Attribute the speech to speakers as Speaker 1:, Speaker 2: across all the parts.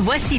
Speaker 1: Voici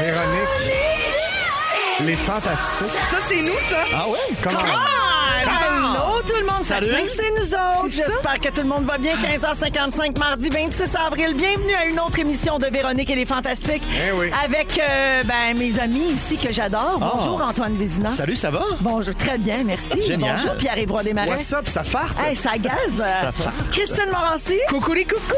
Speaker 2: Véronique. Les fantastiques.
Speaker 3: Ça, c'est nous, ça.
Speaker 2: Ah ouais? Comment?
Speaker 3: Allô, tout le monde.
Speaker 2: Salut.
Speaker 3: Certain que C'est nous autres.
Speaker 2: C'est ça.
Speaker 3: J'espère que tout le monde va bien. 15h55, mardi 26 avril. Bienvenue à une autre émission de Véronique et les Fantastiques.
Speaker 2: Eh oui. Ah.
Speaker 3: Avec euh, ben, mes amis ici que j'adore. Bonjour, Antoine Vézina.
Speaker 4: Salut, ça va?
Speaker 3: Bonjour, très bien, merci.
Speaker 4: Génial.
Speaker 3: Bonjour, Pierre-Évroy Desmarais.
Speaker 2: What's up, ça farte?
Speaker 3: Hey, ça gaze.
Speaker 4: farte.
Speaker 3: Christine Morancy.
Speaker 2: Coucou les coucou!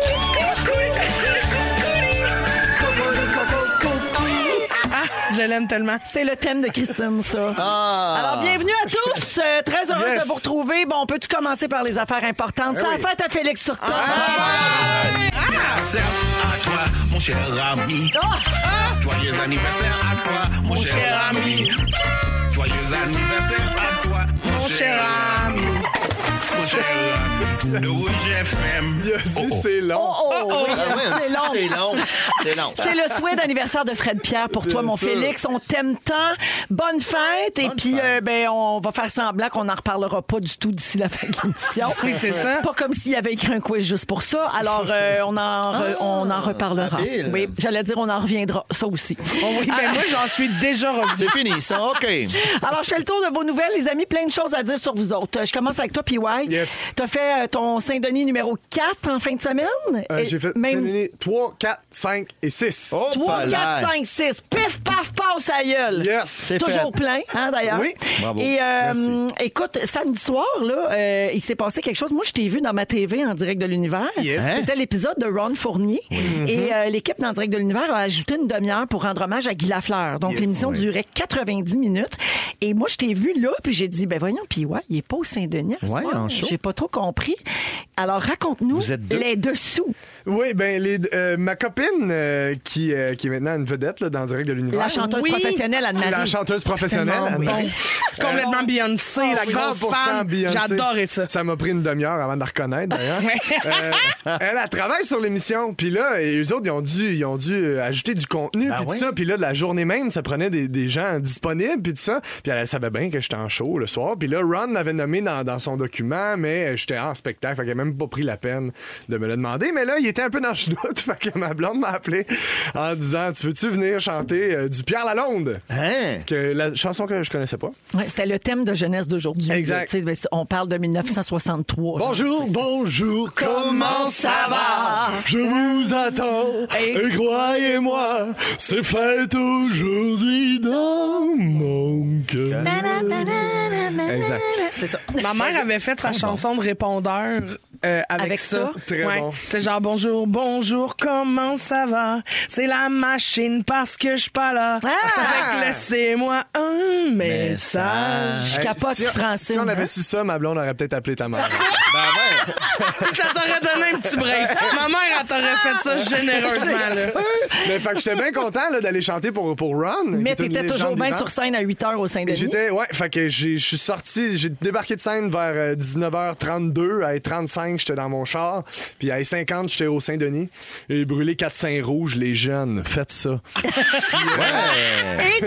Speaker 3: Ah, Je l'aime tellement. C'est le thème de Christine, ça. Alors, bienvenue à tous. Euh, très heureuse
Speaker 2: Yes.
Speaker 3: de vous retrouver. Bon, peux-tu commencer par les affaires importantes? Ça a
Speaker 2: oui.
Speaker 3: fait à Félix Turcotte.
Speaker 5: Anniversaire Ah, à toi, mon cher ami. Joyeux anniversaire à toi, mon, cher, ami. Joyeux anniversaire à toi, mon, cher ami. Mon cher ami de Rouge FM.
Speaker 2: Il a dit c'est long.
Speaker 3: Oh, oh, oui,
Speaker 4: Ah ouais,
Speaker 3: c'est long.
Speaker 4: C'est long. C'est long.
Speaker 3: C'est le souhait d'anniversaire de Fred Pierre pour toi,
Speaker 2: Bien
Speaker 3: mon
Speaker 2: sûr.
Speaker 3: Félix. On t'aime tant. Bonne fête. Et
Speaker 4: Bonne
Speaker 3: puis,
Speaker 4: fête.
Speaker 3: euh, ben, on va faire semblant qu'on n'en reparlera pas du tout d'ici la fin de l'émission.
Speaker 6: Oui, c'est ça.
Speaker 3: Pas comme s'il avait écrit un quiz juste pour ça. Alors, euh, on, en re- on en reparlera.
Speaker 4: habile.
Speaker 3: Oui, j'allais dire, on en reviendra. Ça aussi.
Speaker 4: Oh
Speaker 6: Oui, ben moi, j'en suis déjà revenue.
Speaker 4: C'est fini, ça. OK.
Speaker 3: Ah, Alors, je fais le tour de vos nouvelles, les amis. Plein de choses à dire sur vous autres. Euh, Je commence avec toi, PY.
Speaker 2: Yes.
Speaker 3: T'as fait euh, ton Saint-Denis numéro 4 en fin de semaine.
Speaker 2: Euh,
Speaker 3: Et
Speaker 2: J'ai fait
Speaker 3: même-
Speaker 2: 3, 4, 5 et 6.
Speaker 4: Oh,
Speaker 3: 3,
Speaker 4: pas
Speaker 3: 4,
Speaker 4: l'air.
Speaker 3: 5, 6. Pif, paf, passe à gueule.
Speaker 2: Yes.
Speaker 4: C'est
Speaker 3: Toujours
Speaker 4: fait.
Speaker 3: plein, hein, d'ailleurs.
Speaker 2: Oui.
Speaker 4: Bravo.
Speaker 3: Et euh,
Speaker 2: Merci.
Speaker 3: écoute, samedi soir, là, euh, il s'est passé quelque chose. Moi, je t'ai vu dans ma TV en direct de l'univers.
Speaker 2: Yes.
Speaker 4: Hein?
Speaker 3: C'était l'épisode de Ron Fournier.
Speaker 4: Mm-hmm.
Speaker 3: Et euh, l'équipe dans direct de l'univers a ajouté une demi-heure pour rendre hommage à Guy Lafleur. Donc,
Speaker 2: Yes.
Speaker 3: l'émission
Speaker 4: Oui.
Speaker 3: durait 90 minutes. Et moi, je t'ai vu là, puis j'ai dit, ben voyons, puis ouais, il est pas au Saint-Denis. à ce
Speaker 4: Ouais,
Speaker 3: soir.
Speaker 4: en show.
Speaker 3: J'ai pas trop compris. Alors, raconte-nous
Speaker 4: Vous êtes deux.
Speaker 3: les dessous.
Speaker 2: Oui, ben les, euh, ma copine euh, qui, euh, qui est maintenant une vedette là, dans Direct de l'univers.
Speaker 4: Ah
Speaker 3: La chanteuse
Speaker 6: oui.
Speaker 3: professionnelle, Anne-Marie.
Speaker 2: La chanteuse professionnelle.
Speaker 3: Tellement
Speaker 2: Anne-Marie.
Speaker 3: bon.
Speaker 6: Complètement
Speaker 2: Ah,
Speaker 6: Beyoncé, la grosse
Speaker 2: 100%
Speaker 6: fan.
Speaker 2: Beyoncé.
Speaker 6: J'adorais ça.
Speaker 2: Ça m'a pris une demi-heure avant de la reconnaître, d'ailleurs. Euh, elle, elle travaille sur l'émission. Puis là, et eux autres, ils ont dû, ils ont dû euh, ajouter du contenu.
Speaker 4: Ben
Speaker 2: puis tout
Speaker 4: oui.
Speaker 2: ça. Puis là, de la journée même, ça prenait des, des gens disponibles. Puis tout ça. Puis elle, elle savait bien que j'étais en show le soir. Puis là, Ron m'avait nommé dans, dans son document, mais euh, j'étais en spectacle. Fait qu'elle n'a même pas pris la peine de me le demander. Mais là, il était un peu dans le chenoute. Fait que ma blonde m'a appelé en disant Tu veux-tu venir chanter euh, du Pierre Lalonde
Speaker 4: Hein?
Speaker 2: que la chanson que je connaissais pas.
Speaker 3: Ouais, C'était le thème de jeunesse d'aujourd'hui.
Speaker 2: Exact.
Speaker 3: Tu sais, ben, On parle de 1963.
Speaker 2: Bonjour, bonjour, comment ça va? Je vous attends
Speaker 3: Hey.
Speaker 2: et croyez-moi, c'est fait aujourd'hui dans mon cœur. Exact.
Speaker 3: C'est ça.
Speaker 6: Ma mère avait fait sa chanson de répondeur euh, avec,
Speaker 3: Avec ça.
Speaker 6: ça.
Speaker 2: Très bon.
Speaker 6: C'était genre bonjour, bonjour, comment ça va? C'est la machine parce que je suis pas là.
Speaker 3: Ah!
Speaker 6: Ça fait que laissez-moi un message.
Speaker 3: Je capote,
Speaker 2: si,
Speaker 3: Francine. hein?
Speaker 2: si on avait su ça, ma blonde aurait peut-être appelé ta mère.
Speaker 4: Ben ouais.
Speaker 6: ça t'aurait donné un petit break. Ma mère, elle t'aurait fait ça généreusement. là.
Speaker 2: Mais fait que j'étais bien content là, d'aller chanter pour, pour Ron.
Speaker 3: Mais
Speaker 2: qui est une
Speaker 3: t'étais toujours
Speaker 2: légende
Speaker 3: bien
Speaker 2: vivante.
Speaker 3: sur scène à 8 h au
Speaker 2: Et
Speaker 3: Saint-Denis.
Speaker 2: J'étais, ouais, fait que j'ai- je suis sorti, j'ai débarqué de scène vers euh, 19h32. À 35, j'étais dans mon char. Puis à 50, j'étais au Saint-Denis. Et brûlé 4 saints rouges, les jeunes, faites ça.
Speaker 3: Ah, Et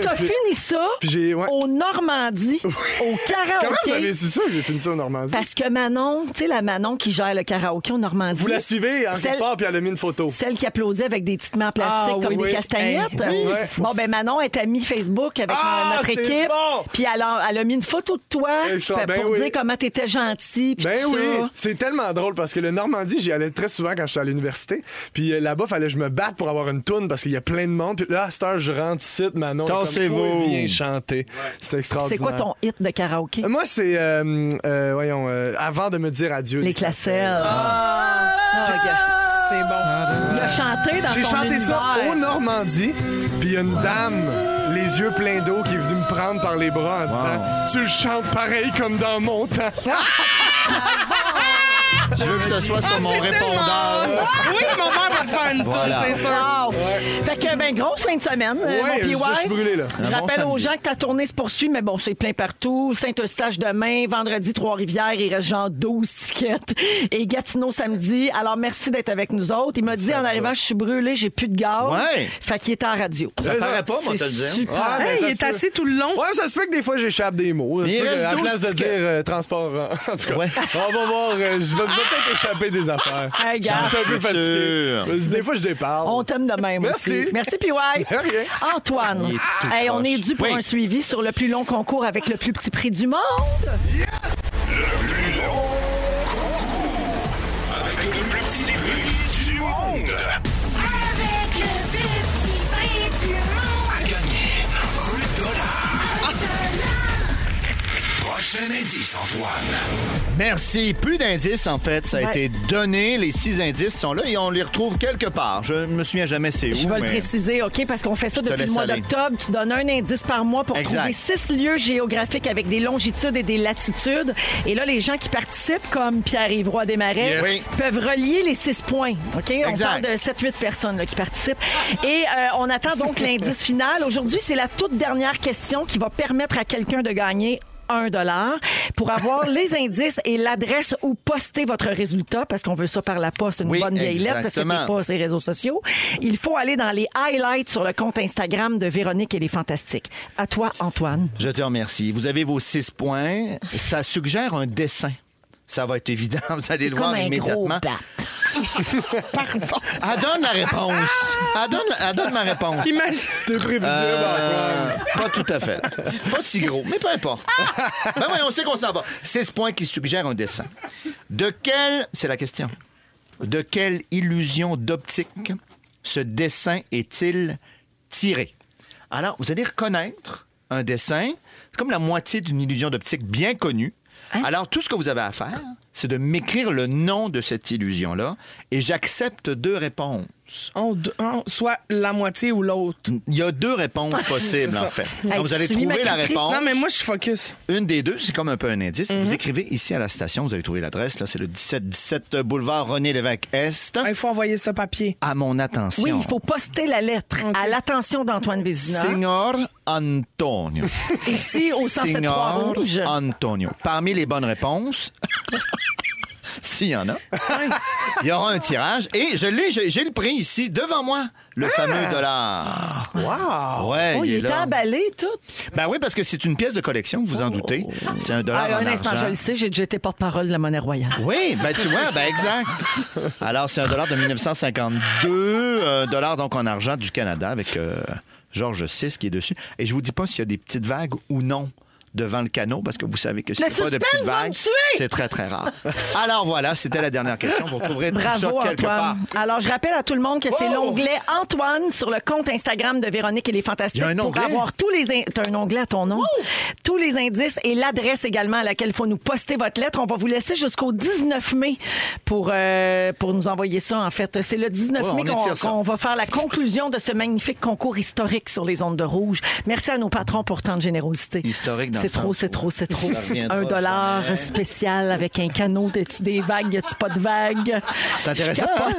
Speaker 3: t'as fini ça
Speaker 2: Puis j'ai- ouais.
Speaker 3: au Normandie, au
Speaker 2: Comment vous avez
Speaker 3: karaoké.
Speaker 2: su ça? J'ai fini ça en Normandie.
Speaker 3: Parce que Manon, tu sais, la Manon qui gère le karaoké au Normandie.
Speaker 2: Vous la suivez en
Speaker 3: Celle-
Speaker 2: quelque part, puis elle a mis une photo.
Speaker 3: Celle qui applaudit avec des petites mains en plastique
Speaker 6: Ah,
Speaker 3: comme
Speaker 6: oui,
Speaker 3: des
Speaker 6: oui.
Speaker 3: castagnettes.
Speaker 6: Hey, oui.
Speaker 3: Bon, ben Manon est amie Facebook avec
Speaker 2: Ah,
Speaker 3: notre
Speaker 2: c'est
Speaker 3: équipe.
Speaker 2: bon!
Speaker 3: Puis elle a, elle a mis une photo de toi
Speaker 2: Hey, je t'en-
Speaker 3: pour
Speaker 2: ben
Speaker 3: dire
Speaker 2: oui.
Speaker 3: comment t'étais gentil. puis
Speaker 2: Ben
Speaker 3: tout
Speaker 2: oui,
Speaker 3: ça.
Speaker 2: c'est tellement drôle parce que le Normandie, j'y allais très souvent quand j'étais à l'université. Puis euh, là-bas, fallait que je me batte pour avoir une toune parce qu'il y a plein de monde. Puis là, à cette heure, je rentre ici, Manon. est comme,
Speaker 4: Tassez-vous.
Speaker 2: Toi, Viens chanter. C'était
Speaker 3: C'est
Speaker 2: extraordinaire.
Speaker 3: quoi ton hit de karaoké?
Speaker 2: Moi, c'est, euh, euh, voyons, euh, avant de me dire adieu.
Speaker 3: Les classelles. Ah, regarde.
Speaker 6: C'est bon.
Speaker 3: Il a chanté dans
Speaker 2: Ah, J'ai
Speaker 3: son
Speaker 2: chanté ça
Speaker 3: univers.
Speaker 2: au Normandie, puis il y a une dame, les yeux pleins d'eau, qui est venue me prendre par les bras en disant Tu le chantes pareil comme dans mon temps.
Speaker 3: Ah,
Speaker 4: Je veux que ce soit sur mon répondeur.
Speaker 6: Oui, ma mère va te faire un bonne tune,
Speaker 4: Voilà.
Speaker 6: c'est sûr.
Speaker 3: Wow! Fait que, ben, grosse fin de semaine. euh,
Speaker 2: Ouais,
Speaker 3: mon PY.
Speaker 2: je- je suis brûlé, là.
Speaker 4: Un
Speaker 3: Je
Speaker 4: bon
Speaker 3: rappelle aux
Speaker 4: samedi.
Speaker 3: gens que ta tournée se poursuit, mais bon, c'est plein partout. Saint-Eustache demain, vendredi, Trois-Rivières, il reste genre 12 tickets. Et Gatineau samedi. Alors, merci d'être avec nous autres. Il m'a dit en arrivant, je suis brûlé, j'ai plus de gaz.
Speaker 4: Ouais.
Speaker 3: Fait qu'il était en radio.
Speaker 4: Ça paraît pas, moi, te
Speaker 3: C'est
Speaker 4: le dire.
Speaker 3: super.
Speaker 2: Ah, ben,
Speaker 6: Hey,
Speaker 2: ça
Speaker 6: il
Speaker 2: se
Speaker 6: est
Speaker 2: peut.
Speaker 6: assis tout le long.
Speaker 2: Ouais, ça se peut que des fois j'échappe des mots. Ça
Speaker 4: Mais
Speaker 2: se
Speaker 4: il
Speaker 2: peut
Speaker 4: reste
Speaker 2: que, à
Speaker 4: 12
Speaker 2: place de dire
Speaker 4: tickets.
Speaker 2: euh, transport, en en tout cas,
Speaker 4: Ouais.
Speaker 2: on va voir. euh, je vais, je vais peut-être échapper des affaires.
Speaker 6: Ah,
Speaker 3: Hey, gars.
Speaker 2: Je suis un peu
Speaker 4: C'est
Speaker 2: fatigué. Des fois, je déparle.
Speaker 3: On t'aime de même
Speaker 2: Merci.
Speaker 3: aussi. Merci, PY.
Speaker 2: De rien.
Speaker 3: Antoine,
Speaker 4: Il est tout
Speaker 3: Hey, on
Speaker 4: proche.
Speaker 3: est dû pour
Speaker 4: Oui.
Speaker 3: un suivi sur le plus long concours avec le plus petit prix du monde.
Speaker 5: Avec le plus petit prix du monde.
Speaker 7: Avec le plus petit prix du monde. Ah.
Speaker 5: À gagner un dollar. Prochain indice, Antoine.
Speaker 4: Merci. Plus d'indices, en fait. Ça a
Speaker 3: Ouais.
Speaker 4: été donné. Les six indices sont là et on les retrouve quelque part. Je me souviens jamais c'est où.
Speaker 3: Je vais le
Speaker 4: mais-
Speaker 3: préciser, OK, parce qu'on fait ça
Speaker 4: te
Speaker 3: depuis le
Speaker 4: laisse
Speaker 3: mois
Speaker 4: aller.
Speaker 3: d'octobre. Tu donnes un indice par mois pour
Speaker 4: Exact.
Speaker 3: trouver six lieux géographiques avec des longitudes et des latitudes. Et là, les gens qui participent, comme Pierre-Yves Roy Desmarais,
Speaker 4: Yes. Oui.
Speaker 3: peuvent relier les six points. OK?
Speaker 4: Exact.
Speaker 3: On parle de 7-8 personnes là, qui participent. Et euh, on attend donc l'indice final. Aujourd'hui, c'est la toute dernière question qui va permettre à quelqu'un de gagner un dollar pour avoir les indices et l'adresse où poster votre résultat parce qu'on veut ça par la poste une
Speaker 4: Oui,
Speaker 3: bonne vieille lettre parce que t'es
Speaker 4: exactement.
Speaker 3: pas ces réseaux sociaux. Il faut aller dans les highlights sur le compte Instagram de Véronique et les Fantastiques. À toi, Antoine.
Speaker 4: Je te remercie. Vous avez vos six points. Ça suggère un dessin. Ça va être évident. Vous allez le voir immédiatement. Elle donne la réponse. Elle donne, elle donne ma réponse.
Speaker 6: Imagine.
Speaker 2: T'es prévisible,
Speaker 4: Euh, pas tout à fait. Pas si gros, mais peu importe.
Speaker 2: Ah!
Speaker 4: Ben oui, on sait qu'on s'en va. Six points qui suggèrent un dessin. De quelle, c'est la question, de quelle illusion d'optique ce dessin est-il tiré? Alors, vous allez reconnaître un dessin, c'est comme la moitié d'une illusion d'optique bien connue.
Speaker 3: Hein?
Speaker 4: Alors, tout ce que vous avez à faire, c'est de m'écrire le nom de cette illusion-là, et j'accepte deux réponses.
Speaker 6: On d- on- soit la moitié ou l'autre.
Speaker 4: Il y a deux réponses possibles,
Speaker 6: C'est
Speaker 4: en
Speaker 6: ça.
Speaker 4: fait.
Speaker 3: Hey,
Speaker 4: Donc, vous allez
Speaker 3: tu suis
Speaker 4: trouver la
Speaker 3: macripée.
Speaker 4: réponse.
Speaker 6: Non, mais moi, je suis focus.
Speaker 4: Une des deux, c'est comme un peu un indice.
Speaker 3: Mhm.
Speaker 4: Vous écrivez ici à la station, vous allez trouver l'adresse. Là, c'est le 1717 boulevard René Lévesque Est.
Speaker 6: Ah, Il faut envoyer ce papier.
Speaker 4: À mon attention.
Speaker 3: Oui, il faut poster la lettre à l'attention d'Antoine Vézina.
Speaker 4: Signor Antonio.
Speaker 3: Ici, au centre de
Speaker 4: Signor
Speaker 3: Trois-Rouges.
Speaker 4: Antonio. Parmi les bonnes réponses, s'il y en a, il y aura un tirage. Et je l'ai, j'ai, j'ai le prix ici devant moi, le fameux dollar.
Speaker 2: Wow!
Speaker 4: Ouais,
Speaker 3: Ah! Oh, il est
Speaker 4: là.
Speaker 3: emballé, tout.
Speaker 4: Ben oui, parce que c'est une pièce de collection, vous vous en doutez. C'est un dollar
Speaker 3: Ah, un
Speaker 4: en
Speaker 3: instant,
Speaker 4: argent.
Speaker 3: je le sais, j'ai déjà été porte-parole de la monnaie royale.
Speaker 4: Oui, ben tu vois, ben exact. Alors, c'est un dollar de 1952, un dollar euh, donc en argent du Canada avec euh, Georges VI qui est dessus. Et je vous dis pas s'il y a des petites vagues ou non devant le canot, parce que vous savez que s'il n'y
Speaker 3: Le
Speaker 4: a pas de
Speaker 3: suspense
Speaker 4: petites
Speaker 3: va me
Speaker 4: vagues,
Speaker 3: tuer!
Speaker 4: c'est très, très rare. Alors voilà, c'était la dernière question. Vous retrouverez tout
Speaker 3: Bravo,
Speaker 4: ça quelque part.
Speaker 3: Antoine. Oh! Alors, je rappelle à tout le monde que c'est l'onglet Antoine sur le compte Instagram de Véronique et les Fantastiques
Speaker 4: Il y a un
Speaker 3: pour
Speaker 4: onglet?
Speaker 3: avoir tous les in- T'as un onglet à ton nom, tous les indices et l'adresse également à laquelle il faut nous poster votre lettre. On va vous laisser jusqu'au 19 mai pour, euh, pour nous envoyer ça, en fait. C'est le 19
Speaker 4: Ouais,
Speaker 3: mai
Speaker 4: on
Speaker 3: qu'on
Speaker 4: étire ça.
Speaker 3: qu'on va faire la conclusion de ce magnifique concours historique sur les ondes de rouge. Merci à nos patrons pour tant de générosité.
Speaker 4: Historique dans
Speaker 3: C'est
Speaker 4: le sens
Speaker 3: trop,
Speaker 4: où
Speaker 3: c'est trop, c'est trop.
Speaker 4: ça reviendra
Speaker 3: Un dollar
Speaker 4: jamais.
Speaker 3: spécial avec un canot. T'as-tu des vagues? Y a-tu pas de vagues?
Speaker 4: C'est intéressant,
Speaker 3: Je
Speaker 4: hein?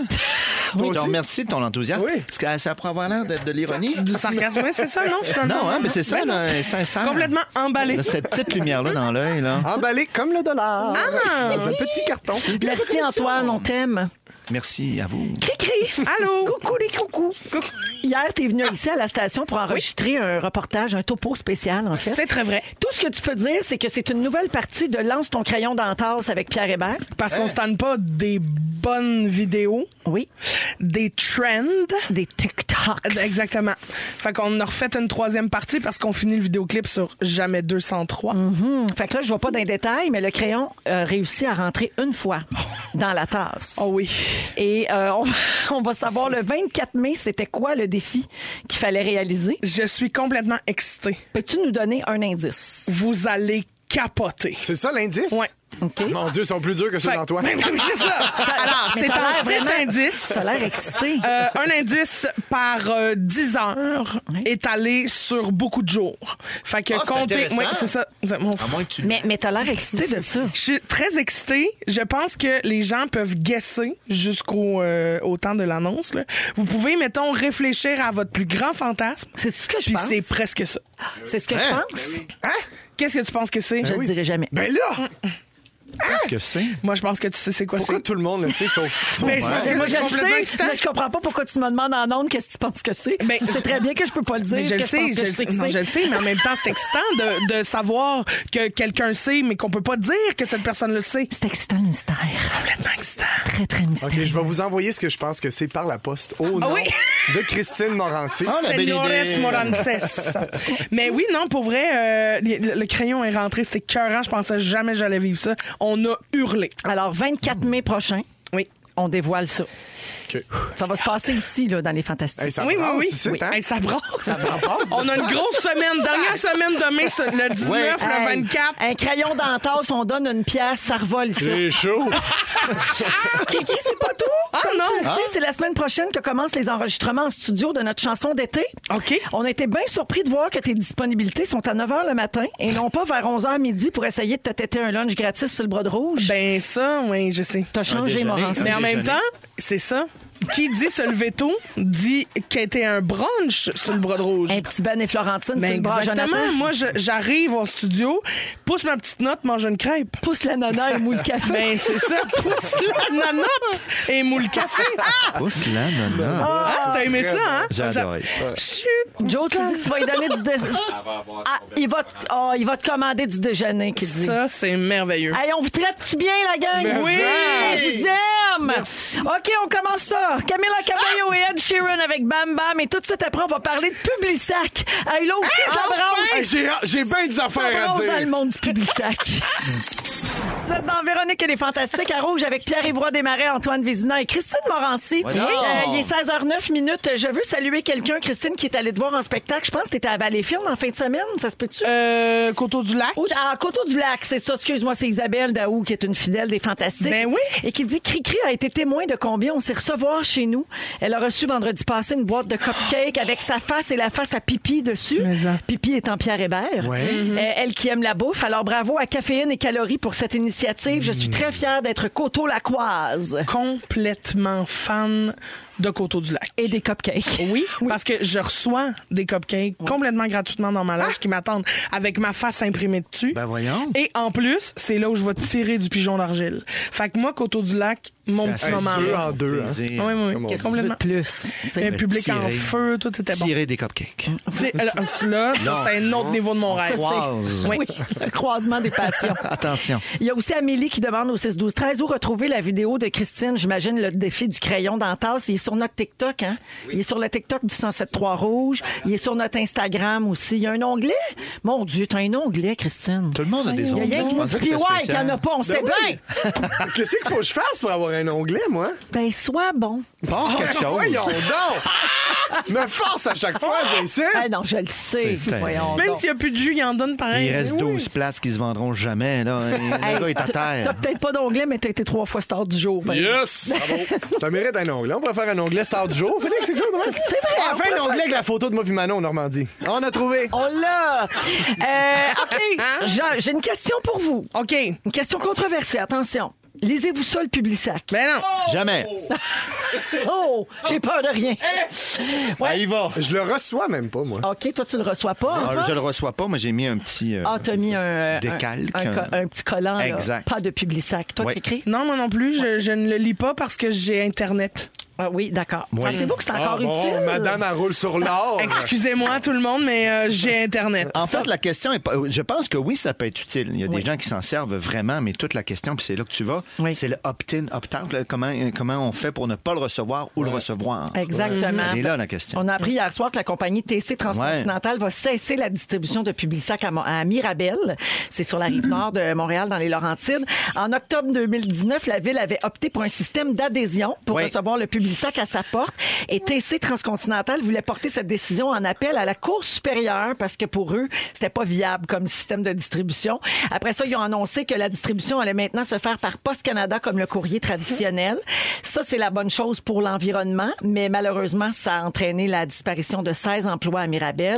Speaker 3: capote.
Speaker 4: Je te remercie de ton enthousiasme.
Speaker 2: Oui.
Speaker 4: Parce que euh, ça pourrait avoir l'air d'être de l'ironie.
Speaker 6: Du sarcasme, ouais, c'est ça, non, finalement?
Speaker 4: Non, hein, mais c'est ça,
Speaker 6: Ben non.
Speaker 4: là, est sincère.
Speaker 6: Complètement emballé.
Speaker 4: Là, Cette petite lumière-là dans l'œil, là.
Speaker 2: Emballé comme le dollar.
Speaker 6: Ah!
Speaker 2: dans un petit carton.
Speaker 3: Merci Antoine, on t'aime.
Speaker 4: Merci à vous.
Speaker 3: Cri-cri!
Speaker 6: Allô?
Speaker 3: Coucou les coucous! Hier, t'es venu ici à la station pour enregistrer un reportage, un topo spécial, en fait.
Speaker 6: C'est très vrai.
Speaker 3: Tout ce que tu peux dire, c'est que c'est une nouvelle partie de Lance ton crayon dans la tasse avec Pierre Hébert.
Speaker 6: Parce qu'on ne stand pas des bonnes vidéos,
Speaker 3: Oui. Ah, ben,
Speaker 6: des trends.
Speaker 3: Des TikToks.
Speaker 6: Exactement. Fait qu'on a refait une troisième partie parce qu'on finit le vidéoclip sur Jamais 203.
Speaker 3: Hum, Fait que là, je vois pas dans les détails, mais le crayon a réussi à rentrer une fois dans la tasse.
Speaker 6: Oh oui.
Speaker 3: Et euh, on, va, on va savoir le 24 mai, c'était quoi le défi qu'il fallait réaliser.
Speaker 6: Je suis complètement excitée.
Speaker 3: Peux-tu nous donner un indice?
Speaker 6: Vous allez capoter.
Speaker 2: C'est ça l'indice?
Speaker 6: Ouais.
Speaker 3: OK?
Speaker 2: Mon Dieu, ils sont plus durs que ceux
Speaker 6: Fait- Ben
Speaker 2: d'Antoine.
Speaker 6: c'est ça. Alors,
Speaker 3: Mais
Speaker 6: c'est
Speaker 3: t'as
Speaker 6: en
Speaker 3: l'air
Speaker 6: 6
Speaker 3: vraiment-
Speaker 6: indices.
Speaker 3: T'as l'air excité.
Speaker 6: Euh, un indice par euh, 10 heures
Speaker 3: Ouais.
Speaker 6: étalé sur beaucoup de jours. Fait que
Speaker 4: Ah, c'est
Speaker 6: comptez.
Speaker 4: intéressant. Ah,
Speaker 6: Ouais, c'est ça. Mon-
Speaker 4: À moins que tu.
Speaker 3: mais mais t'as l'air excité de ça.
Speaker 6: Je suis très excitée. Je pense que les gens peuvent guesser jusqu'au euh, au temps de l'annonce. là. Vous pouvez, mettons, réfléchir à votre plus grand fantasme.
Speaker 3: C'est ce que je
Speaker 6: Puis
Speaker 3: pense.
Speaker 6: c'est presque ça.
Speaker 3: C'est ce que je
Speaker 2: Hein?
Speaker 3: pense.
Speaker 6: Hein? Qu'est-ce que tu penses que c'est?
Speaker 3: Je ne dirai jamais.
Speaker 2: Ben là,
Speaker 4: Qu'est-ce que c'est?
Speaker 6: Moi, je pense que tu sais c'est quoi
Speaker 2: pourquoi
Speaker 6: c'est.
Speaker 2: tout le monde le sait sauf. sauf
Speaker 6: Ben, c'est
Speaker 2: moi?
Speaker 6: parce
Speaker 3: Mais
Speaker 6: que
Speaker 3: moi, je
Speaker 6: c'est
Speaker 3: le
Speaker 6: complètement
Speaker 3: sais,
Speaker 6: excitant.
Speaker 3: mais je comprends pas pourquoi tu me demandes en ondes qu'est-ce que tu penses que c'est.
Speaker 6: Ben,
Speaker 3: tu sais très bien que je peux pas le dire.
Speaker 6: Mais
Speaker 3: que
Speaker 6: je le
Speaker 3: pense
Speaker 6: sais,
Speaker 3: que
Speaker 6: je,
Speaker 3: sais que
Speaker 6: non,
Speaker 3: c'est.
Speaker 6: je le sais, mais en même temps, c'est excitant de, de savoir que quelqu'un sait, mais qu'on peut pas dire que cette personne le sait.
Speaker 3: C'est excitant le mystère.
Speaker 6: Complètement excitant.
Speaker 3: Très, très mystère.
Speaker 2: Ok, je vais vous envoyer ce que je pense que c'est par la poste au nom
Speaker 6: oui!
Speaker 2: de Christine Morancy.
Speaker 4: Ah, la belle
Speaker 6: Señores
Speaker 4: idée.
Speaker 6: Morantes. Mais oui, non, pour vrai, euh, le, le crayon est rentré, c'était cœurant, je pensais jamais que j'allais vivre ça. On a hurlé.
Speaker 3: Alors, 24 mai prochain,
Speaker 6: Oui.
Speaker 3: on dévoile ça.
Speaker 2: Ok.
Speaker 3: Ça va se passer ici, là, dans les Fantastiques.
Speaker 2: Hey, ça
Speaker 6: oui, oui,
Speaker 2: brasse
Speaker 6: oui.
Speaker 2: ici,
Speaker 6: Oui.
Speaker 2: hein?
Speaker 6: Hey, ça brasse. On a une grosse semaine, dernière semaine de mai, ce- le 19,
Speaker 3: Hey,
Speaker 6: le 24.
Speaker 3: Un crayon d'entasse, on donne une pièce, ça revole ici.
Speaker 2: C'est chaud.
Speaker 3: Kiki, c'est pas tout.
Speaker 6: Ah,
Speaker 3: Comme
Speaker 6: non.
Speaker 3: tu le sais, c'est la semaine prochaine que commencent les enregistrements en studio de notre chanson d'été.
Speaker 6: OK.
Speaker 3: On a été bien surpris de voir que tes disponibilités sont à 9 h le matin et non pas vers 11 h midi pour essayer de te têter un lunch gratis sur le bras de rouge.
Speaker 6: Ben ça, oui, je sais.
Speaker 3: T'as changé,
Speaker 4: déjeuner, hein.
Speaker 3: Morancy.
Speaker 4: un
Speaker 6: Mais en
Speaker 4: déjeuner.
Speaker 6: même temps, c'est ça. Qui dit se lever tôt, dit qu'il était un brunch sur le bras de rouge.
Speaker 3: Un petit Ben et Florentine,
Speaker 6: Ben,
Speaker 3: c'est le bras à
Speaker 6: exactement.
Speaker 3: Jonathan.
Speaker 6: Moi, je- j'arrive au studio, pousse ma petite note, mange une crêpe.
Speaker 3: Pousse la nana et moule le café.
Speaker 6: Ben, c'est ça. Pousse la nanote et moule café.
Speaker 4: Pousse la nana.
Speaker 6: Ah, t'as aimé ça, hein?
Speaker 4: J'ai adoré.
Speaker 6: J'a- Chut.
Speaker 3: Joe, tu dis que tu vas lui donner du déjeuner. Ah, il va, te... oh, il va te commander du déjeuner, qu'il dit.
Speaker 6: Ça, c'est merveilleux.
Speaker 3: Hey, on vous traite-tu bien, la gang?
Speaker 6: Oui!
Speaker 3: On vous aime! OK, on commence ça. Camila Cabello et Ed Sheeran avec Bam Bam. Et tout de suite après, on va parler de Publisac. Hey, là aussi, ça brasse.
Speaker 2: Ah, Hey, J'ai j'ai bien des
Speaker 3: Ça
Speaker 2: affaires à
Speaker 3: brasse dans le
Speaker 2: dire.
Speaker 3: monde du Publisac. Vous êtes dans Véronique et les Fantastiques à Rouge avec Pierre-Yvroy Desmarais, Antoine Vézina et Christine Morancy.
Speaker 4: Voilà.
Speaker 3: Euh, il est 16h09 minutes. Je veux saluer quelqu'un, Christine, qui est allée te voir en spectacle. Je pense que tu étais à Valleyfield en fin de semaine. Ça se peut-tu?
Speaker 6: Euh, Coteau du lac.
Speaker 3: Ou- à Coteau-du-Lac, c'est ça. Excuse-moi, c'est Isabelle Daou qui est une fidèle des Fantastiques.
Speaker 6: Ben oui.
Speaker 3: Et qui dit Cricri a été témoin de combien on s'est recevoir chez nous. Elle a reçu vendredi passé une boîte de cupcakes avec sa face et la face à Pipi dessus.
Speaker 6: Mais ça. Mm-hmm.
Speaker 3: Pipi étant Pierre Hébert.
Speaker 2: Ouais.
Speaker 3: Euh, elle qui aime la bouffe. Alors bravo à Caféine et Calories pour cette initiative. Je
Speaker 6: Mm.
Speaker 3: suis très fière d'être Coteau-Lacoise.
Speaker 6: Complètement fan de Coteau du lac.
Speaker 3: Et des cupcakes.
Speaker 6: Oui, parce que je reçois des cupcakes complètement gratuitement dans ma loge qui m'attendent avec ma face imprimée dessus.
Speaker 4: Ben voyons.
Speaker 6: Et en plus, c'est là où je vais tirer du pigeon d'argile. Fait que moi, Coteau du lac, mon petit
Speaker 4: assez
Speaker 6: moment.
Speaker 2: Deux
Speaker 6: là.
Speaker 4: Ah,
Speaker 2: en deux. hein.
Speaker 3: Ah
Speaker 4: Plaisir.
Speaker 6: Ah Oui, oui,
Speaker 2: Comme on
Speaker 6: oui,
Speaker 2: dit.
Speaker 6: complètement.
Speaker 3: Plus. tu sais.
Speaker 6: Le public en
Speaker 4: Tirer.
Speaker 6: feu, tout était bon.
Speaker 4: Tirer des
Speaker 3: Mm.
Speaker 4: cupcakes.
Speaker 6: Tu sais, Là, là, ça,
Speaker 4: Non.
Speaker 6: c'est un autre niveau de mon rêve.
Speaker 4: Wow.
Speaker 6: Oui.
Speaker 3: Oui, le croisement des passions.
Speaker 4: Attention.
Speaker 3: Il y a aussi Amélie qui demande au 6-12-13 où retrouver la vidéo de Christine. J'imagine le défi du crayon d'entasse. Il est sur notre TikTok. Hein? Il est sur le TikTok du 107.3 Rouge. Il est sur notre Instagram aussi. Il y a un onglet. Mon Dieu, t'as un onglet, Christine.
Speaker 4: Tout le monde a
Speaker 3: Il
Speaker 4: des
Speaker 3: y a
Speaker 4: onglets.
Speaker 3: rien que
Speaker 4: Je
Speaker 3: nous.
Speaker 4: pensais que
Speaker 3: Puis
Speaker 4: c'était
Speaker 3: ouais, qu'il n'y en a
Speaker 4: spécial. Ben
Speaker 3: pas, on sait bien.
Speaker 2: Qu'est-ce qu'il faut que je fasse pour avoir un onglet, moi?
Speaker 3: Ben, sois bon.
Speaker 4: Pas quelque chose.
Speaker 2: Voyons donc! Me force à chaque fois, Vincent!
Speaker 3: Ah non, je le sais.
Speaker 4: C'est
Speaker 3: Voyons
Speaker 6: Même
Speaker 3: donc.
Speaker 6: s'il n'y a plus de jus, il en donne pareil.
Speaker 4: Il reste
Speaker 6: Oui.
Speaker 4: 12 places qui se vendront jamais. Là.
Speaker 3: Hey,
Speaker 4: Le gars est à
Speaker 3: T'as
Speaker 4: terre.
Speaker 3: peut-être pas d'onglet, mais t'as été trois fois star du jour. ben.
Speaker 2: Yes! Bravo. Ça mérite un onglet. On pourrait faire un onglet star du jour. Félix, c'est quelque chose de
Speaker 3: C'est vrai,
Speaker 2: Ah,
Speaker 3: on
Speaker 2: fais
Speaker 3: pourrait
Speaker 2: un onglet avec la photo de moi et Manon en Normandie. On a trouvé.
Speaker 3: On l'a. Euh, OK, Jean, j'ai une question pour vous.
Speaker 6: OK.
Speaker 3: Une question controversée, attention. Lisez-vous ça, le Publisac.
Speaker 6: Ben non.
Speaker 4: Jamais.
Speaker 3: Oh, j'ai peur de rien.
Speaker 4: Ah, il va.
Speaker 2: Je le reçois même pas, moi.
Speaker 3: OK, toi, tu le reçois pas.
Speaker 4: Ah,
Speaker 3: Antoine?
Speaker 4: je le reçois pas, mais j'ai mis un petit. euh,
Speaker 3: Ah, t'as mis un, euh,
Speaker 4: Décalque.
Speaker 3: un, un co- un petit collant. là.
Speaker 4: Exact.
Speaker 3: Pas de Publisac. Toi,
Speaker 4: Ouais.
Speaker 3: qui écris?
Speaker 6: Non, moi non plus, je, je ne le lis pas parce que j'ai Internet.
Speaker 3: Ah, oui, d'accord. Pensez-vous que c'est encore
Speaker 2: Ah, bon,
Speaker 3: utile?
Speaker 2: madame, elle roule sur l'or.
Speaker 6: Excusez-moi tout le monde, mais euh, j'ai Internet.
Speaker 4: En fait, la question est pas. euh, Je pense que oui, ça peut être utile. Il y a des gens qui s'en servent vraiment, mais toute la question, puis c'est là que tu vas,
Speaker 3: Oui.
Speaker 4: c'est le opt-in, opt-out. là, Comment, euh, comment on fait pour ne pas le recevoir ou le recevoir?
Speaker 3: Exactement.
Speaker 4: Elle est là, la question.
Speaker 3: Ah, ben, On a appris hier soir que la compagnie TC Transcontinental va cesser la distribution de Publisac à, Mo- à Mirabel. C'est sur la rive
Speaker 4: Mm.
Speaker 3: nord de Montréal, dans les Laurentides. En octobre 2019, la ville avait opté pour un système d'adhésion pour
Speaker 4: Oui.
Speaker 3: recevoir le Dubuissac à sa porte. Et TC Transcontinental voulait porter cette décision en appel à la Cour supérieure parce que pour eux, c'était pas viable comme système de distribution. Après ça, ils ont annoncé que la distribution allait maintenant se faire par Poste Canada comme le courrier traditionnel. Ça, c'est la bonne chose pour l'environnement, mais malheureusement, ça a entraîné la disparition de 16 emplois à Mirabel,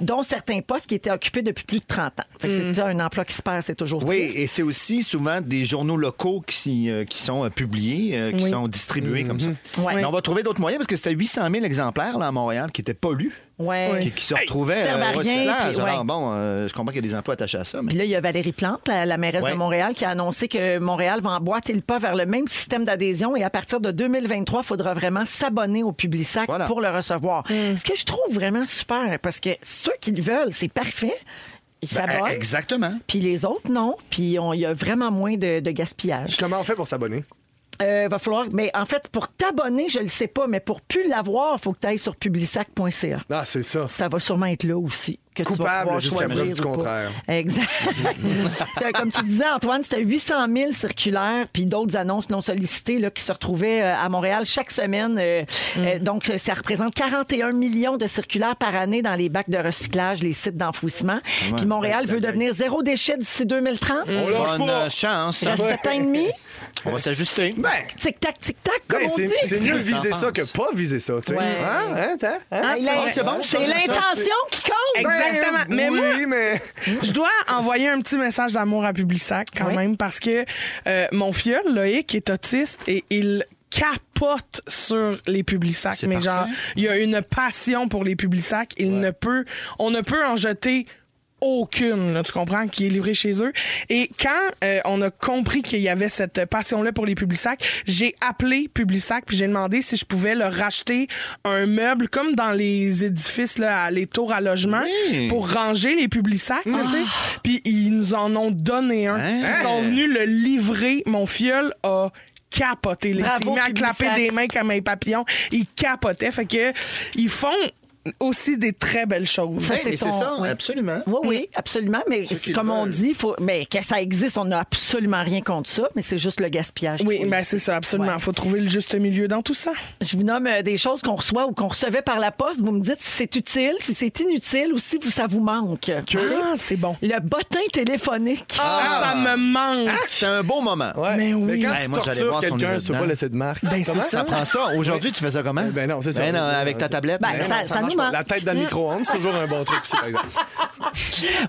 Speaker 3: dont certains postes qui étaient occupés depuis plus de 30 ans. Fait que C'est déjà un emploi qui se perd, c'est toujours
Speaker 4: Mm. Oui,
Speaker 3: triste.
Speaker 4: et c'est aussi souvent des journaux locaux qui, s'y- euh, qui sont euh, publiés, euh, qui
Speaker 6: Oui.
Speaker 4: sont distribués comme ça.
Speaker 3: Mm-hmm. Ouais.
Speaker 4: Mais on va trouver d'autres moyens parce que c'était 800 000 exemplaires là, à Montréal qui n'étaient pas lus,
Speaker 3: Ouais.
Speaker 4: qui, qui se retrouvaient
Speaker 3: Ils servent à
Speaker 4: au
Speaker 3: rien,
Speaker 4: recyclage.
Speaker 3: puis, ouais.
Speaker 4: Alors, bon, euh, je comprends qu'il y a des emplois attachés à ça, mais
Speaker 3: Puis là, il y a Valérie Plante, la, la mairesse
Speaker 4: Ouais.
Speaker 3: de Montréal, qui a annoncé que Montréal va emboîter le pas vers le même système d'adhésion et à partir de 2023, il faudra vraiment s'abonner au Publisac
Speaker 4: Voilà.
Speaker 3: pour le recevoir. Ce que je trouve vraiment super, parce que ceux qui le veulent, c'est parfait. Ils
Speaker 4: Ben,
Speaker 3: s'abonnent.
Speaker 4: exactement.
Speaker 3: Puis les autres, non. Puis on- il y a vraiment moins de, de gaspillage.
Speaker 2: Comment on fait pour s'abonner?
Speaker 3: Euh, va falloir. Mais en fait, pour t'abonner, je le sais pas, mais pour plus l'avoir, il faut que tu ailles sur publisac.ca.
Speaker 2: Ah, c'est ça.
Speaker 3: Ça va sûrement être là aussi. Que tu vas
Speaker 2: Coupable
Speaker 3: pouvoir
Speaker 2: jusqu'à
Speaker 3: choisir
Speaker 2: preuve du
Speaker 3: ou pas.
Speaker 2: contraire.
Speaker 3: Exact. C'est, Comme tu disais, Antoine, c'était 800 000 circulaires, puis d'autres annonces non sollicitées là, qui se retrouvaient euh, à Montréal chaque semaine. euh, euh, donc, euh, ça représente 41 millions de circulaires par année dans les bacs de recyclage, les sites d'enfouissement. Puis Montréal veut devenir zéro déchet d'ici 2030.
Speaker 2: On lâche
Speaker 4: bonne
Speaker 2: pas.
Speaker 4: euh, chance.
Speaker 3: Il reste
Speaker 4: Ouais.
Speaker 3: 7 ans et demi.
Speaker 4: On va s'ajuster.
Speaker 3: Ben, Tic-tac, tic-tac, comme
Speaker 2: Ben,
Speaker 3: on
Speaker 2: c'est,
Speaker 3: dit.
Speaker 2: c'est mieux viser
Speaker 4: T'en
Speaker 2: ça
Speaker 4: penses?
Speaker 2: que pas viser ça, tu sais.
Speaker 3: Ouais.
Speaker 2: Hein? Hein? t'as- hein?
Speaker 3: C'est
Speaker 4: c'est bon,
Speaker 3: l'in-
Speaker 4: c'est bon,
Speaker 3: c'est
Speaker 4: ça, ça,
Speaker 3: l'intention qui compte.
Speaker 6: Exactement.
Speaker 2: Ben,
Speaker 6: Mais
Speaker 2: oui,
Speaker 6: moi,
Speaker 2: mais...
Speaker 6: Je dois envoyer un petit message d'amour à Publisac quand
Speaker 3: Oui.
Speaker 6: même parce que euh, mon fiole, Loïc, est autiste et il capote sur les Publisac.
Speaker 4: C'est
Speaker 6: Mais
Speaker 4: parfait.
Speaker 6: genre, il a une passion pour les Publisac. Il ne peut, on ne peut en jeter aucune, là, tu comprends, qui est livrée chez eux. Et quand euh, on a compris qu'il y avait cette passion-là pour les Publisac, j'ai appelé Publisac puis j'ai demandé si je pouvais leur racheter un meuble comme dans les édifices, là, à- les tours à logement,
Speaker 4: Oui. Ah.
Speaker 6: pour ranger les publics sacs, là, tu sais. Puis ils nous en ont donné un.
Speaker 4: Hein?
Speaker 6: Ils sont venus le livrer. Mon fiole a capoté. là. Il s'est
Speaker 3: Bravo,
Speaker 6: mis à clapper
Speaker 3: Publisac.
Speaker 6: des mains comme un papillon. Il capotait. Fait que ils font aussi des très belles choses.
Speaker 3: Ça,
Speaker 4: Hey,
Speaker 3: c'est
Speaker 4: mais c'est
Speaker 3: ton-
Speaker 4: ça,
Speaker 3: ouais.
Speaker 4: absolument.
Speaker 3: Oui, oui, absolument. Mais
Speaker 4: Ceux qui
Speaker 3: comme
Speaker 4: le
Speaker 3: on
Speaker 4: veulent.
Speaker 3: dit, faut, mais que ça existe, on n'a absolument rien contre ça, mais c'est juste le gaspillage.
Speaker 6: Oui,
Speaker 3: qu'il faut
Speaker 6: ben
Speaker 3: éviter.
Speaker 6: c'est ça, absolument.
Speaker 3: Ouais.
Speaker 6: Faut trouver le juste milieu dans tout ça.
Speaker 3: Je vous nomme euh, des choses qu'on reçoit ou qu'on recevait par la poste. Vous me dites si c'est utile, si c'est inutile ou si vous- ça vous manque.
Speaker 6: Ah, c'est bon.
Speaker 3: Le bottin téléphonique.
Speaker 6: Ah, ça me manque.
Speaker 4: C'est un bon moment.
Speaker 6: Mais oui.
Speaker 2: Mais quand
Speaker 4: Hey,
Speaker 2: tu
Speaker 4: moi, j'allais
Speaker 2: tortures
Speaker 4: voir
Speaker 2: quelqu'un,
Speaker 4: son
Speaker 2: tu peux pas
Speaker 4: lieutenant.
Speaker 2: laisser de marque.
Speaker 6: Ben, c'est
Speaker 2: Comment?
Speaker 6: ça.
Speaker 4: Ça prend ça. Aujourd'hui, tu fais ça comment?
Speaker 3: Eh
Speaker 2: Ben non, c'est ça.
Speaker 4: Ben non, avec ta tablette.
Speaker 3: Ben, ça-
Speaker 4: non,
Speaker 3: ça
Speaker 4: marche
Speaker 3: nous
Speaker 4: pas.
Speaker 3: manque.
Speaker 2: La tête dans le micro-ondes, c'est toujours un bon truc, aussi, par exemple.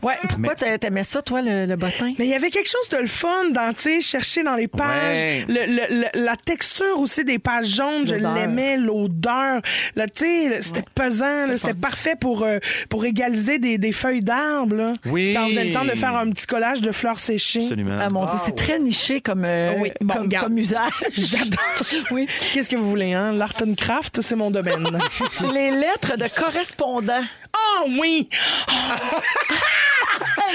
Speaker 3: Ouais, pourquoi t'a- t'aimais ça, toi, le, le bottin?
Speaker 6: Mais il y avait quelque chose de le fun dans, tu sais, chercher dans les pages.
Speaker 4: Ouais.
Speaker 6: Le- le- le- la texture aussi des pages jaunes, je
Speaker 3: L'odeur.
Speaker 6: l'aimais, l'odeur. Là, Tu sais, là, c'était pesant, là, c'était parfait pour, euh, pour égaliser des, des feuilles d'arbres. là.
Speaker 4: Oui.
Speaker 6: Quand on avait le temps de faire un petit collage de fleurs séchées.
Speaker 4: Absolument.
Speaker 3: Ah mon Dieu, c'est très niché comme, euh,
Speaker 6: Ah oui, bon,
Speaker 3: comme,
Speaker 6: garde.
Speaker 3: comme usage.
Speaker 6: J'adore.
Speaker 3: Oui.
Speaker 6: Qu'est-ce que vous voulez, hein? L'art and craft, c'est mon domaine.
Speaker 3: Les lettres de correspondants.
Speaker 6: oh oui! Ah!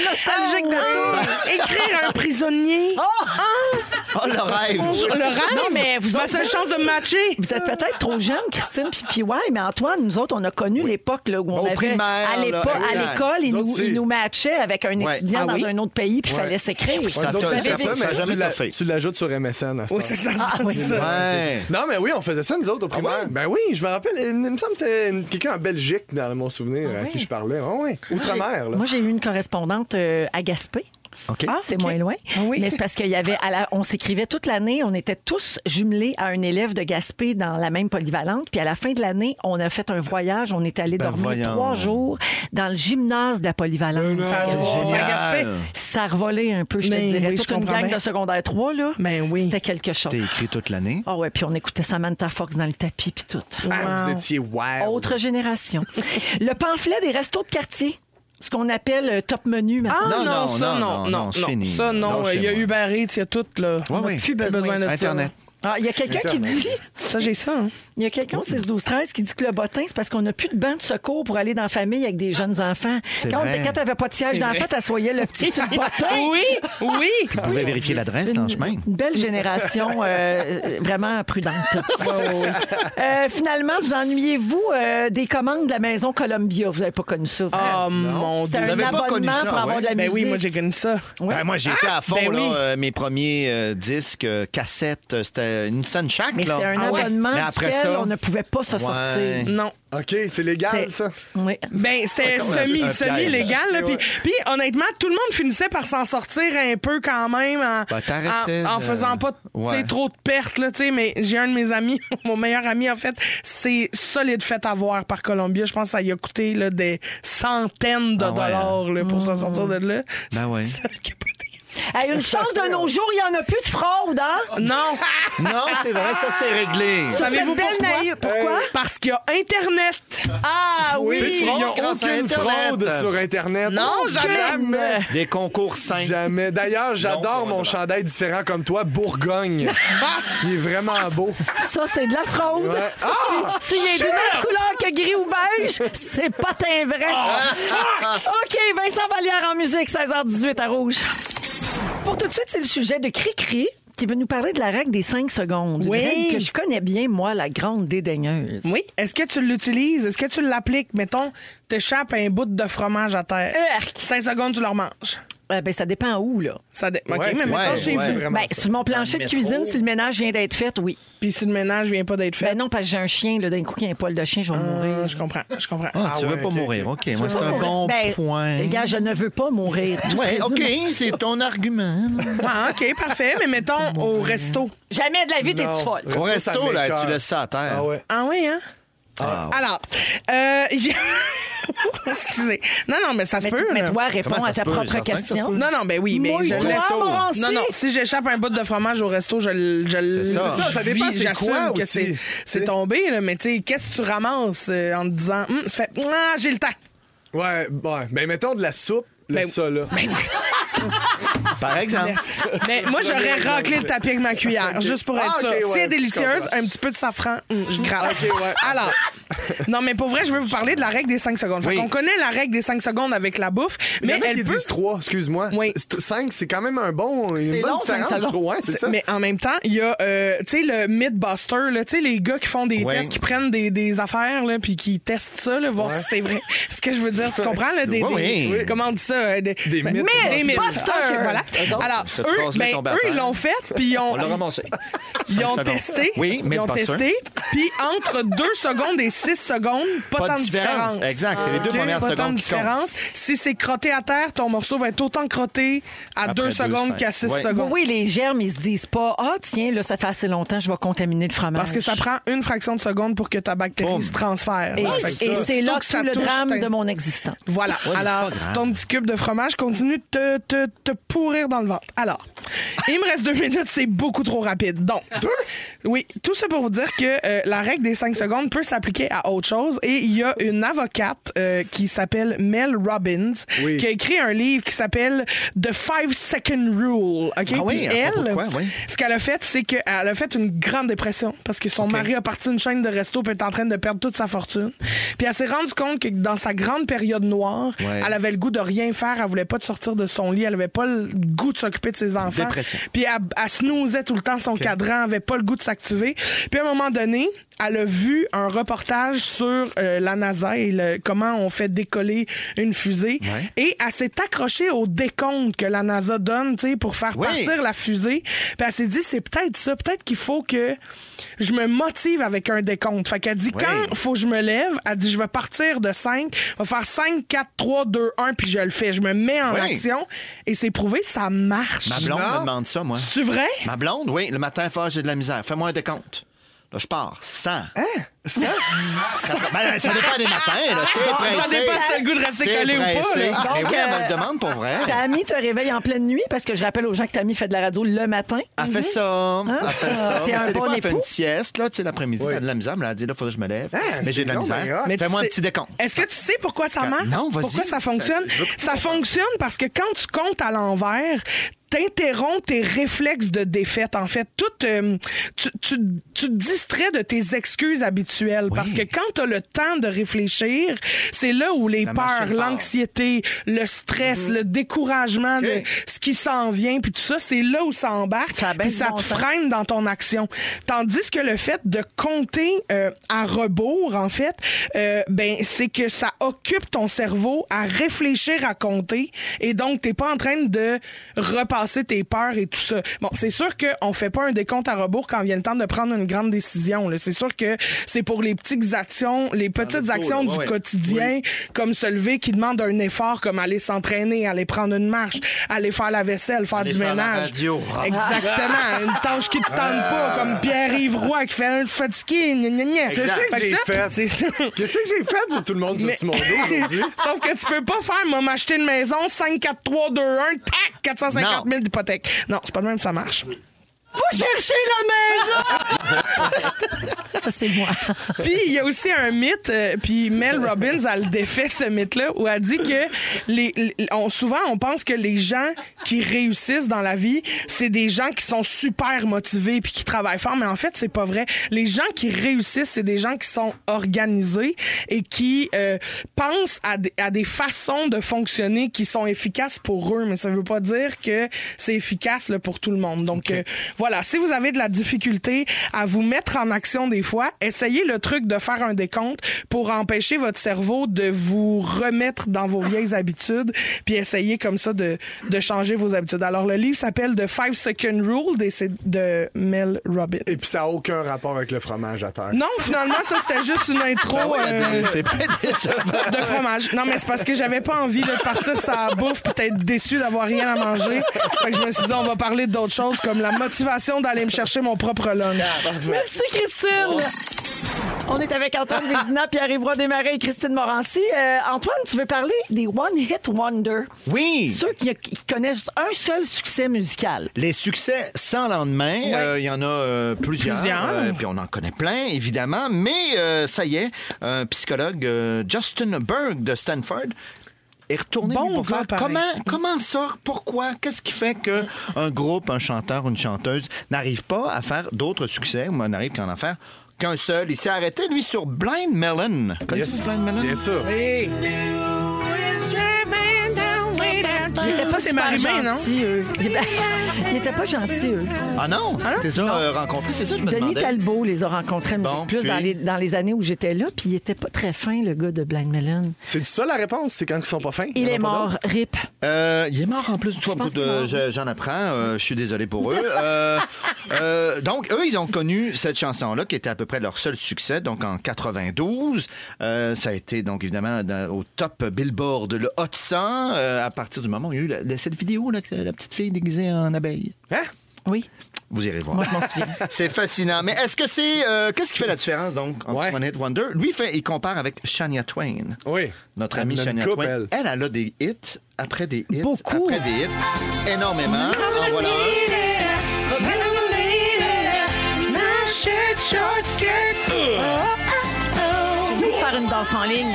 Speaker 3: Nostalgique de tout.
Speaker 6: Écrire un prisonnier.
Speaker 4: Oh, le rêve!
Speaker 6: Bonjour, le rêve.
Speaker 3: Non, mais vous
Speaker 6: Ma
Speaker 3: autres-
Speaker 6: seule Ah, chance de me matcher.
Speaker 3: Vous êtes peut-être trop jeune, Christine puis puis ouais, mais Antoine, nous autres, on a connu l'époque là, où on
Speaker 4: Au
Speaker 3: avait
Speaker 4: primaire,
Speaker 3: à l'époque
Speaker 4: là,
Speaker 3: à
Speaker 4: exact.
Speaker 3: l'école, ils
Speaker 2: Nous
Speaker 3: nous,
Speaker 2: autres,
Speaker 3: ils
Speaker 2: c'est-
Speaker 3: nous matchaient avec un
Speaker 4: Ouais.
Speaker 3: étudiant
Speaker 2: Ah
Speaker 3: dans
Speaker 2: oui?
Speaker 3: un autre pays, puis il fallait s'écrire. Oui,
Speaker 4: Ça
Speaker 2: Nous autres,
Speaker 4: t'a-
Speaker 2: c'était
Speaker 4: ça
Speaker 2: ça,
Speaker 4: t'a
Speaker 2: mais
Speaker 4: jamais
Speaker 2: tu l'as-
Speaker 4: pas fait.
Speaker 2: Tu l'ajoutes sur MSN à ce
Speaker 6: Oui,
Speaker 2: temps.
Speaker 6: c'est ça,
Speaker 3: Ah,
Speaker 6: c'est
Speaker 3: oui.
Speaker 6: ça.
Speaker 4: Ouais.
Speaker 2: Non, mais oui, on faisait ça, nous autres, au primaire.
Speaker 4: Ah ouais?
Speaker 2: Ben oui, je me rappelle. Il me semble que c'était une- quelqu'un en Belgique, dans mon souvenir, à qui je parlais. Ah oui, Outre-mer, là.
Speaker 3: Moi, j'ai eu une correspondante euh, à Gaspé.
Speaker 4: OK.
Speaker 3: c'est
Speaker 6: ok.
Speaker 3: moins loin.
Speaker 6: Ah oui.
Speaker 3: Mais c'est parce qu'il y avait, à la- on s'écrivait toute l'année, on était tous jumelés à un élève de Gaspé dans la même polyvalente. Puis à la fin de l'année, on a fait un voyage, on est allé
Speaker 4: Ben
Speaker 3: dormir
Speaker 4: voyons.
Speaker 3: trois jours dans le gymnase de la polyvalente.
Speaker 6: Ça
Speaker 4: C'est
Speaker 6: va, ça
Speaker 4: génial.
Speaker 6: gaspille.
Speaker 3: Ça revolait un peu, je
Speaker 6: Mais
Speaker 3: te dirais.
Speaker 6: oui, je
Speaker 3: Toute une
Speaker 6: comprends
Speaker 3: gang
Speaker 6: bien.
Speaker 3: de secondaire 3, là.
Speaker 6: Mais oui.
Speaker 3: C'était quelque chose.
Speaker 4: T'es écrit toute l'année.
Speaker 3: Ah ouais, puis on écoutait Samantha Fox dans le tapis, puis tout.
Speaker 2: Ah, Vous étiez wild.
Speaker 3: Autre génération. le pamphlet des restos de quartier. Ce qu'on appelle euh, top menu maintenant.
Speaker 6: Ah non,
Speaker 4: Non, non,
Speaker 6: ça
Speaker 4: non,
Speaker 6: non,
Speaker 4: non,
Speaker 6: non,
Speaker 4: non, c'est
Speaker 6: non.
Speaker 4: fini.
Speaker 6: Ça non,
Speaker 4: Lâchez-moi.
Speaker 6: il y a Uber Eats, il y a tout là.
Speaker 4: Ouais, oui.
Speaker 3: plus besoin.
Speaker 6: besoin de ça.
Speaker 4: Internet.
Speaker 3: Ah, Il y a quelqu'un qui dit,
Speaker 6: Ça j'ai ça. hein.
Speaker 3: il y a quelqu'un au 6 12 13 qui dit que le bottin c'est parce qu'on n'a plus de banc de secours pour aller dans la famille avec des jeunes enfants.
Speaker 4: C'est
Speaker 3: Quand, on-
Speaker 4: vrai.
Speaker 3: quand t'avais pas de siège
Speaker 6: C'est
Speaker 3: d'enfant,
Speaker 6: vrai.
Speaker 3: t'assoyais le petit sur le bottin.
Speaker 6: Oui, oui.
Speaker 4: Vous pouvez vérifier l'adresse dans le chemin.
Speaker 3: Une belle génération, euh, euh, vraiment prudente. Euh, finalement, vous ennuyez-vous euh, des commandes de la maison Columbia? Vous n'avez pas connu ça. vous?
Speaker 6: Oh mon
Speaker 3: C'était un
Speaker 6: dieu.
Speaker 4: Ah, avez pas connu
Speaker 3: abonnement
Speaker 4: ça,
Speaker 3: pour avoir
Speaker 4: ouais.
Speaker 3: de la
Speaker 6: Ben
Speaker 3: musique.
Speaker 6: oui, moi j'ai connu ça.
Speaker 3: Ouais.
Speaker 4: Ben, moi, j'étais à fond,
Speaker 6: ben
Speaker 4: là,
Speaker 6: oui.
Speaker 4: euh, mes premiers euh, disques, euh, cassettes, euh, c'était euh, une scène chaque.
Speaker 3: Mais
Speaker 4: là.
Speaker 3: c'était un
Speaker 4: Ah ouais.
Speaker 3: abonnement
Speaker 4: Mais après
Speaker 3: duquel
Speaker 4: ça,
Speaker 3: on ne pouvait pas se
Speaker 4: Ouais.
Speaker 3: sortir.
Speaker 6: Non.
Speaker 2: OK, c'est légal,
Speaker 3: C'était-
Speaker 2: ça.
Speaker 3: Oui.
Speaker 6: Ben, c'était
Speaker 4: comme un-
Speaker 6: semi,
Speaker 4: un
Speaker 6: semi
Speaker 4: piège.
Speaker 6: légal. là, Puis, puis honnêtement, tout le monde finissait par s'en sortir un peu quand même en,
Speaker 4: Ben, t'arrêtais
Speaker 6: en- en
Speaker 4: de-
Speaker 6: faisant pas tu sais,
Speaker 4: Ouais.
Speaker 6: trop de pertes. Là, tu sais, mais j'ai un de mes amis, mon meilleur ami en fait, c'est solide fait avoir par Columbia. Je pense que ça lui a coûté là, des centaines de
Speaker 4: Ah ouais,
Speaker 6: dollars là, pour s'en sortir de là.
Speaker 4: Ben ouais.
Speaker 6: Ça a capoté.
Speaker 3: Hey, une chance de nos jours, il n'y en a plus de fraude, hein?
Speaker 6: Non.
Speaker 4: Non, c'est vrai, ça c'est réglé.
Speaker 6: Savez-vous
Speaker 3: Cette belle
Speaker 6: pourquoi? Euh,
Speaker 3: naïve- Pourquoi?
Speaker 6: Parce qu'il y a Internet.
Speaker 3: Ah oui!
Speaker 4: Plus de
Speaker 2: Ils
Speaker 4: fraude
Speaker 2: n'ont
Speaker 4: grâce à
Speaker 2: aucune
Speaker 4: Internet.
Speaker 2: fraude sur Internet.
Speaker 6: Non, jamais.
Speaker 2: Jamais.
Speaker 4: Des concours sains.
Speaker 2: Jamais. D'ailleurs,
Speaker 4: Non,
Speaker 2: j'adore
Speaker 4: on
Speaker 2: mon
Speaker 4: va.
Speaker 2: chandail différent comme toi, Bourgogne. Il est vraiment beau.
Speaker 3: Ça, c'est de la fraude.
Speaker 2: Ouais.
Speaker 4: Ah!
Speaker 3: S'il y a des autre couleur que gris ou beige, c'est pas un vrai.
Speaker 4: Ah,
Speaker 3: OK, Vincent Vallière en musique, 16h18 à Rouge. Pour tout de suite, c'est le sujet de Cri-Cri qui veut nous parler de la règle des 5 secondes. Une
Speaker 6: Oui.
Speaker 3: règle que je connais bien, moi, la grande dédaigneuse.
Speaker 6: Oui. Est-ce que tu l'utilises? Est-ce que tu l'appliques? Mettons, t'échappes un bout de fromage à terre.
Speaker 3: Urk.
Speaker 6: 5 secondes, tu le remanges.
Speaker 3: Euh, ben, ça dépend où, là.
Speaker 6: Ça dé- OK,
Speaker 2: Ouais,
Speaker 6: mais
Speaker 2: c'est-
Speaker 6: mettons
Speaker 4: ouais,
Speaker 6: chez
Speaker 4: ouais.
Speaker 6: vous.
Speaker 2: Vraiment
Speaker 3: Ben,
Speaker 2: ça.
Speaker 3: sur mon plancher de cuisine, si le ménage vient d'être fait, oui.
Speaker 6: Puis si le ménage vient pas d'être fait.
Speaker 3: Ben non, parce que j'ai un chien, là, d'un coup, qui a un poil de chien, je vais
Speaker 6: Ah,
Speaker 3: mourir.
Speaker 6: je comprends, je comprends.
Speaker 4: Ah, tu
Speaker 2: Ah
Speaker 4: veux
Speaker 2: ouais,
Speaker 4: pas
Speaker 2: ok,
Speaker 4: mourir. OK, moi, Euh, c'est un
Speaker 3: Ben,
Speaker 4: bon
Speaker 3: ben,
Speaker 4: point.
Speaker 3: les Gars, je ne veux pas mourir. Tout
Speaker 4: Ouais,
Speaker 3: se
Speaker 4: OK,
Speaker 3: résume.
Speaker 4: c'est ton argument. là.
Speaker 6: Ah, OK, parfait. Mais mettons au resto.
Speaker 3: Jamais de la vie, t'es-tu folle?
Speaker 4: Au
Speaker 2: Resto, ça
Speaker 4: resto, là,
Speaker 2: m'écoeure.
Speaker 4: tu laisses ça à terre.
Speaker 2: Ah ouais.
Speaker 6: Ah oui, hein?
Speaker 4: Ah,
Speaker 6: Alors, euh, j'ai- excusez. Non, non, mais ça se
Speaker 3: Mais,
Speaker 6: peut.
Speaker 3: mais
Speaker 6: là.
Speaker 3: toi, réponds
Speaker 4: Comment ça
Speaker 3: à
Speaker 4: se
Speaker 3: ta
Speaker 4: peut?
Speaker 3: propre
Speaker 4: Certain que ça se
Speaker 3: question.
Speaker 4: peut.
Speaker 6: Non, non, ben oui, mais je
Speaker 3: Mouille-toi,
Speaker 6: laisse-
Speaker 3: mon
Speaker 6: Non, non,
Speaker 3: si.
Speaker 6: si j'échappe un bout de fromage au resto, je l- je l-
Speaker 4: C'est ça.
Speaker 6: je
Speaker 4: C'est
Speaker 2: ça, ça
Speaker 6: vis,
Speaker 2: dépend c'est
Speaker 6: j'assume
Speaker 2: quoi
Speaker 6: que
Speaker 2: aussi.
Speaker 6: c'est-
Speaker 2: Tu
Speaker 6: C'est
Speaker 2: sais.
Speaker 6: tombé, là, mais tu sais, qu'est-ce que tu ramasses euh, en te disant, Hum, ça fait, ah, j'ai le temps.
Speaker 2: Ouais, ouais. Ben, mettons de la soupe, là,
Speaker 6: Ben-
Speaker 2: ça, là.
Speaker 4: Par exemple.
Speaker 6: Mais moi, j'aurais raclé le tapis avec ma cuillère, juste pour être
Speaker 2: Ah, ok,
Speaker 6: sûre.
Speaker 2: ouais,
Speaker 6: c'est
Speaker 2: je
Speaker 6: délicieuse,
Speaker 2: comprends.
Speaker 6: un petit peu de safran, hum, je gratte.
Speaker 2: Ok, ouais.
Speaker 6: Alors, non, mais pour vrai, je veux vous parler de la règle des 5 secondes. Fait
Speaker 4: Oui.
Speaker 6: qu'on connaît la règle des 5 secondes avec la bouffe,
Speaker 2: Il y
Speaker 6: mais
Speaker 2: en a
Speaker 6: elle
Speaker 2: qui
Speaker 6: peut...
Speaker 2: disent 3, excuse-moi.
Speaker 6: Oui.
Speaker 2: 5, c'est quand même un bon,
Speaker 3: C'est
Speaker 2: une bonne
Speaker 3: long, cinq
Speaker 2: différence, je
Speaker 3: secondes.
Speaker 2: trouve. Ouais, c'est ça.
Speaker 6: Mais en même temps, il y a, euh, tu sais, le Mythbuster, là, tu sais, les gars qui font des
Speaker 4: Ouais.
Speaker 6: tests, qui prennent des, des affaires, là, puis qui testent ça, là, voir si c'est vrai. Ce que je veux dire, tu comprends, là, des,
Speaker 4: Oui,
Speaker 6: des-
Speaker 4: oui.
Speaker 6: comment on dit ça? euh, Des,
Speaker 2: Des mythes.
Speaker 6: Des mythes.
Speaker 3: Mythbusters.
Speaker 6: Ah, ok, voilà.
Speaker 3: Donc,
Speaker 6: Alors,
Speaker 4: cette
Speaker 6: eux,
Speaker 4: phrase-là
Speaker 6: ben,
Speaker 4: est tombée à
Speaker 6: eux, ils
Speaker 4: terre.
Speaker 6: l'ont fait, puis ils ont...
Speaker 4: On l'a ramassé.
Speaker 6: Ils
Speaker 4: Cinq
Speaker 6: ont
Speaker 4: secondes.
Speaker 6: testé.
Speaker 4: Oui, mais
Speaker 6: ils ont
Speaker 4: pas sûr.
Speaker 6: testé. Puis entre 2 secondes et 6 secondes, pas,
Speaker 4: Pas
Speaker 6: tant
Speaker 4: de différence. Exact, c'est les deux
Speaker 6: OK?
Speaker 4: premières
Speaker 6: Pas tant
Speaker 4: secondes
Speaker 6: de
Speaker 4: qui comptent.
Speaker 6: différence. Si c'est crotté à terre, ton morceau va être autant crotté à
Speaker 4: Après
Speaker 6: 2
Speaker 4: deux,
Speaker 6: secondes
Speaker 4: cinq.
Speaker 6: qu'à 6
Speaker 4: Ouais.
Speaker 6: secondes.
Speaker 3: Oui, les germes, ils se disent pas Ah, tiens, là, ça fait assez longtemps, je vais contaminer le fromage.
Speaker 6: Parce que ça prend une fraction de seconde pour que ta bactérie
Speaker 4: Boum.
Speaker 6: se transfère.
Speaker 3: Et,
Speaker 6: Fait que
Speaker 3: et
Speaker 6: ça,
Speaker 3: c'est
Speaker 6: aussitôt
Speaker 3: là
Speaker 6: que
Speaker 3: tout
Speaker 6: ça
Speaker 3: le
Speaker 6: touche,
Speaker 3: drame
Speaker 6: t'in-
Speaker 3: de mon existence.
Speaker 6: Voilà.
Speaker 4: Ouais, mais c'est
Speaker 6: Alors,
Speaker 4: pas grave.
Speaker 6: ton petit cube de fromage continue de te, te, te pourrir dans le ventre. Alors, il me reste deux minutes, c'est beaucoup trop rapide. Donc, oui, tout ça pour vous dire que euh, la règle des cinq secondes peut s'appliquer à autre chose. Et il y a une avocate euh, qui s'appelle Mel Robbins
Speaker 2: Oui.
Speaker 6: qui a écrit un livre qui s'appelle The Five Second Rule. OK?
Speaker 4: Ah oui,
Speaker 6: Puis
Speaker 4: à propos de
Speaker 6: elle,
Speaker 4: quoi, oui.
Speaker 6: ce qu'elle a fait, c'est qu'elle a fait une grande dépression parce que son mari a parti une chaîne de resto puis est en train de perdre toute sa fortune. Puis elle s'est rendue compte que dans sa grande période noire,
Speaker 4: Ouais.
Speaker 6: elle avait le goût de rien faire, elle voulait pas de sortir de son lit, elle avait pas le goût de s'occuper de ses enfants.
Speaker 4: Dépression.
Speaker 6: Puis elle, elle snoozait tout le temps son cadran, elle avait pas le goût de s'activer. Puis à un moment donné, elle a vu un reportage sur euh, la NASA et le- comment on fait décoller une fusée. Et elle s'est accrochée au décompte que la NASA donne tu sais, pour faire
Speaker 4: Oui.
Speaker 6: partir la fusée. Puis elle s'est dit, c'est peut-être ça. Peut-être qu'il faut que je me motive avec un décompte. Fait qu'elle dit,
Speaker 4: Oui.
Speaker 6: quand faut que je me lève, elle dit, je vais partir de 5, je vais faire 5, 4, 3, 2, 1, puis je le fais. Je me mets en
Speaker 4: Oui.
Speaker 6: action. Et c'est prouvé, ça marche.
Speaker 4: Ma blonde me demande ça, moi.
Speaker 6: C'est vrai?
Speaker 4: Ma blonde, oui, le matin, elle fait, Ah, j'ai de la misère. Fais-moi un décompte. Là, je pars. 100. Hein? 100? Ça, ben, ça dépend des matins, là. C'est pressé.
Speaker 6: dépend si t'as le goût de rester
Speaker 4: C'est
Speaker 6: collé ou pas,
Speaker 4: pressé.
Speaker 6: là.
Speaker 4: Mais
Speaker 3: Donc,
Speaker 4: oui, elle me
Speaker 3: euh,
Speaker 4: le demande pour vrai.
Speaker 3: Ta amie te réveille en pleine nuit parce que je rappelle aux gens que ta amie fait de la radio le matin.
Speaker 4: Elle fait ça, elle fait ça.
Speaker 3: t'es
Speaker 4: Mais
Speaker 3: un
Speaker 4: tu sais, des
Speaker 3: bon
Speaker 4: fois, elle fait
Speaker 3: époux.
Speaker 4: une sieste, là, tu sais, l'après-midi, elle a de la misère, mais elle dit, là, faudrait que je me lève. mais j'ai de
Speaker 2: c'est
Speaker 4: la
Speaker 2: long,
Speaker 4: misère.
Speaker 2: ben,
Speaker 6: Mais ah, tu
Speaker 4: Fais-moi un
Speaker 6: sais-
Speaker 4: petit décompte.
Speaker 6: Est-ce que tu sais pourquoi ça marche?
Speaker 4: Non, vas-y.
Speaker 6: Pourquoi ça
Speaker 4: Ça-
Speaker 6: fonctionne?
Speaker 4: je veux pas
Speaker 6: Ça, fonctionne parce que quand tu comptes à l'envers, t'interromps tes réflexes de défaite. En fait, tout, euh, tu, tu, tu te distrais de tes excuses habituelles parce que quand t'as le temps de réfléchir, c'est là où les
Speaker 4: La
Speaker 6: peurs,
Speaker 4: machine part. Mhm.
Speaker 6: l'anxiété, le stress, le découragement
Speaker 4: Ok.
Speaker 6: de ce qui s'en vient, puis tout ça, c'est là où ça embarque,
Speaker 3: Ça a bien
Speaker 6: puis
Speaker 3: du
Speaker 6: ça
Speaker 3: bon
Speaker 6: te
Speaker 3: sens.
Speaker 6: freine freine dans ton action. Tandis que le fait de compter euh, à rebours, en fait, euh, ben c'est que ça occupe ton cerveau à réfléchir à compter et donc t'es pas en train de repasser dépasser tes peurs et tout ça. Bon, c'est sûr qu'on fait pas un décompte à rebours quand vient le temps de prendre une grande décision. là. C'est sûr que c'est pour les petites actions, les petites
Speaker 4: dos,
Speaker 6: actions
Speaker 4: là,
Speaker 6: du
Speaker 4: ouais, ouais.
Speaker 6: quotidien, comme se lever, qui demandent un effort, comme aller s'entraîner, aller prendre une marche, aller faire la vaisselle, faire
Speaker 4: Aller
Speaker 6: du
Speaker 4: faire la
Speaker 6: ménage.
Speaker 4: radio. Ah.
Speaker 6: Exactement. Une tâche qui te tente
Speaker 2: Euh.
Speaker 6: pas, comme Pierre-Yves Roy qui fait un fatigué, gna, gna, gna.
Speaker 2: Qu'est-ce
Speaker 4: Exact.
Speaker 2: que j'ai
Speaker 6: Fait que ça,
Speaker 2: fait?
Speaker 6: c'est ça.
Speaker 2: Qu'est-ce que j'ai fait pour tout le monde
Speaker 6: Mais-
Speaker 2: sur ce monde aujourd'hui?
Speaker 6: Sauf que tu peux pas faire, moi, m'acheter une maison, 5, 4, 3, 2, 1, tac, 450 000 d'hypothèque. Non, c'est pas le même, que ça marche. Faut chercher la maison!
Speaker 3: Ça, c'est moi.
Speaker 6: Puis il y a aussi un mythe, euh, puis Mel Robbins, elle défait ce mythe-là, où elle dit que les, les- on, souvent, on pense que les gens qui réussissent dans la vie, c'est des gens qui sont super motivés puis qui travaillent fort, mais en fait, c'est pas vrai. Les gens qui réussissent, c'est des gens qui sont organisés et qui euh, pensent à, des- à des façons de fonctionner qui sont efficaces pour eux, mais ça veut pas dire que c'est efficace là, pour tout le monde. Donc euh, voilà, si vous avez de la difficulté à vous mettre en action des fois, essayez le truc de faire un décompte pour empêcher votre cerveau de vous remettre dans vos vieilles habitudes, puis essayez comme ça de, de changer vos habitudes. Alors le livre s'appelle The Five Second Rule et c'est de Mel Robbins.
Speaker 2: Et puis ça n'a aucun rapport avec le fromage à terre.
Speaker 6: Non, finalement, ça c'était juste une intro. euh,
Speaker 4: C'est pas décevant.
Speaker 6: de fromage. Non, mais c'est parce que j'avais pas envie là, de partir sa bouffe puis d'être déçu d'avoir rien à manger. Fait que je me suis dit, on va parler d'autres choses comme la motivation d'aller me chercher mon propre
Speaker 3: Ah,
Speaker 6: lunch.
Speaker 3: Merci, Christine.
Speaker 4: Oh.
Speaker 3: On est avec Antoine Vézina, Pierre-Yves Roy Desmarais et Christine Morancy. Euh, Antoine, tu veux parler des One Hit Wonder.
Speaker 4: Oui.
Speaker 3: Ceux qui, qui connaissent un seul succès musical.
Speaker 4: Les succès sans lendemain, euh, il y en a euh, plusieurs,
Speaker 6: Plusieurs.
Speaker 4: euh, puis on en connaît plein, évidemment, mais euh, ça y est, un psychologue, euh, Justin Berg de Stanford, est retourné
Speaker 6: Bon
Speaker 4: lui, pour
Speaker 6: gars,
Speaker 4: faire
Speaker 6: pareil.
Speaker 4: comment, comment ça, pourquoi, qu'est-ce qui fait que un groupe, un chanteur, une chanteuse n'arrive pas à faire d'autres succès, ou n'arrive qu'à en faire qu'un seul. Il s'est arrêté, lui, sur Blind Melon.
Speaker 2: Yes,
Speaker 4: Connaissez-vous Blind Melon?
Speaker 2: bien sûr.
Speaker 3: Ils étaient pas
Speaker 6: Ça, c'est
Speaker 3: super
Speaker 6: Marie-Mé, non?
Speaker 3: gentils, eux. Ils étaient pas gentils, eux.
Speaker 4: Ah non?
Speaker 6: Hein?
Speaker 4: T'es déjà euh, rencontré, c'est ça que je me
Speaker 3: Denis
Speaker 4: demandais.
Speaker 3: Talbot les a rencontrés mais
Speaker 4: Bon,
Speaker 3: plus
Speaker 4: puis?
Speaker 3: dans, les, dans les années où j'étais là, puis il était pas très fin, le gars de Blind Melon.
Speaker 2: C'est ça la réponse, c'est quand ils sont pas fins.
Speaker 3: Il
Speaker 2: y en a
Speaker 3: est
Speaker 2: pas d'autres.
Speaker 3: mort, rip.
Speaker 4: Euh, il est mort en plus, tu vois,
Speaker 3: pense
Speaker 4: écoute,
Speaker 3: qu'il est
Speaker 4: euh,
Speaker 3: mort.
Speaker 4: je- j'en apprends, euh, je suis désolé pour eux. Euh, euh, donc, eux, ils ont connu cette chanson-là, qui était à peu près leur seul succès, donc en 92. Euh, ça a été, donc, évidemment, dans- au top Billboard, le Hot 100, euh, à partir du moment où il y a eu la- la- cette vidéo, là, que la petite fille déguisée en abeille.
Speaker 2: Hein?
Speaker 3: Oui,
Speaker 4: Vous irez voir.
Speaker 3: moi, je m'en souviens.
Speaker 4: C'est fascinant. Mais est-ce que c'est. euh, Qu'est-ce qui fait la différence, donc, entre
Speaker 2: Ouais.
Speaker 4: One Hit Wonder? Lui, il fait, il compare avec Shania Twain.
Speaker 2: Oui.
Speaker 4: Notre amie
Speaker 2: Notre
Speaker 4: Sonia
Speaker 2: couple,
Speaker 4: Twain,
Speaker 2: elle.
Speaker 4: elle, elle a des hits après des hits.
Speaker 3: Beaucoup.
Speaker 4: Après des hits. Énormément. En voilà un.
Speaker 3: Vous faire une danse en ligne.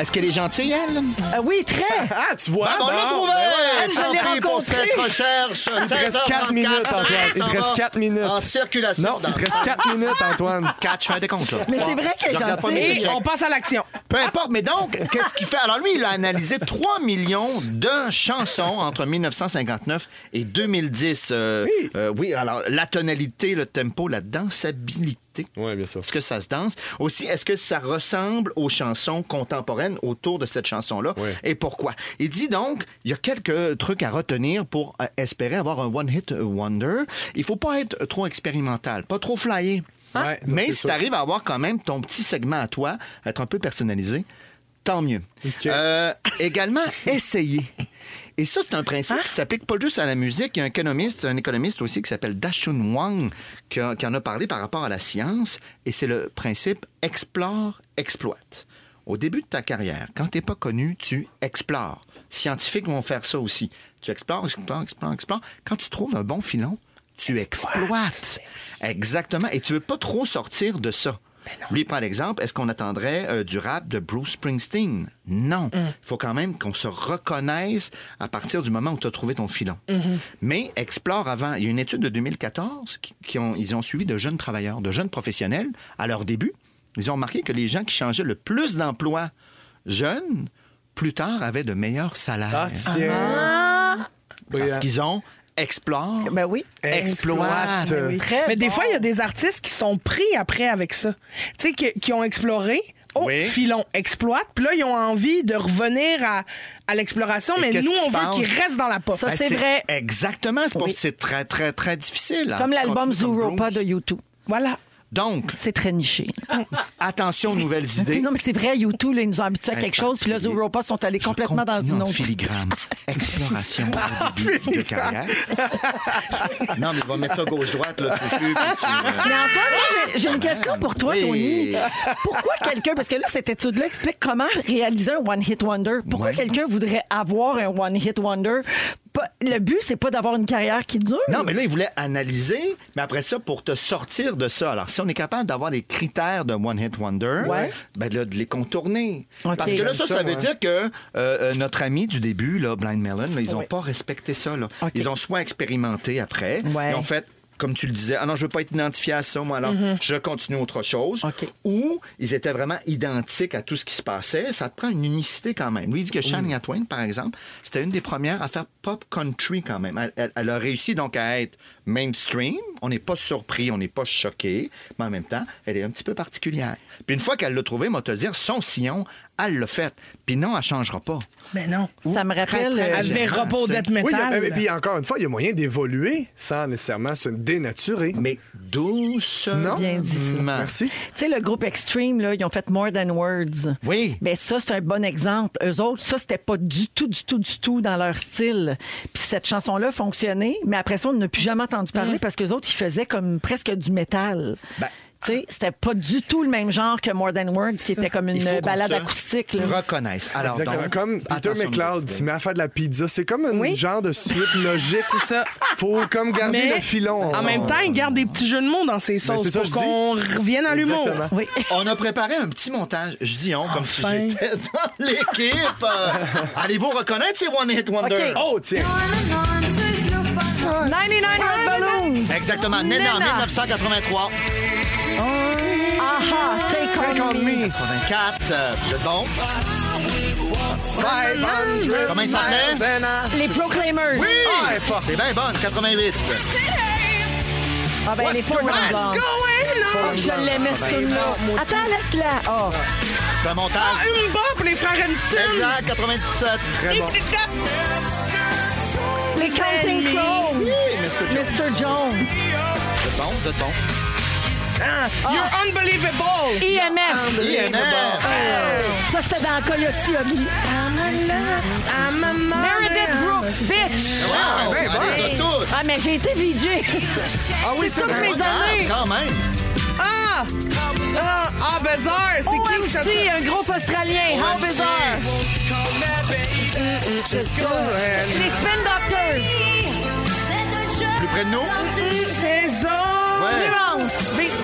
Speaker 4: Est-ce qu'elle est gentille, elle?
Speaker 3: Ah oui, très.
Speaker 2: Ah, tu vois,
Speaker 4: Ah, bon, on l'a
Speaker 2: bon,
Speaker 4: trouvé!
Speaker 3: ben ouais.
Speaker 4: Tant
Speaker 3: Je l'ai
Speaker 4: pis pour
Speaker 3: rencontrée.
Speaker 4: cette recherche.
Speaker 2: Il te reste 4 minutes, Antoine. Il te reste 4 minutes.
Speaker 4: hein, En circulation.
Speaker 2: Non, il te
Speaker 4: dans-
Speaker 2: reste 4 minutes, Antoine.
Speaker 4: Quatre, je fais des comptes, là.
Speaker 3: Mais c'est vrai qu'elle est
Speaker 4: Je regarde pas
Speaker 3: gentille.
Speaker 4: mes
Speaker 6: Et
Speaker 4: échecs.
Speaker 6: on passe à l'action.
Speaker 4: Peu importe, mais donc, qu'est-ce qu'il fait? Alors lui, il a analysé 3 millions de chansons entre 1959 et 2010. Euh, euh, oui. alors la tonalité, le tempo, la dansabilité.
Speaker 2: Oui, bien sûr.
Speaker 4: Est-ce que ça se danse? Aussi, est-ce que ça ressemble aux chansons contemporaines autour de cette chanson-là?
Speaker 2: Oui.
Speaker 4: Et pourquoi? Il dit donc, il y a quelques trucs à retenir pour euh, espérer avoir un one-hit wonder. Il faut pas être trop expérimental, pas trop flyé.
Speaker 2: Ouais, ça,
Speaker 4: Hein? Mais
Speaker 2: c'est
Speaker 4: si
Speaker 2: sûr.
Speaker 4: tu arrives à avoir quand même ton petit segment à toi, être un peu personnalisé, tant mieux. Euh, également, essayer. Et ça, c'est un principe
Speaker 2: Hein?
Speaker 4: qui s'applique pas juste à la musique. Il y a un économiste, un économiste aussi qui s'appelle Dashun Wang qui, a- qui en a parlé par rapport à la science. Et c'est le principe explore, exploite. Au début de ta carrière, quand t'es pas connu, tu explores. Scientifiques vont faire ça aussi. Tu explores, explores, explores, explores. Quand tu trouves un bon filon, tu exploites. Exactement. Et tu veux pas trop sortir de ça. Lui, par exemple, est-ce qu'on attendrait euh, du rap de Bruce Springsteen? Non. Il faut quand même qu'on se reconnaisse à partir du moment où tu as trouvé ton filon. Mais explore avant. Il y a une étude de 2014 qui, qui ont, ils ont suivi de jeunes travailleurs, de jeunes professionnels à leur début. Ils ont remarqué que les gens qui changeaient le plus d'emploi jeunes, plus tard, avaient de meilleurs salaires.
Speaker 2: Ah, euh, tiens.
Speaker 4: parce
Speaker 2: Brillant.
Speaker 4: qu'ils ont explore,
Speaker 3: Ben oui.
Speaker 4: exploite.
Speaker 2: Exploite.
Speaker 3: Très
Speaker 6: Ah, Mais des
Speaker 3: bon.
Speaker 6: fois, il y a des artistes qui sont pris après avec ça. Tu sais, qui, qui ont exploré oh,
Speaker 4: Oui.
Speaker 6: filon, exploite. Puis là, ils ont envie de revenir à, à l'exploration,
Speaker 4: Et
Speaker 6: mais
Speaker 4: qu'est-ce
Speaker 6: nous,
Speaker 4: qui
Speaker 6: on
Speaker 4: se passe?
Speaker 6: veut qu'ils restent dans la pop.
Speaker 3: Ça, c'est vrai.
Speaker 4: Ben, Exactement. C'est pour-
Speaker 3: Oui.
Speaker 4: c'est très, très, très difficile. hein.
Speaker 3: Comme
Speaker 4: Tu
Speaker 3: l'album
Speaker 4: continues comme
Speaker 3: Zuropa de
Speaker 4: Bruce.
Speaker 3: YouTube.
Speaker 6: Voilà.
Speaker 4: Donc,
Speaker 3: C'est très niché.
Speaker 4: attention aux nouvelles idées.
Speaker 3: Non, mais c'est vrai, YouTube, là, ils nous ont habitués à
Speaker 4: Hey,
Speaker 3: quelque chose, puis là,
Speaker 4: particulier.
Speaker 3: Zuropa sont allés
Speaker 4: Je
Speaker 3: complètement dans
Speaker 4: continue
Speaker 3: une
Speaker 4: en
Speaker 3: autre.
Speaker 4: filigrane. Exploration au début de carrière. non, mais on va mettre ça gauche-droite, là, tout de suite, puis tu,
Speaker 3: Mais
Speaker 4: euh,
Speaker 3: Antoine, moi, j'ai- j'ai une question pour toi,
Speaker 4: Oui.
Speaker 3: Tony. Pourquoi quelqu'un, parce que là, cette étude-là explique comment réaliser un one-hit wonder. Pourquoi
Speaker 4: Ouais.
Speaker 3: quelqu'un voudrait avoir un one-hit wonder? Pas- Le but, c'est pas d'avoir une carrière qui dure.
Speaker 4: Non, mais là, ils voulaient analyser, mais après ça, pour te sortir de ça. Alors, si on est capable d'avoir des critères de One Hit Wonder,
Speaker 3: Ouais.
Speaker 4: ben là, de les contourner.
Speaker 3: Ok.
Speaker 4: Parce que là, ça,
Speaker 2: J'aime ça,
Speaker 4: ça veut
Speaker 2: moi.
Speaker 4: dire que euh, euh, notre ami du début, là, Blind Melon, là, ils n'ont
Speaker 3: Oui.
Speaker 4: pas respecté ça. Là.
Speaker 3: Ok.
Speaker 4: Ils ont soit expérimenté après,
Speaker 3: Ouais.
Speaker 4: ils ont fait. Comme tu le disais, ah non, je veux pas être identifié à ça, moi, alors je continue autre chose.
Speaker 3: Mm-hmm. Ok.
Speaker 4: Ou ils étaient vraiment identiques à tout ce qui se passait. Ça te prend une unicité quand même. Lui, il dit que
Speaker 3: Mm.
Speaker 4: Shania Twain, par exemple, c'était une des premières à faire pop country quand même. Elle, elle- elle a réussi donc à être mainstream. On n'est pas surpris, on n'est pas choqué, mais en même temps, elle est un petit peu particulière. Puis une fois qu'elle l'a trouvé, moi, te le dire, son sillon, elle l'a fait. Puis non, elle changera pas.
Speaker 6: Mais non.
Speaker 3: Ça me rappelle.
Speaker 4: très, très
Speaker 3: euh,
Speaker 6: Elle verra pas au
Speaker 4: tu sais.
Speaker 6: death
Speaker 2: Oui, il y a- euh,
Speaker 6: metal.
Speaker 2: et puis encore une fois, il y a moyen d'évoluer sans nécessairement se dénaturer.
Speaker 4: Mais euh, doucement.
Speaker 2: Non. Bien
Speaker 3: dit, ça.
Speaker 2: Merci.
Speaker 3: Tu sais, le groupe Extreme, là, ils ont fait More Than Words.
Speaker 4: Oui.
Speaker 3: Mais ça, c'est un bon exemple. Eux autres, ça, c'était pas du tout, du tout, du tout dans leur style. Puis cette chanson-là fonctionnait, mais après ça, on n'a plus jamais entendu parler parce qu'eux autres, ils faisaient comme presque du métal.
Speaker 4: Mm. Ben,
Speaker 3: tu sais, c'était pas du tout le même genre que More Than Words, qui était comme
Speaker 4: Il
Speaker 3: une
Speaker 4: faut qu'on
Speaker 3: balade
Speaker 4: se
Speaker 3: acoustique. là.
Speaker 4: Reconnaissent. Alors,
Speaker 2: Exactement.
Speaker 4: donc,
Speaker 2: comme Peter
Speaker 4: attention aux
Speaker 2: McLeod
Speaker 4: nouvelles
Speaker 2: s'il
Speaker 4: idées.
Speaker 2: met à faire de la pizza, c'est comme un
Speaker 6: Oui.
Speaker 2: genre de suite logique.
Speaker 6: C'est ça.
Speaker 2: Faut comme garder
Speaker 6: Mais
Speaker 2: le filon.
Speaker 6: En même temps, ils gardent des petits jeux de mots dans ces sauces
Speaker 2: c'est ça,
Speaker 6: pour
Speaker 2: je dis.
Speaker 6: qu'on revienne à l'humour.
Speaker 2: Exactement.
Speaker 3: Oui.
Speaker 4: On a préparé un petit montage. Je dis on, comme
Speaker 6: Enfin.
Speaker 4: si j'étais dans l'équipe. Euh, Allez-vous reconnaître ces One Hit Wonder?
Speaker 3: OK.
Speaker 2: Oh, tiens.
Speaker 3: 99 Red Balloons!
Speaker 4: Exactement. Né en
Speaker 3: Nena.
Speaker 4: 1983.
Speaker 3: Aha! Take on me!
Speaker 4: 84. euh, Vous êtes bon?
Speaker 3: Ah,
Speaker 4: Comment il s'appelait?
Speaker 3: Les Proclaimers!
Speaker 4: Oui!
Speaker 2: Ah, elle est forte.
Speaker 4: T'es bien bonne, 88.
Speaker 3: Ah ben, les
Speaker 4: What's
Speaker 3: Four
Speaker 4: going
Speaker 3: Lone
Speaker 4: on?
Speaker 3: Blondes. Oh,
Speaker 6: hein.
Speaker 3: je l'aimais,
Speaker 4: Ah,
Speaker 3: ce
Speaker 4: ben,
Speaker 3: tune-là. Attends, laisse-la. Oh.
Speaker 4: C'est un montage.
Speaker 6: Une bombe pour les frères Hanson.
Speaker 4: Exact, 97.
Speaker 2: Très bon.
Speaker 3: Les Counting Crows. Mr. Jones.
Speaker 4: C'est bon, vous êtes bon.
Speaker 6: Ah. You're unbelievable.
Speaker 3: IMF.
Speaker 4: INR.
Speaker 3: Ah. Ça, c'était dans Coyote Ugly. Meredith Brooks, bitch.
Speaker 2: ben,
Speaker 4: Wow!
Speaker 2: bon.
Speaker 4: Allez, vous êtes tous.
Speaker 3: Ah, mais j'ai été VJ.
Speaker 2: Ah oui, c'est
Speaker 3: toutes
Speaker 2: vrai.
Speaker 3: mes années.
Speaker 4: Quand même.
Speaker 6: Ah! Ah, ah bizarre. C'est qui qui chante
Speaker 3: OMC, un groupe australien. How bizarre. Les Spin Doctors.
Speaker 4: Plus près de nous.
Speaker 6: C'est ça.
Speaker 4: Ouais.
Speaker 3: Nuance. Vi-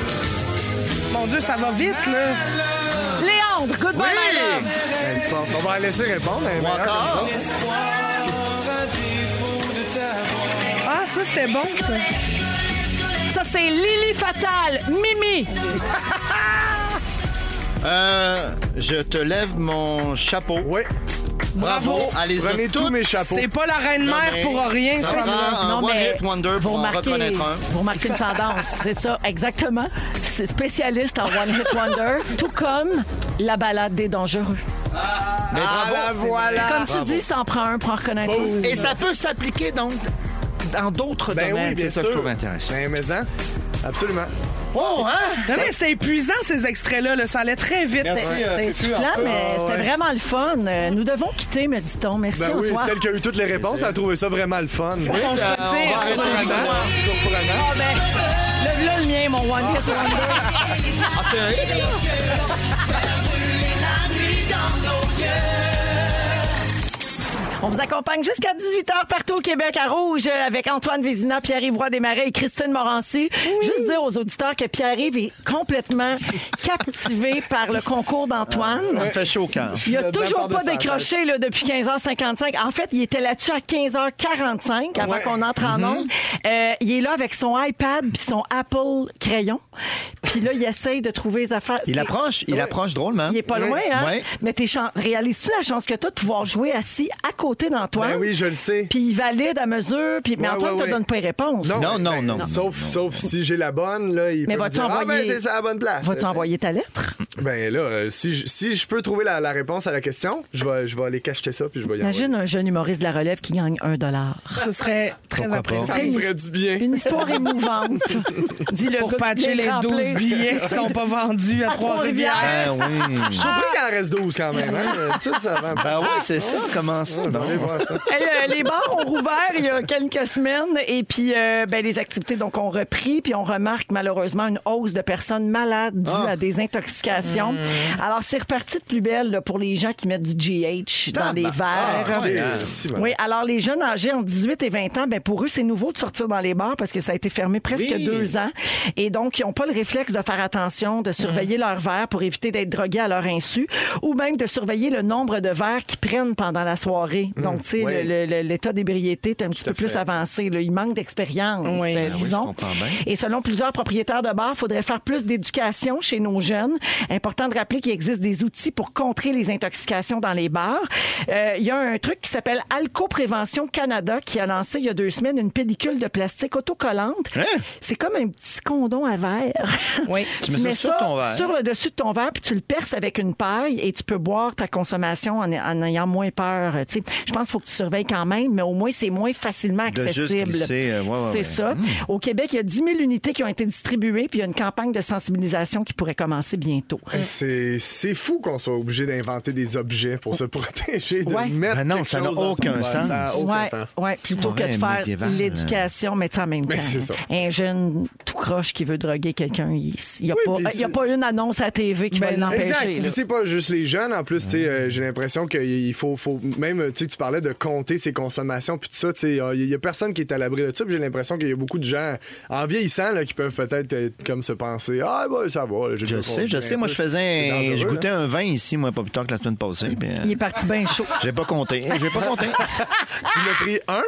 Speaker 6: Mon Dieu, ça va vite, là.
Speaker 3: Léandre, Goodbye My
Speaker 4: Oui.
Speaker 3: Love.
Speaker 2: Elle est forte. On va la laisser répondre. hein, elle est
Speaker 4: Ou
Speaker 2: meilleure
Speaker 4: encore.
Speaker 2: comme ça.
Speaker 6: Ah, ça, c'était bon, ça.
Speaker 3: Ça, c'est Lily Fatal. Mimi.
Speaker 4: Euh, je te lève mon chapeau.
Speaker 2: Oui.
Speaker 4: Bravo. Allez-y.
Speaker 2: Prenez tous
Speaker 4: toutes.
Speaker 2: mes chapeaux.
Speaker 6: C'est pas la reine-mère pour rien,
Speaker 4: Ça
Speaker 6: ça.
Speaker 4: va. Ah, un one hit wonder pour en reconnaître un.
Speaker 3: vous remarquez une tendance, c'est ça, exactement. C'est spécialiste en One Hit Wonder, tout comme la balade des dangereux.
Speaker 4: Mais bravo.
Speaker 2: Ah, la voilà.
Speaker 3: Comme tu dis, ça en prend un pour en reconnaître un.
Speaker 4: Ah, Oh, Et ça peut s'appliquer donc dans d'autres
Speaker 2: Ben
Speaker 4: domaines.
Speaker 2: oui, bien
Speaker 4: c'est ça
Speaker 2: sûr.
Speaker 4: que je trouve intéressant.
Speaker 2: Ben, mais hein? Absolument.
Speaker 4: Oh, hein?
Speaker 6: Non, mais c'était épuisant, ces extraits-là. là. Ça allait très vite.
Speaker 4: Merci, euh,
Speaker 3: C'était
Speaker 4: Fufu,
Speaker 3: soufflant,
Speaker 4: un peu.
Speaker 3: mais c'était vraiment le fun. Euh, Nous devons quitter, me dit-on. Merci,
Speaker 2: Ben oui,
Speaker 3: Antoine.
Speaker 2: celle qui a eu toutes les réponses, elle a trouvé ça vraiment le fun.
Speaker 6: Faut qu'on se
Speaker 4: Euh, on va
Speaker 6: le dise.
Speaker 4: arrêter avec
Speaker 2: Surprenant.
Speaker 4: toi.
Speaker 2: Surprenant.
Speaker 3: Ah, ben, le, là, le mien, mon One Hit Wonder.
Speaker 4: Ah, c'est un hit, ça?
Speaker 3: On vous accompagne jusqu'à 18h partout au Québec à Rouge euh, avec Antoine Vézina, Pierre-Yves Roy Desmarais et Christine Morancy. Juste dire aux auditeurs que Pierre-Yves est complètement captivé par le concours
Speaker 2: Ah,
Speaker 3: d'Antoine.
Speaker 4: Ça me fait chaud au cœur.
Speaker 3: Il
Speaker 2: Je
Speaker 3: n'a
Speaker 2: le
Speaker 3: toujours
Speaker 2: bâtarde
Speaker 3: pas
Speaker 2: de sa
Speaker 3: décroché là, depuis 15h55. En fait, il était là-dessus à 15h45 avant
Speaker 2: Ouais. Mm-hmm.
Speaker 3: qu'on entre en onde. Euh, il est là avec son iPad puis son Apple crayon. Puis là, il essaye de trouver les affaires.
Speaker 4: Il
Speaker 3: C'est-
Speaker 4: approche, il approche drôlement.
Speaker 3: Il est pas loin, hein?
Speaker 4: Ouais.
Speaker 3: Mais t'es chan- réalises-tu la chance que t'as de pouvoir jouer assis à côté d'Antoine?
Speaker 2: Ben oui, je le sais.
Speaker 3: Puis il valide à mesure, puis mais
Speaker 2: Ouais,
Speaker 3: Antoine
Speaker 2: ouais,
Speaker 3: te
Speaker 2: ouais.
Speaker 3: donne pas les réponses.
Speaker 4: Non, non, non.
Speaker 2: Ben, Sauf, sauf si j'ai la bonne, là, il peut
Speaker 3: Mais
Speaker 2: me
Speaker 3: vas-tu
Speaker 2: dire, Ah, ben,
Speaker 3: envoyer-
Speaker 2: t'es à la bonne place.
Speaker 3: Vas-tu envoyer ta lettre?
Speaker 2: Ben là, euh, si, je- si je peux trouver la, la réponse à la question, je vais, je vais aller cacheter ça puis je vais y envoyer.
Speaker 3: Imagine un jeune humoriste de la relève qui gagne un dollar.
Speaker 6: Ce serait très
Speaker 4: Pourquoi pas?
Speaker 6: appréciable.
Speaker 2: Ça me ferait du bien.
Speaker 3: Une histoire émouvante. Dis le
Speaker 6: Pour
Speaker 3: gars qui
Speaker 6: patcher
Speaker 3: vient
Speaker 6: les 12
Speaker 3: remplir.
Speaker 6: billets qui sont pas vendus à Trois-Rivières.
Speaker 4: Ben oui.
Speaker 2: Je suis
Speaker 3: Ah!
Speaker 2: surpris qu'il en reste 12 quand même. Hein? Tu sais, ça va.
Speaker 4: Ben oui, c'est ça, comment ça?
Speaker 2: Je vais
Speaker 4: donc?
Speaker 2: aller voir ça.
Speaker 3: Hey, euh, les bars ont rouvert il y a quelques semaines et puis euh, ben, les activités donc ont repris puis on remarque malheureusement une hausse de personnes malades dues à des intoxications. Alors c'est reparti de plus belle là, pour les gens qui mettent du GH dans les verres.
Speaker 2: Et- si, madame.
Speaker 3: Oui, alors les jeunes âgés entre 18 et 20 ans, ben pour eux, c'est nouveau de sortir dans les bars parce que ça a été fermé presque
Speaker 4: Oui.
Speaker 3: deux ans. Et donc, ils n'ont pas le réflexe de faire attention, de
Speaker 4: Mm.
Speaker 3: surveiller leurs verres pour éviter d'être drogués à leur insu ou même de surveiller le nombre de verres qu'ils prennent pendant la soirée.
Speaker 4: Mm.
Speaker 3: Donc, tu sais,
Speaker 4: Oui.
Speaker 3: le- le- le- l'état d'ébriété est un petit peu plus avancé. là. Il manque d'expérience,
Speaker 6: Oui.
Speaker 3: euh,
Speaker 4: Ah oui, je
Speaker 3: disons.
Speaker 4: comprends bien.
Speaker 3: Et selon plusieurs propriétaires de bars, il faudrait faire plus d'éducation chez nos jeunes. Important de rappeler qu'il existe des outils pour contrer les intoxications dans les bars. Euh, Il y a un truc qui s'appelle Alco Prévention Canada qui a lancé il y a deux semaines une pellicule de plastique autocollante.
Speaker 4: Hein?
Speaker 3: C'est comme un petit condom à verre.
Speaker 6: Oui.
Speaker 4: Tu mets ça sur ton verre.
Speaker 3: sur le dessus de ton verre, puis tu le perces avec une paille et tu peux boire ta consommation en, en ayant moins peur. Tu sais, je pense qu'il faut que tu surveilles quand même, mais au moins, c'est moins facilement
Speaker 4: De juste
Speaker 3: accessible.
Speaker 4: glisser, euh, ouais, ouais,
Speaker 3: c'est
Speaker 4: ouais.
Speaker 3: ça. Au Québec, il y a 10 000 unités qui ont été distribuées, puis il y a une campagne de sensibilisation qui pourrait commencer bientôt.
Speaker 2: C'est c'est fou qu'on soit obligé d'inventer des objets pour se protéger, de
Speaker 3: Ouais.
Speaker 2: mettre
Speaker 4: Ben non,
Speaker 2: quelque
Speaker 4: ça n'a
Speaker 2: chose en
Speaker 4: aucun
Speaker 2: soi. Ça n'a
Speaker 4: sens.
Speaker 2: aucun
Speaker 3: ouais,
Speaker 2: sens.
Speaker 3: ouais, plutôt que
Speaker 4: Ouais,
Speaker 3: de faire
Speaker 4: médiéval, euh.
Speaker 3: l'éducation, mais tu sais, en même
Speaker 2: Ben,
Speaker 3: temps,
Speaker 2: c'est ça.
Speaker 3: un jeune tout croche qui veut droguer quelqu'un, il n'y a,
Speaker 2: Oui, puis
Speaker 3: pas- il y a
Speaker 2: c'est-
Speaker 3: pas une annonce à TV qui va
Speaker 6: Ben,
Speaker 2: Exact.
Speaker 3: l'empêcher.
Speaker 2: Puis
Speaker 3: là.
Speaker 2: c'est pas juste les jeunes. En plus, tu sais, euh, j'ai l'impression qu'il faut, faut même, tu sais, tu parlais de compter ses consommations, puis tout ça. Tu sais, euh, il y a personne qui est à l'abri de ça. puis J'ai l'impression qu'il y a beaucoup de gens en vieillissant là, qui peuvent peut-être être comme se penser, ah ben ça va. là, j'ai
Speaker 4: Je
Speaker 2: déjà
Speaker 4: sais,
Speaker 2: compté
Speaker 4: je
Speaker 2: un
Speaker 4: sais.
Speaker 2: peu.
Speaker 4: Moi, je
Speaker 2: C'est
Speaker 4: faisais un-
Speaker 2: dangereux, hein?
Speaker 4: Je
Speaker 2: là.
Speaker 4: goûtais un vin ici, moi, pas plus tard que la semaine passée. puis, euh,
Speaker 3: Il est parti bien chaud.
Speaker 4: J'ai pas compté. J'ai pas compté.
Speaker 2: Tu l'as pris un.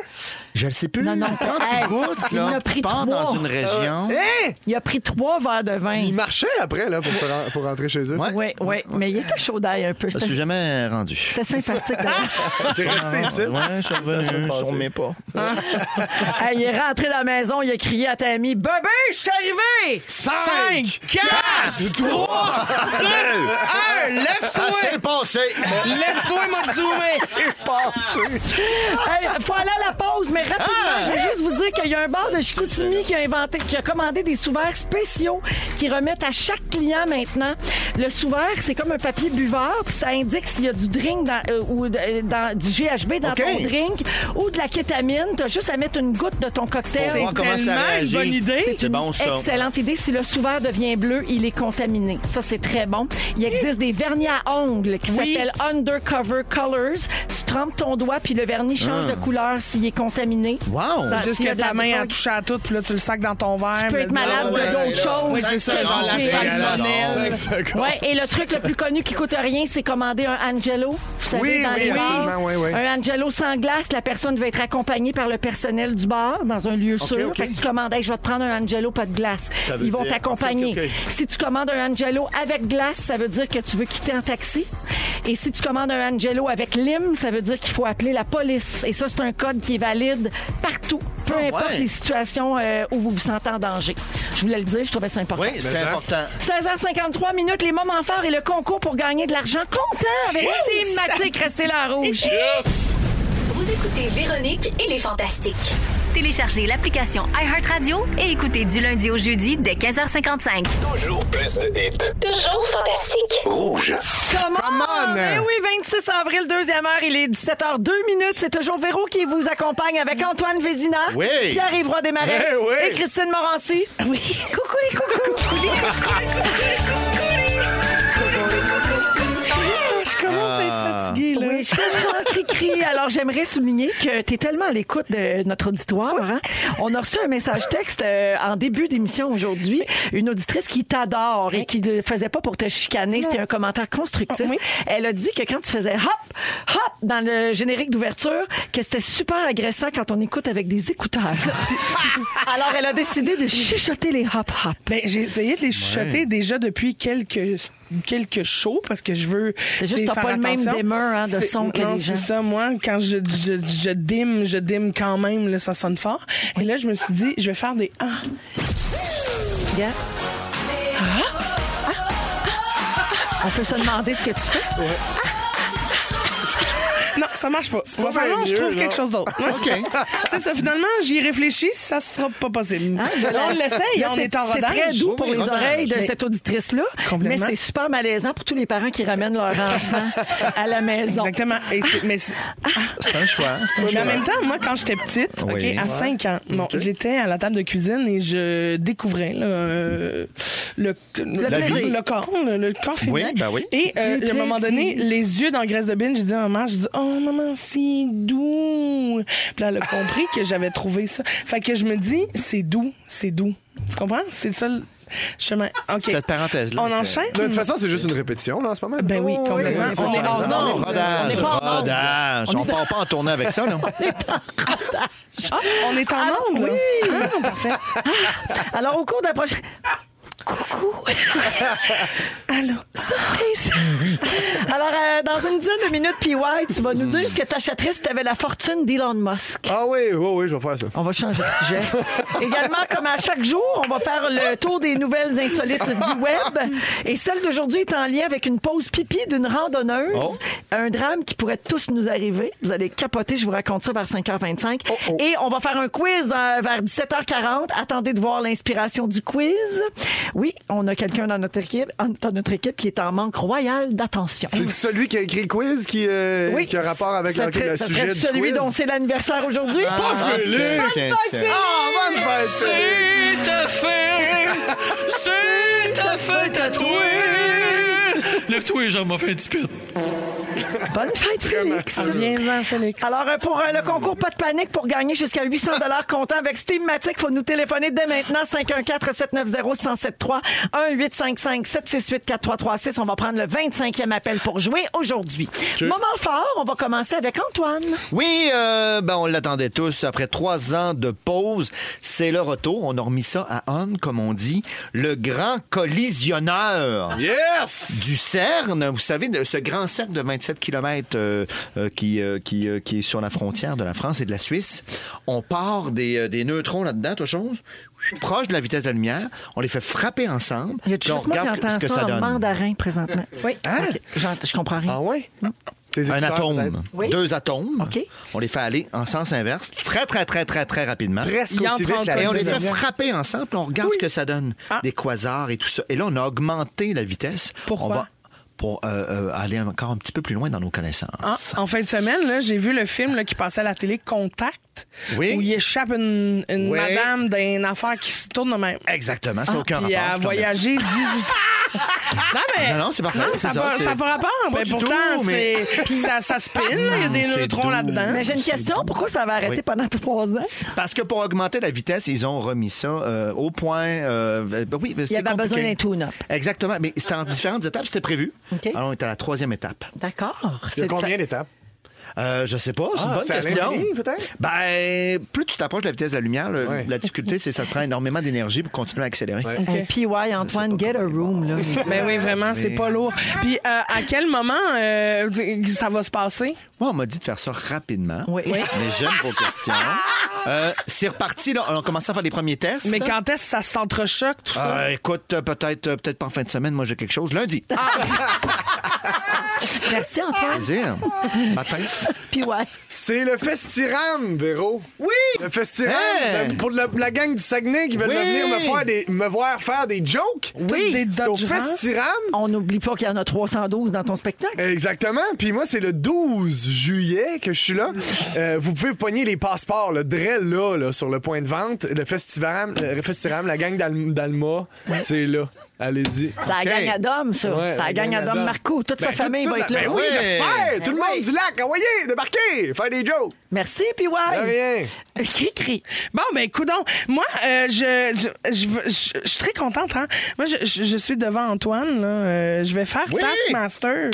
Speaker 4: Je le sais plus.
Speaker 3: Non, non.
Speaker 4: Quand
Speaker 3: Hey,
Speaker 4: tu goûtes,
Speaker 3: il en a
Speaker 4: là,
Speaker 3: pris
Speaker 4: tu pars
Speaker 3: trois.
Speaker 4: dans une région.
Speaker 2: Hein?
Speaker 3: Il a pris trois verres de vin.
Speaker 2: Il marchait après là pour, se ren- pour rentrer chez eux.
Speaker 4: Ouais.
Speaker 3: Oui, oui. Mais il était chaud d'ail un peu.
Speaker 4: Je suis
Speaker 3: C'était
Speaker 4: jamais rendu. Ah,
Speaker 3: c'était sympathique. d'ailleurs.
Speaker 2: T'es resté ici.
Speaker 4: Ouais, je suis revenu sur mes pas.
Speaker 3: Hey, il est rentré dans la maison, il a crié à ta amie Bébé, je suis arrivé!
Speaker 2: 5, 4, 3,
Speaker 6: Un,
Speaker 4: Ça
Speaker 6: lève-toi!
Speaker 4: s'est passé.
Speaker 6: Lève-toi, Matsume!
Speaker 3: Hey, faut aller à la pause, mais rapidement,
Speaker 4: Ah!
Speaker 3: je veux juste vous dire qu'il y a un bar de Chicoutimi qui a inventé, qui a commandé des sous-verres spéciaux qui remettent à chaque client maintenant. Le sous-verre, c'est comme un papier buvard, puis ça indique s'il y a du drink dans- euh, ou de- euh, dans- du GHB dans
Speaker 4: OK.
Speaker 3: ton drink ou de la kétamine. T'as juste à mettre une goutte de ton cocktail.
Speaker 4: Pour voir comment ça
Speaker 6: tellement une
Speaker 4: réagit.
Speaker 6: bonne idée.
Speaker 4: C'est
Speaker 3: une
Speaker 4: Oh, bon, ça.
Speaker 3: Excellente idée. Si le sous-verre devient bleu, il est contaminé. Ça, c'est très bon. Il existe des vernis à ongles qui
Speaker 6: Oui.
Speaker 3: s'appellent Undercover Colors. Tu trempes ton doigt, puis le vernis change de couleur s'il est contaminé.
Speaker 4: Ah. Wow!
Speaker 3: Ça,
Speaker 6: Juste
Speaker 3: s'il y a
Speaker 6: que
Speaker 3: de la
Speaker 6: ta main a
Speaker 3: drogue,
Speaker 6: touché à tout, puis là, tu le sacs dans ton verre.
Speaker 3: Tu peux
Speaker 6: mais
Speaker 3: être
Speaker 6: là,
Speaker 3: malade
Speaker 4: Ah ouais,
Speaker 3: de d'autres
Speaker 4: ouais,
Speaker 3: choses.
Speaker 4: ouais, c'est ça,
Speaker 3: que
Speaker 4: genre la
Speaker 3: j'ai.
Speaker 6: salmonelle.
Speaker 2: 5 secondes.
Speaker 3: Ouais, et le truc le plus connu qui coûte rien, c'est commander un Angelo. Vous savez,
Speaker 2: Oui,
Speaker 3: dans
Speaker 2: oui,
Speaker 3: les bars.
Speaker 2: absolument, oui, oui.
Speaker 3: Un Angelo sans glace, la personne va être accompagnée par le personnel du bar dans un lieu sûr.
Speaker 4: ok.
Speaker 3: Fait que tu commandes, Hey, je vais te prendre un Angelo, pas de glace.
Speaker 4: Ça veut
Speaker 3: Ils vont
Speaker 4: dire-
Speaker 3: t'accompagner.
Speaker 4: ok, ok, ok.
Speaker 3: Si tu commandes un Angelo avec glace, ça veut dire que tu veux quitter en taxi. Et si tu commandes un Angelo avec lime, ça veut dire qu'il faut appeler la police. Et ça, c'est un code qui est valide partout, peu
Speaker 4: Ah,
Speaker 3: importe
Speaker 4: ouais.
Speaker 3: les situations euh, où vous vous sentez en danger. Je voulais le dire, je trouvais ça important.
Speaker 4: Oui, c'est
Speaker 2: ça.
Speaker 4: important.
Speaker 3: 16h53 minutes, les moments forts et le concours pour gagner de l'argent comptant avec Steve Matic. Restez là en rouge.
Speaker 6: euh,
Speaker 8: Vous écoutez Véronique et les Fantastiques.
Speaker 1: Téléchargez l'application iHeartRadio et écoutez du lundi au jeudi dès 15h55.
Speaker 9: Toujours plus de hits.
Speaker 8: Toujours fantastique.
Speaker 9: Rouge.
Speaker 3: Comment?
Speaker 2: Come on!
Speaker 3: Eh oui, 26 avril, deuxième heure, il est 17h02 minutes. C'est toujours Véro qui vous accompagne avec Antoine Vézina,
Speaker 4: Oui.
Speaker 3: Pierre-Yves Roy Desmarais
Speaker 2: Eh oui.
Speaker 3: et Christine Morancy. Oui. coucou les coucous.
Speaker 6: Je commence à
Speaker 4: Ah.
Speaker 6: être fatiguée, là.
Speaker 3: Oui, je comprends, Cri-Cri. Alors, j'aimerais souligner que tu es tellement à l'écoute de notre auditoire. hein. On a reçu un message texte euh, en début d'émission aujourd'hui. Une auditrice qui t'adore et qui ne le faisait pas pour te chicaner. C'était un commentaire constructif. Elle a dit que quand tu faisais hop, hop dans le générique d'ouverture, que c'était super agressant quand on écoute avec des écouteurs. Alors, elle a décidé de chuchoter les hop, hop.
Speaker 6: Ben, j'ai essayé de les chuchoter déjà depuis quelques quelques shows parce que je veux
Speaker 3: C'est juste
Speaker 6: tu sais,
Speaker 3: t'as pas
Speaker 6: faire
Speaker 3: le même
Speaker 6: attention.
Speaker 3: dimmer, hein, de
Speaker 6: C'est-
Speaker 3: son que
Speaker 6: non,
Speaker 3: les gens.
Speaker 6: c'est ça moi quand je je, je dîme, je dîme quand même là, ça sonne fort et là je me suis dit je vais faire des ah
Speaker 3: Hein? Regarde. Hein? On peut se demander ce que tu fais.
Speaker 6: Non, ça marche pas.
Speaker 2: pas
Speaker 6: Pas vraiment,
Speaker 2: bien
Speaker 6: je
Speaker 2: mieux,
Speaker 6: trouve
Speaker 2: là.
Speaker 6: quelque chose d'autre.
Speaker 4: OK.
Speaker 6: C'est ça, finalement, j'y réfléchis, ça sera pas possible.
Speaker 3: Hein, voilà.
Speaker 6: On l'essaye,
Speaker 3: Là,
Speaker 6: on
Speaker 3: c'est-
Speaker 6: est en
Speaker 3: C'est
Speaker 6: rodage.
Speaker 3: très doux
Speaker 4: Oh, Oui,
Speaker 3: pour les
Speaker 4: rodage.
Speaker 3: oreilles de
Speaker 6: Mais-
Speaker 3: cette auditrice-là, mais
Speaker 6: Complètement.
Speaker 3: c'est super malaisant pour tous les parents qui ramènent leur enfant à la maison.
Speaker 6: Exactement. Et c'est- mais c'est-
Speaker 3: Ah.
Speaker 6: ah.
Speaker 4: C'est un choix. C'est un
Speaker 6: Mais
Speaker 4: choix.
Speaker 6: en même temps, moi, quand j'étais petite,
Speaker 4: Oui.
Speaker 6: ok,
Speaker 4: Ouais.
Speaker 6: à 5 ans, bon, j'étais à la table de cuisine et je découvrais là, euh, le, le-
Speaker 4: La vie.
Speaker 6: le corps, le, le corps féminin.
Speaker 4: Oui, ben oui.
Speaker 6: Et euh,
Speaker 3: Du
Speaker 6: à un moment donné,
Speaker 3: plaisir.
Speaker 6: les yeux dans Graisse de Bin, j'ai dit à maman, je dis, oh maman, c'est doux. Puis là, elle a compris que j'avais trouvé ça. Fait que je me dis, c'est doux, c'est doux. Tu comprends? C'est le seul chemin. OK.
Speaker 4: Cette parenthèse-là.
Speaker 6: On
Speaker 4: était-
Speaker 6: enchaîne?
Speaker 2: De toute façon, c'est juste une répétition là, en ce moment.
Speaker 6: Ben oui, complètement.
Speaker 2: oui,
Speaker 6: On est hors
Speaker 4: Non,
Speaker 6: norme.
Speaker 4: mais rodage,
Speaker 3: on est pas en ordre.
Speaker 4: rodage. On part pas en tournée avec ça, non?
Speaker 6: Ah, on est en
Speaker 3: Ah,
Speaker 6: onde, là.
Speaker 3: oui.
Speaker 6: Ah, parfait.
Speaker 3: Ah, Alors, au cours de la prochaine. Coucou!
Speaker 6: Allô?
Speaker 3: Surprise! Alors, euh, dans une dizaine de minutes, PY, tu vas nous dire ce que t'achèterais si t'avais la fortune d'Elon Musk.
Speaker 2: Ah oui, oui, oui, je vais faire ça.
Speaker 3: On va changer de sujet. Également, comme à chaque jour, on va faire le tour des nouvelles insolites du web. Et celle d'aujourd'hui est en lien avec une pause pipi d'une randonneuse.
Speaker 4: Oh.
Speaker 3: Un drame qui pourrait tous nous arriver. Vous allez capoter, je vous raconte ça vers 5h25.
Speaker 4: oh.
Speaker 3: Et on va faire un quiz euh, vers 17h40. Attendez de voir l'inspiration du quiz. Oui, on a quelqu'un dans notre équipe, dans notre équipe qui est en manque royal d'attention.
Speaker 2: C'est celui qui a écrit le quiz qui, euh,
Speaker 3: Oui,
Speaker 2: qui a rapport avec
Speaker 3: ça
Speaker 2: le,
Speaker 3: serait-
Speaker 2: le
Speaker 3: ça serait
Speaker 2: sujet du
Speaker 3: celui
Speaker 2: quiz.
Speaker 3: dont c'est l'anniversaire aujourd'hui.
Speaker 4: Ah, tiens, tiens, tiens.
Speaker 2: Ah, bonne fête! Félix!
Speaker 5: ta fête, c'est ta fête à toi. Lève-toi et j'en m'en fais un petit peu.
Speaker 3: Bonne fête, Félix.
Speaker 6: Viens-en, Félix.
Speaker 3: Alors, euh, pour euh, le concours, pas de panique. Pour gagner jusqu'à 800 comptant avec Steamatic, il faut nous téléphoner dès maintenant. 514-790-1073 1-855-768-4336. On va prendre le 25e appel pour jouer aujourd'hui. Moment fort, on va commencer avec Antoine.
Speaker 2: Ah,
Speaker 4: Oui, euh, ben on l'attendait tous. Après trois ans de pause, c'est le retour. On a remis ça à on, comme on dit, le grand collisionneur
Speaker 2: Yes!
Speaker 4: du CERN. Vous savez, de- ce grand cercle de 27 km qui, euh, qui, euh, qui est sur la frontière de la France et de la Suisse. On part des, euh, des neutrons là-dedans, toute chose, proche de la vitesse de la lumière. On les fait frapper ensemble.
Speaker 3: Il y a juste
Speaker 4: Puis on
Speaker 3: moi qui
Speaker 4: regarde
Speaker 3: entends
Speaker 4: ce que
Speaker 3: ça,
Speaker 4: ça
Speaker 3: en
Speaker 4: donne.
Speaker 3: mandarin présentement.
Speaker 6: Oui. Hein?
Speaker 3: OK, j'en- je comprends rien.
Speaker 2: Ah ouais? Tes
Speaker 4: Un
Speaker 2: écouteurs,
Speaker 4: atome,
Speaker 2: peut-être.
Speaker 3: Oui.
Speaker 4: deux atomes.
Speaker 3: OK.
Speaker 4: On les fait aller en sens inverse très, très, très, très, très rapidement.
Speaker 2: Presque
Speaker 6: Il
Speaker 2: aussi
Speaker 6: entre
Speaker 2: vite
Speaker 6: en
Speaker 2: que la
Speaker 4: Et on les
Speaker 2: vitesse
Speaker 4: fait
Speaker 2: de la lumière.
Speaker 4: frapper ensemble, puis on regarde ce que ça donne.
Speaker 6: Ah.
Speaker 4: Des quasars et tout ça. Et là, on a augmenté la vitesse.
Speaker 6: Pourquoi?
Speaker 4: On va pour euh, euh, aller encore un petit peu plus loin dans nos connaissances.
Speaker 6: Ah, en fin de semaine, là, j'ai vu le film là, qui passait à la télé Contact,
Speaker 4: Oui.
Speaker 6: où il échappe une, une
Speaker 4: Oui.
Speaker 6: madame d'une affaire qui se tourne de même.
Speaker 4: Exactement,
Speaker 3: Ah,
Speaker 4: ça n'a aucun
Speaker 6: Puis elle
Speaker 4: rapport. je te
Speaker 6: a
Speaker 4: remercie.
Speaker 6: voyagé 18 Non, mais.
Speaker 4: Non, non, c'est parfait,
Speaker 6: Non,
Speaker 4: c'est
Speaker 6: ça
Speaker 4: ça, c'est-
Speaker 6: n'a pas rapport.
Speaker 4: Pas
Speaker 6: mais
Speaker 4: du
Speaker 6: pourtant,
Speaker 4: tout, mais-
Speaker 6: c'est- puis ça, ça spin, là, il y a des
Speaker 4: C'est
Speaker 6: neutrons
Speaker 4: doux.
Speaker 3: Mais
Speaker 6: là-dedans.
Speaker 3: j'ai une question. Pourquoi ça avait arrêté
Speaker 4: Oui.
Speaker 3: pendant trois ans?
Speaker 4: Parce que pour augmenter la vitesse, ils ont remis ça euh, au point. euh, ben oui,
Speaker 3: Il y avait besoin d'un tune-up.
Speaker 4: Exactement, mais c'était en différentes étapes, c'était prévu.
Speaker 3: OK.
Speaker 4: Alors, on est à la troisième étape.
Speaker 3: D'accord.
Speaker 2: Il y a
Speaker 3: C'est-
Speaker 2: combien d'étapes?
Speaker 4: Euh, je sais pas, c'est
Speaker 2: Ah,
Speaker 4: une
Speaker 2: c'est
Speaker 4: bonne
Speaker 2: à
Speaker 4: question.
Speaker 2: l'infini, peut-être?
Speaker 4: Ben, plus tu t'approches de la vitesse de la lumière, le-
Speaker 2: Ouais.
Speaker 4: la difficulté, c'est que ça te prend énormément d'énergie pour continuer à accélérer.
Speaker 2: Ouais.
Speaker 3: Hey,
Speaker 2: Ah,
Speaker 3: PY, Antoine, get a room. Là.
Speaker 6: Mais
Speaker 2: Ben
Speaker 6: oui, vraiment, c'est pas lourd. Puis euh, à quel moment euh, ça va se passer?
Speaker 4: Moi, on m'a dit de faire ça rapidement.
Speaker 3: Oui. Oui.
Speaker 4: Mais j'aime vos questions. Euh, c'est reparti, là. On a commencé à faire les premiers tests.
Speaker 6: Mais quand est-ce que ça s'entrechoque, tout ça? Ah.
Speaker 4: Euh, écoute, euh, peut-être euh, peut-être pas en fin de semaine, moi j'ai quelque chose. Lundi.
Speaker 3: Merci, Antoine.
Speaker 2: Ah.
Speaker 4: Plaisir. Matin.
Speaker 3: PY.
Speaker 2: C'est le Festiram, Véro. Oui! Le Festiram
Speaker 4: Hey!
Speaker 2: de- pour la, la gang du Saguenay qui veulent
Speaker 4: Hein? Oui!
Speaker 2: venir me, faire des, me voir faire des jokes.
Speaker 6: Toutes des
Speaker 2: C'est au
Speaker 6: Dodge Rams?
Speaker 2: Festiram.
Speaker 3: On n'oublie pas qu'il y en a 312 dans ton spectacle.
Speaker 2: Exactement. Puis moi, c'est le 12 juillet que je suis là. Euh, vous pouvez pogner les passeports, le drel là, là, sur le point de vente. Le festival, le festival la gang d'Al- d'Alma, c'est là. Allez-y.
Speaker 3: Ça la
Speaker 4: OK.
Speaker 3: gagne à Dom, ça.
Speaker 2: Ouais,
Speaker 3: ça la gagne à Dom Marco. Toute
Speaker 2: Ben,
Speaker 3: sa famille
Speaker 2: toute
Speaker 3: va
Speaker 2: la-
Speaker 3: être là.
Speaker 2: Ben oui,
Speaker 4: Ouais.
Speaker 2: j'espère.
Speaker 4: Ben
Speaker 2: Tout le monde du lac, envoyez, débarquez, faire des jokes.
Speaker 3: Merci, Euh, PY.
Speaker 2: De rien.
Speaker 3: Cri-cri.
Speaker 6: Bon, ben, coudon. Moi, euh, je, je, je, veux- je- je suis très contente. Hein? Moi, je, je- je suis devant Antoine. Là. Euh, je vais faire
Speaker 4: Oui!
Speaker 6: Taskmaster,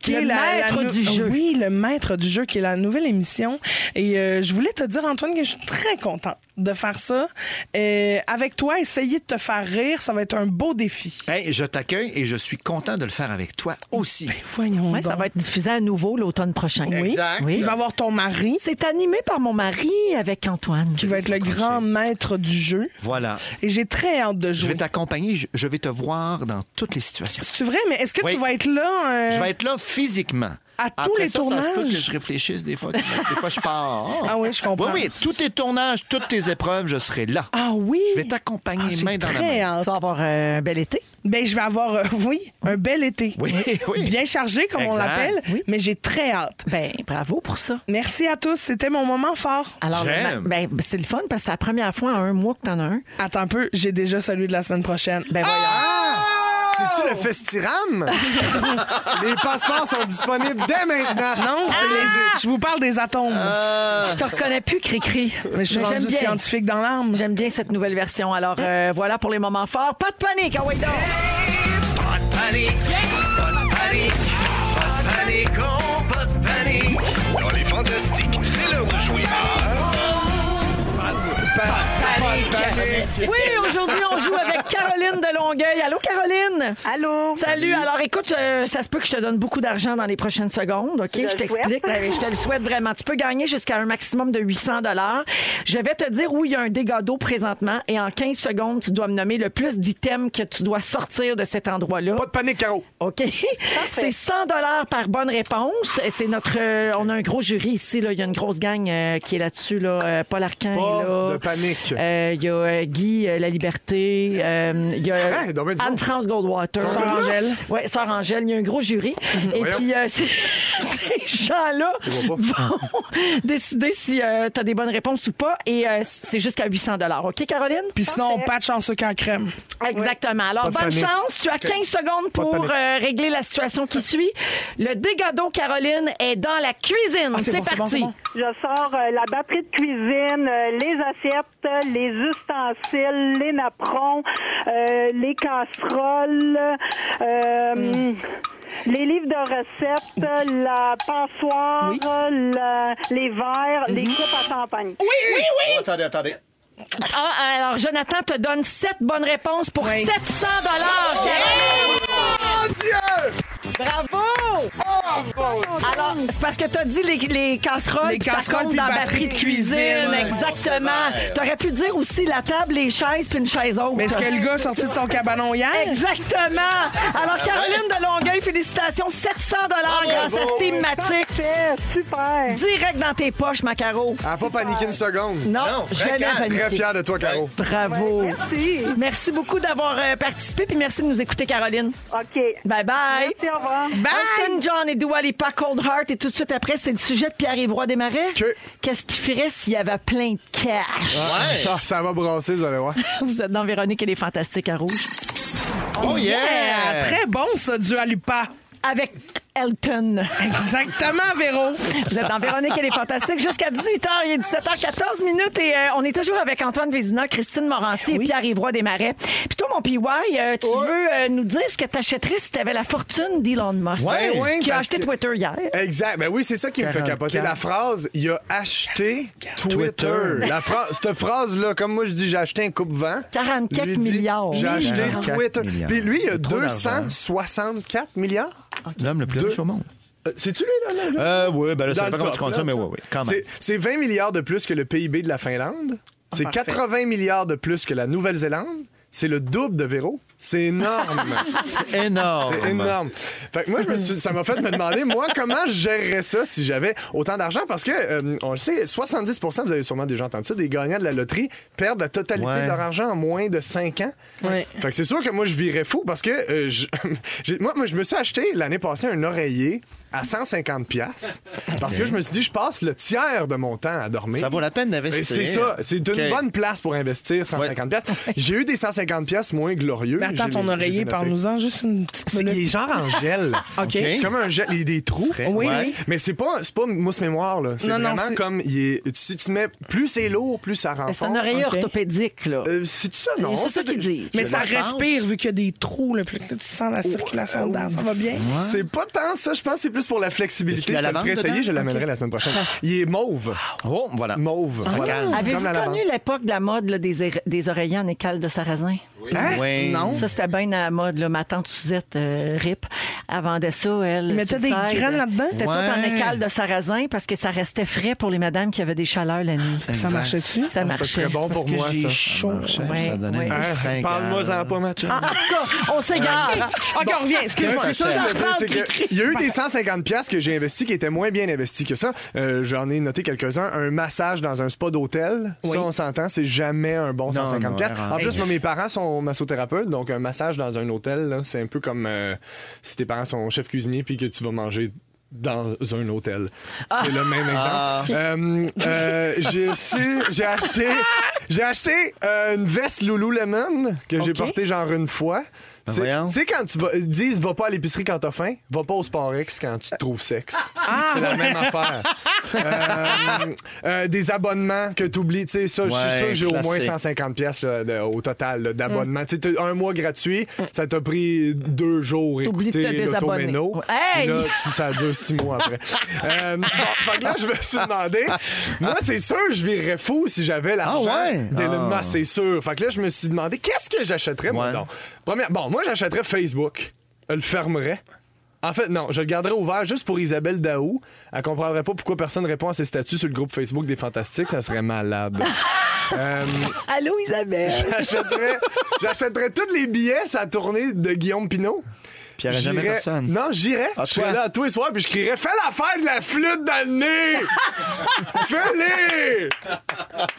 Speaker 6: qui
Speaker 3: Le
Speaker 6: est la, la
Speaker 3: maître
Speaker 6: nou-
Speaker 3: du jeu.
Speaker 6: Oui, le maître du jeu, qui est la nouvelle émission. Et euh, je voulais te dire, Antoine, que je suis très contente de faire ça. Euh, avec toi, essayer de te faire rire, ça va être un beau défi.
Speaker 4: Hey, je t'accueille et je suis content de le faire avec toi aussi.
Speaker 6: Voyons
Speaker 3: Ouais, ça
Speaker 6: donc.
Speaker 3: va être diffusé à nouveau l'automne prochain.
Speaker 6: Ben, Oui.
Speaker 4: Exact.
Speaker 3: Oui.
Speaker 6: Il va avoir ton mari.
Speaker 3: C'est animé par mon mari avec Marc-Antoine.
Speaker 6: qui va être le grand maître du jeu.
Speaker 4: Voilà.
Speaker 6: Et j'ai très hâte de
Speaker 4: Je vais
Speaker 6: jouer.
Speaker 4: t'accompagner, je- je vais te voir dans toutes les situations.
Speaker 6: C'est vrai, mais est-ce que
Speaker 4: Oui.
Speaker 6: tu vas être là? euh,
Speaker 4: Je vais être là physiquement.
Speaker 6: À tous
Speaker 4: Après
Speaker 6: les
Speaker 4: ça, Ça se peut que
Speaker 6: tournages?
Speaker 4: je réfléchisse des fois. que- des fois, je pars.
Speaker 6: Ah oui, je comprends.
Speaker 4: Oui, oui, tous tes tournages, toutes tes épreuves, je serai là.
Speaker 6: Ah oui!
Speaker 4: Je vais t'accompagner
Speaker 6: Ah, j'ai
Speaker 4: main dans la main.
Speaker 6: très hâte.
Speaker 3: Tu vas avoir euh, un bel été.
Speaker 6: Ben, je vais avoir, euh, oui, un bel été.
Speaker 4: Oui, oui.
Speaker 6: Bien chargé, comme on
Speaker 4: Exact.
Speaker 6: l'appelle, mais j'ai très hâte.
Speaker 3: Ben, bravo pour ça.
Speaker 6: Merci à tous, c'était mon moment fort.
Speaker 3: Alors, le
Speaker 4: J'aime.
Speaker 3: ma- ben, c'est le fun parce que c'est la première fois en un mois que t'en as un.
Speaker 6: Attends un peu, j'ai déjà celui de la semaine prochaine.
Speaker 3: Ben, voyons.
Speaker 2: Ah! C'est-tu le festiram? les passeports sont disponibles dès maintenant.
Speaker 6: Ah! Non, c'est
Speaker 3: Ah!
Speaker 6: les... je vous parle des atomes.
Speaker 4: Euh,
Speaker 3: Je te reconnais plus, Cricri.
Speaker 6: mais je suis
Speaker 3: j'aime
Speaker 6: rendue
Speaker 3: bien.
Speaker 6: scientifique dans l'âme.
Speaker 3: J'aime bien cette nouvelle version. Alors, euh, voilà pour les moments forts. Pas de panique, ah ouais, donc.
Speaker 5: Pas de panique, pas de panique, pas de panique, oh, pas de panique. Dans les fantastiques, c'est l'heure de jouer à. Pas de- pas de panique.
Speaker 3: Oui, aujourd'hui, on joue avec Caroline de Longueuil. Allô, Caroline? Allô. Salut. Alors, écoute, euh, ça se peut que je te donne beaucoup d'argent dans les prochaines secondes, OK? Je t'explique. Ben, je te le souhaite vraiment. Tu peux gagner jusqu'à un maximum de 800 Je vais te dire où il y a un dégât d'eau présentement et en 15 secondes, tu dois me nommer le plus d'items que tu dois sortir de cet endroit-là.
Speaker 2: Pas de panique, Caro.
Speaker 3: OK. C'est 100 dollars par bonne réponse. Et C'est notre euh, on a un gros jury ici là, il y a une grosse gang euh, qui est là-dessus là, Euh, Paul Arcand
Speaker 2: Pas
Speaker 3: est là.
Speaker 2: de panique.
Speaker 3: Euh, il y a euh, Guy euh, La Liberté, Euh, il y a
Speaker 2: Hein, donc ben du monde.
Speaker 3: Anne France Goldwater.
Speaker 6: Sœur Angèle.
Speaker 3: Oui, Sœur Angèle, il y a un gros jury et
Speaker 2: Mhm. Voyons.
Speaker 3: puis euh, ces ces gens-là
Speaker 2: vois pas.
Speaker 3: vont décider si tu as des bonnes réponses ou pas et euh, c'est jusqu'à 800 dollars. OK Caroline
Speaker 6: Puis sinon, on patch en sucre à crème.
Speaker 3: Exactement. Alors,
Speaker 2: Pas de
Speaker 3: bonne
Speaker 2: panique.
Speaker 3: chance. Tu as 15 secondes
Speaker 2: Pas de
Speaker 3: pour
Speaker 2: panique.
Speaker 3: euh, régler la situation qui suit. Le dégât d'eau, Caroline, est dans la cuisine.
Speaker 6: Ah, c'est
Speaker 3: c'est
Speaker 6: bon, c'est bon,
Speaker 3: parti.
Speaker 6: c'est bon.
Speaker 9: Je sors euh, la batterie de cuisine, euh, les assiettes, euh, les ustensiles, les napperons, euh, les casseroles, euh,
Speaker 3: Hmm.
Speaker 9: les livres de recettes, euh, la passoire,
Speaker 6: Oui.
Speaker 9: euh, la- les verres, les
Speaker 3: Mhm.
Speaker 9: coupes à champagne.
Speaker 4: Oh, attendez, attendez.
Speaker 3: Ah, alors, Jonathan te donne 7 bonnes réponses pour
Speaker 6: Oui.
Speaker 3: 700 dollars, Ah, Caroline.
Speaker 2: Mon Dieu!
Speaker 3: Bravo! Alors, c'est parce que tu as dit les, les casseroles,
Speaker 6: Les
Speaker 3: puis ça
Speaker 6: casseroles,
Speaker 3: compte
Speaker 6: puis
Speaker 3: dans la
Speaker 6: batterie
Speaker 3: batterie de
Speaker 6: de
Speaker 3: cuisine.
Speaker 6: cuisine, ouais.
Speaker 3: Exactement. Tu aurais pu dire aussi la table, les chaises, puis une chaise haute.
Speaker 6: Mais est-ce que le gars sorti de son cabanon hier?
Speaker 3: Exactement.
Speaker 6: Ah
Speaker 3: Alors, Caroline de Longueuil, félicitations. 700 grâce à cette thématique.
Speaker 9: Parfait, super.
Speaker 3: Direct dans tes poches, Macaro.
Speaker 2: Elle n'a Ah, pas paniqué une seconde.
Speaker 3: Non,
Speaker 4: Non, très
Speaker 3: jamais
Speaker 4: fier,
Speaker 3: paniqué.
Speaker 2: Très fier de toi, Caro.
Speaker 3: Bravo.
Speaker 9: Merci.
Speaker 3: Merci beaucoup d'avoir euh, participé, puis merci de nous écouter, Caroline.
Speaker 9: OK.
Speaker 3: Bye bye.
Speaker 9: Merci, au revoir.
Speaker 3: Elton John et Dua Lipa, Cold Heart. Et tout de suite après, c'est le sujet de Pierre-Yvroy Desmarais.
Speaker 2: Que-
Speaker 3: Qu'est-ce qu'il ferait s'il y avait plein de cash?
Speaker 2: Ah, ça va brasser, vous allez voir.
Speaker 3: Vous êtes dans Véronique et les Fantastiques à Rouge.
Speaker 4: Oh yeah!
Speaker 6: Yeah! Très bon, ça, du alupa.
Speaker 3: Avec Elton.
Speaker 6: Exactement, Véro.
Speaker 3: Vous êtes dans Véronique, elle est fantastique. Jusqu'à 18h, il est 17h14 minutes et euh, on est toujours avec Antoine Vézina, Christine Morancy et Pierre Évroy Desmarais. Puis toi, mon PY, euh, tu veux euh, nous dire ce que tu achèterais si tu avais la fortune d'Elon Musk, euh,
Speaker 2: Ouais, ouais,
Speaker 3: qui a
Speaker 2: parce
Speaker 3: acheté
Speaker 2: que-
Speaker 3: Twitter hier.
Speaker 2: Exact. Ben oui, c'est ça qui me fait
Speaker 4: 44.
Speaker 2: capoter. La phrase, il a acheté Twitter.
Speaker 4: Twitter.
Speaker 2: La phrase, cette phrase-là, comme moi je dis, j'ai acheté un coupe-vent.
Speaker 3: 44
Speaker 2: Lui dit,
Speaker 3: milliards.
Speaker 2: J'ai acheté
Speaker 4: 44
Speaker 2: Twitter.
Speaker 4: milliards.
Speaker 2: Puis lui, il a
Speaker 4: Trop d'argent.
Speaker 2: 264 milliards.
Speaker 4: L'homme le plus
Speaker 2: Deux.
Speaker 4: riche au monde.
Speaker 2: Euh, C'est-tu lui, là? là, là?
Speaker 4: Euh, oui, ben là,
Speaker 2: Dans
Speaker 4: ça dépend
Speaker 2: le
Speaker 4: comment
Speaker 2: top,
Speaker 4: tu comptes ça,
Speaker 2: là,
Speaker 4: mais
Speaker 2: ça.
Speaker 4: oui, oui, quand même.
Speaker 2: C'est- C'est 20 milliards de plus que le PIB de la Finlande.
Speaker 4: Ah,
Speaker 2: C'est 80 milliards de plus que la Nouvelle-Zélande. C'est le double de Véro. C'est énorme.
Speaker 4: C'est énorme.
Speaker 2: C'est énorme. Fait que moi, je me suis- ça m'a fait me demander, moi, comment je gérerais ça si j'avais autant d'argent? Parce que, euh, on le sait, 70 vous avez sûrement déjà entendu ça, des gagnants de la loterie perdent la totalité
Speaker 4: Ouais.
Speaker 2: de leur argent en moins de 5 ans.
Speaker 6: Ouais.
Speaker 2: Fait que c'est sûr que moi, je virais fou parce que euh, je- j'ai- moi, moi, je me suis acheté l'année passée un oreiller à 150 pièces parce que je me suis dit, je passe le tiers de mon temps à dormir.
Speaker 4: Ça vaut la peine d'investir.
Speaker 2: Et C'est ça. C'est une
Speaker 4: OK.
Speaker 2: bonne place pour investir 150 pièces. J'ai eu des 150 pièces moins glorieux.
Speaker 6: Mais attends,
Speaker 2: J'ai-
Speaker 6: ton
Speaker 2: j'ai
Speaker 6: oreiller,
Speaker 2: noté.
Speaker 6: parle-nous-en juste une petite
Speaker 2: C'est- Il est
Speaker 6: minute.
Speaker 2: genre en gel.
Speaker 6: OK.
Speaker 2: C'est comme un gel. Il y a des trous.
Speaker 6: Oui,
Speaker 4: Ouais.
Speaker 6: oui.
Speaker 2: Mais c'est pas, c'est pas mousse-mémoire, là. C'est
Speaker 6: Non, non,
Speaker 2: vraiment
Speaker 6: c'est-
Speaker 2: comme. il est- si tu mets. Plus c'est lourd, plus ça
Speaker 3: C'est
Speaker 2: renforce.
Speaker 3: un oreiller
Speaker 6: ok.
Speaker 3: orthopédique, là.
Speaker 2: Euh, C'est-tu ça, non?
Speaker 3: c'est ça qu'ils disent.
Speaker 6: Mais ça
Speaker 4: le pense. Oh,
Speaker 6: respire vu qu'il y a des trous. Là, puis là, tu sens la circulation d'air. Ça va bien?
Speaker 2: C'est pas tant ça, je pense que c'est plus juste pour la flexibilité,
Speaker 4: Y a-tu de
Speaker 2: je
Speaker 4: la
Speaker 2: te le ferai
Speaker 4: lavande
Speaker 2: essayer,
Speaker 4: dedans?
Speaker 2: je l'amènerai la semaine prochaine. Il est mauve.
Speaker 4: Oh, voilà.
Speaker 2: Mauve. Voilà.
Speaker 4: calme.
Speaker 3: Avez-vous
Speaker 2: Comme la lavande.
Speaker 3: connu l'époque de la mode là, des, é- des oreillers en écale de sarrasin?
Speaker 4: Oui.
Speaker 6: Hein? Non.
Speaker 3: Ça, c'était bien à la mode. Là. Ma tante Suzette euh, Rip, elle vendait ça, elle. sur
Speaker 6: mettait
Speaker 3: le
Speaker 6: des
Speaker 3: side.
Speaker 6: graines là-dedans?
Speaker 3: C'était
Speaker 4: Ouais.
Speaker 3: tout en écale de sarrasin parce que ça restait frais pour les madames qui avaient des chaleurs la nuit.
Speaker 6: Ça marchait-tu?
Speaker 3: Ça
Speaker 2: Ça
Speaker 3: marchait.
Speaker 2: serait bon
Speaker 6: Parce
Speaker 2: pour
Speaker 6: que
Speaker 2: moi,
Speaker 6: j'ai
Speaker 2: ça.
Speaker 6: chaud.
Speaker 3: Ouais,
Speaker 4: Ça donnait
Speaker 3: ouais.
Speaker 4: des
Speaker 2: Hein?
Speaker 4: fringues,
Speaker 2: Parle-moi-en
Speaker 4: hein.
Speaker 2: pas, Mathieu.
Speaker 3: En tout cas, on s'égare.
Speaker 6: OK, on revient. Excuse-moi.
Speaker 2: Ouais, c'est ça,
Speaker 4: ça.
Speaker 2: je veux dire,
Speaker 3: parle,
Speaker 2: c'est
Speaker 3: tu
Speaker 2: que il y a eu des 150 pièces que j'ai investis qui étaient moins bien investis que ça. Euh, J'en ai noté quelques-uns. Un massage dans un spa d'hôtel, ça on s'entend, c'est jamais un bon
Speaker 4: Non,
Speaker 2: 150 pièces.
Speaker 4: non,
Speaker 2: En
Speaker 4: erreur.
Speaker 2: plus,
Speaker 4: Hey.
Speaker 2: moi, mes parents sont massothérapeutes, donc un massage dans un hôtel, là, c'est un peu comme euh, si tes parents sont chef cuisinier puis que tu vas manger dans un hôtel. C'est le même exemple. Euh, euh, j'ai su, j'ai acheté, j'ai acheté euh, une veste Lululemon que j'ai portée genre une fois. C'est-
Speaker 4: voyons.
Speaker 2: tu sais, quand tu vas, ils disent va pas à l'épicerie quand t'as faim, va pas au Sporex quand tu te trouves sexe.
Speaker 3: Ah,
Speaker 2: c'est la même affaire. Euh, euh, des abonnements que tu oublies. Tu sais, ça, je
Speaker 4: Ouais,
Speaker 2: suis sûr que j'ai au moins
Speaker 4: classique.
Speaker 2: 150$ pièces là, de- au total là, d'abonnements.
Speaker 3: Mm.
Speaker 2: Tu sais, t'as un mois gratuit, ça t'a pris deux jours
Speaker 3: T'as oublié de te
Speaker 2: écouter
Speaker 3: désabonner.
Speaker 2: l'automéno.
Speaker 3: Ouais. Hey!
Speaker 2: Puis là, tu- ça dure six mois après. euh, bon, fait que là, je me suis demandé, moi, c'est sûr, je virerais fou si j'avais l'argent
Speaker 4: Ah ouais?
Speaker 2: d'Elon
Speaker 4: Ah.
Speaker 2: Musk, c'est sûr. Fait que là, je me suis demandé, qu'est-ce que j'achèterais, moi,
Speaker 4: Ouais.
Speaker 2: donc? Première, bon, moi, j'achèterais Facebook. Je le fermerais. En fait, non, je le garderais ouvert juste pour Isabelle Daou. Elle comprendrait pas pourquoi personne répond à ses statuts sur le groupe Facebook des Fantastiques. Ça serait malade.
Speaker 3: Allô, Isabelle.
Speaker 2: J'achèterais- J'achèterais tous les billets à la tournée de Guillaume Pinot.
Speaker 4: Puis il n'y aurait jamais
Speaker 2: J'irais-
Speaker 4: personne.
Speaker 2: Non, j'irais.
Speaker 4: Ah,
Speaker 2: je serais
Speaker 4: toi?
Speaker 2: là tous les soirs puis je crierais Fais l'affaire de la flûte dans le nez Fais-les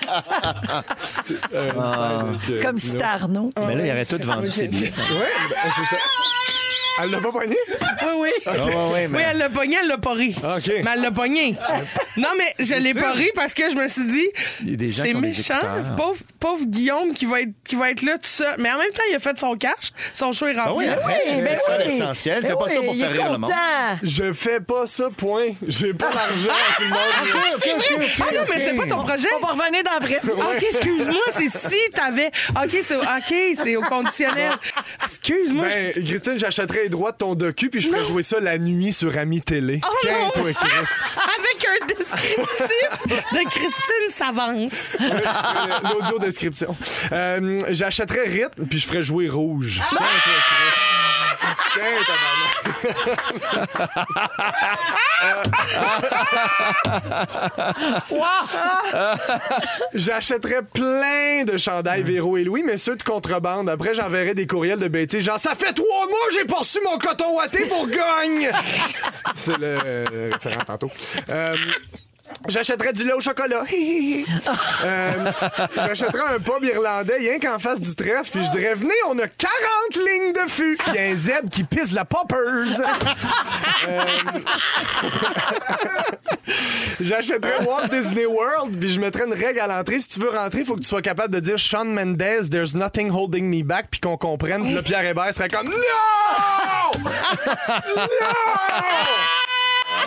Speaker 4: Ah.
Speaker 2: C'est, euh, une scène avec, euh,
Speaker 3: Comme si
Speaker 2: Pinot.
Speaker 3: c'était Arnaud.
Speaker 4: Mais là, il aurait tout vendu ses billets.
Speaker 2: Ouais, ben, c'est ça. Elle l'a pas poigné?
Speaker 6: Oui,
Speaker 3: Eh
Speaker 6: oui.
Speaker 4: Ah, ouais, ouais, mais-
Speaker 6: Oui, elle l'a pogné, elle l'a pas ri.
Speaker 2: Ah, OK.
Speaker 6: Mais elle l'a pogné. Non, mais je l'ai pas ri parce que je me suis
Speaker 4: Il y a des
Speaker 6: dit,
Speaker 4: gens
Speaker 6: c'est
Speaker 4: qui ont des
Speaker 6: méchant.
Speaker 4: écouteurs.
Speaker 6: Pauvre, pauvre Guillaume qui va, être, qui va être là tout seul. Mais en même temps, il a fait son cash. Son show est
Speaker 4: Ah
Speaker 6: rempli.
Speaker 4: oui, après, c'est
Speaker 3: Ben
Speaker 4: ça
Speaker 3: oui.
Speaker 4: l'essentiel. Fais
Speaker 3: Ben
Speaker 4: pas ça
Speaker 3: oui,
Speaker 4: pour
Speaker 3: il
Speaker 4: faire
Speaker 3: est
Speaker 4: rire le monde.
Speaker 3: content.
Speaker 2: Je fais pas ça, point. J'ai pas l'argent. tout le monde.
Speaker 6: Ah non, mais c'est pas ton projet.
Speaker 3: On va revenir dans la vraie vie.
Speaker 6: OK, excuse-moi, c'est si t'avais. OK, c'est OK, c'est au conditionnel. Excuse-moi.
Speaker 2: Ben, Christine, j'achèterais les droits de ton docu puis je ferais jouer ça la nuit sur Ami Télé.
Speaker 6: Oh
Speaker 2: Tiens,
Speaker 6: non!
Speaker 2: toi, Chris.
Speaker 6: je- Avec un descriptif de Christine Savance.
Speaker 2: L'audio description. Euh, J'achèterais rythme puis je ferais jouer rouge. Tiens, toi, Chris. Tiens, tabarnak. Euh, J'achèterais plein de chandails Véro et Louis, mais ceux de contrebande. Après, j'enverrais des courriels de bêtises. Genre, ça fait trois mois que j'ai poursu mon coton watté pour gagne! C'est le euh, référent tantôt. Euh, J'achèterais du lait au chocolat. Euh, J'achèterais un pub irlandais, rien qu'en face du trèfle, puis je dirais Venez, on a 40 lignes de fût. Puis un zèbre qui pisse de la poppers. Euh, J'achèterais Walt Disney World, puis je mettrais une règle à l'entrée. Si tu veux rentrer, il faut que tu sois capable de dire Sean Mendez, there's nothing holding me back, puis qu'on comprenne. Puis là, Pierre Hébert serait comme Non! Non!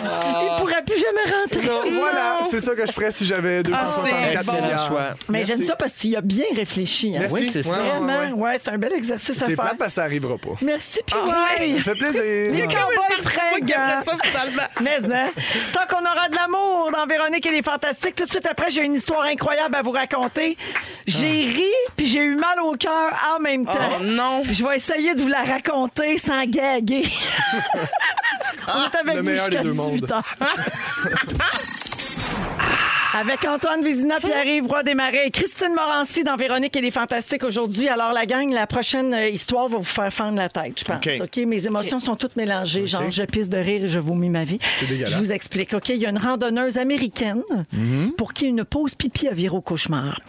Speaker 2: Ah.
Speaker 3: Il pourra plus jamais rentrer.
Speaker 2: Donc, voilà, c'est ça que je ferais si j'avais
Speaker 6: c'est
Speaker 2: 264
Speaker 4: Ah, Excellent
Speaker 2: milliards.
Speaker 4: choix.
Speaker 3: Mais j'aime ça parce que tu y as bien réfléchi. hein.
Speaker 2: Merci.
Speaker 4: Oui, c'est
Speaker 2: Ouais,
Speaker 4: ça.
Speaker 2: ouais,
Speaker 3: Vraiment,
Speaker 2: ouais.
Speaker 3: ouais, c'est un bel exercice à
Speaker 2: C'est
Speaker 3: faire.
Speaker 2: plate parce que ça arrivera pas. Ah,
Speaker 3: Merci, puis
Speaker 2: Ça fait plaisir.
Speaker 6: Comme une
Speaker 3: bon
Speaker 6: partie de moi
Speaker 3: fringant.
Speaker 6: qui aimerait ça, finalement.
Speaker 3: Mais hein, tant qu'on aura de l'amour dans Véronique et les Fantastiques, tout de suite après, j'ai une histoire incroyable à vous raconter. J'ai
Speaker 2: Ah.
Speaker 3: ri, puis j'ai eu mal au cœur en même temps.
Speaker 6: Oh non.
Speaker 3: Je vais essayer de vous la raconter sans gaguer. On est avec
Speaker 2: Ah, le
Speaker 3: vous
Speaker 2: meilleur des
Speaker 3: jusqu'à
Speaker 2: deux mondes.
Speaker 3: 18 h Avec Antoine Vézina, Pierre-Yves Roy Desmarais et Christine Morancy dans Véronique et les Fantastiques aujourd'hui. Alors, la gang, la prochaine euh, histoire va vous faire fendre la tête, je pense.
Speaker 4: OK.
Speaker 3: OK? Mes émotions sont toutes mélangées. Genre, je pisse de rire et je vomis ma vie.
Speaker 2: C'est dégueulasse.
Speaker 3: Je vous explique. OK? Il y a une randonneuse américaine
Speaker 6: Mm-hmm.
Speaker 3: pour qui une pause pipi a viré au cauchemar.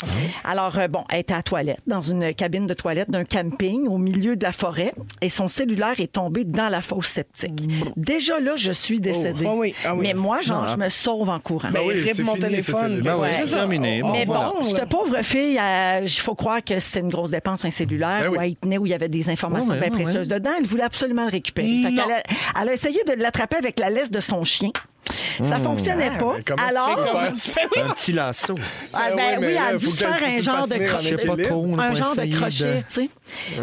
Speaker 3: Alors, euh, bon, elle était à la toilette, dans une cabine de toilette d'un camping au milieu de la forêt et son cellulaire est tombé dans la fosse septique. Déjà là, je suis décédée.
Speaker 6: Mm-hmm. Ah oui, ah oui.
Speaker 3: Mais moi, genre, je me sauve en courant.
Speaker 6: Ben,
Speaker 2: oui,
Speaker 6: rip
Speaker 2: c'est
Speaker 6: mon
Speaker 2: fini, ça,
Speaker 6: téléphone. Ah,
Speaker 2: c'est
Speaker 4: Ben oui,
Speaker 3: Ouais. Oh,
Speaker 4: c'est terminé. Bon,
Speaker 3: Mais
Speaker 4: voilà.
Speaker 3: bon, cette pauvre fille, euh, il faut croire que c'était une grosse dépense, un cellulaire,
Speaker 2: Ben oui.
Speaker 3: où elle y tenait, où il y avait des informations
Speaker 4: Ouais, ouais,
Speaker 3: bien
Speaker 4: ouais,
Speaker 3: précieuses dedans. Elle voulait absolument le récupérer. Fait
Speaker 6: Non.
Speaker 3: qu'elle a- elle a essayé de l'attraper avec la laisse de son chien. Ça fonctionnait pas.
Speaker 2: Hmm. Ah, mais comment tu
Speaker 3: Alors,
Speaker 2: sais faire ça?
Speaker 6: Ben oui,
Speaker 4: Un petit lanceau.
Speaker 3: Ah, ben
Speaker 2: Ben oui, mais
Speaker 3: oui,
Speaker 2: là,
Speaker 3: elle a dû
Speaker 2: faut que
Speaker 3: faire
Speaker 2: tu
Speaker 3: un
Speaker 2: le
Speaker 3: genre
Speaker 2: fasses
Speaker 3: de
Speaker 2: tenir en
Speaker 4: Je sais
Speaker 3: crochet.
Speaker 4: pas
Speaker 2: équilibre.
Speaker 4: trop. on a
Speaker 3: Un
Speaker 4: pas
Speaker 3: genre de
Speaker 4: essayé
Speaker 3: crochet, tu sais.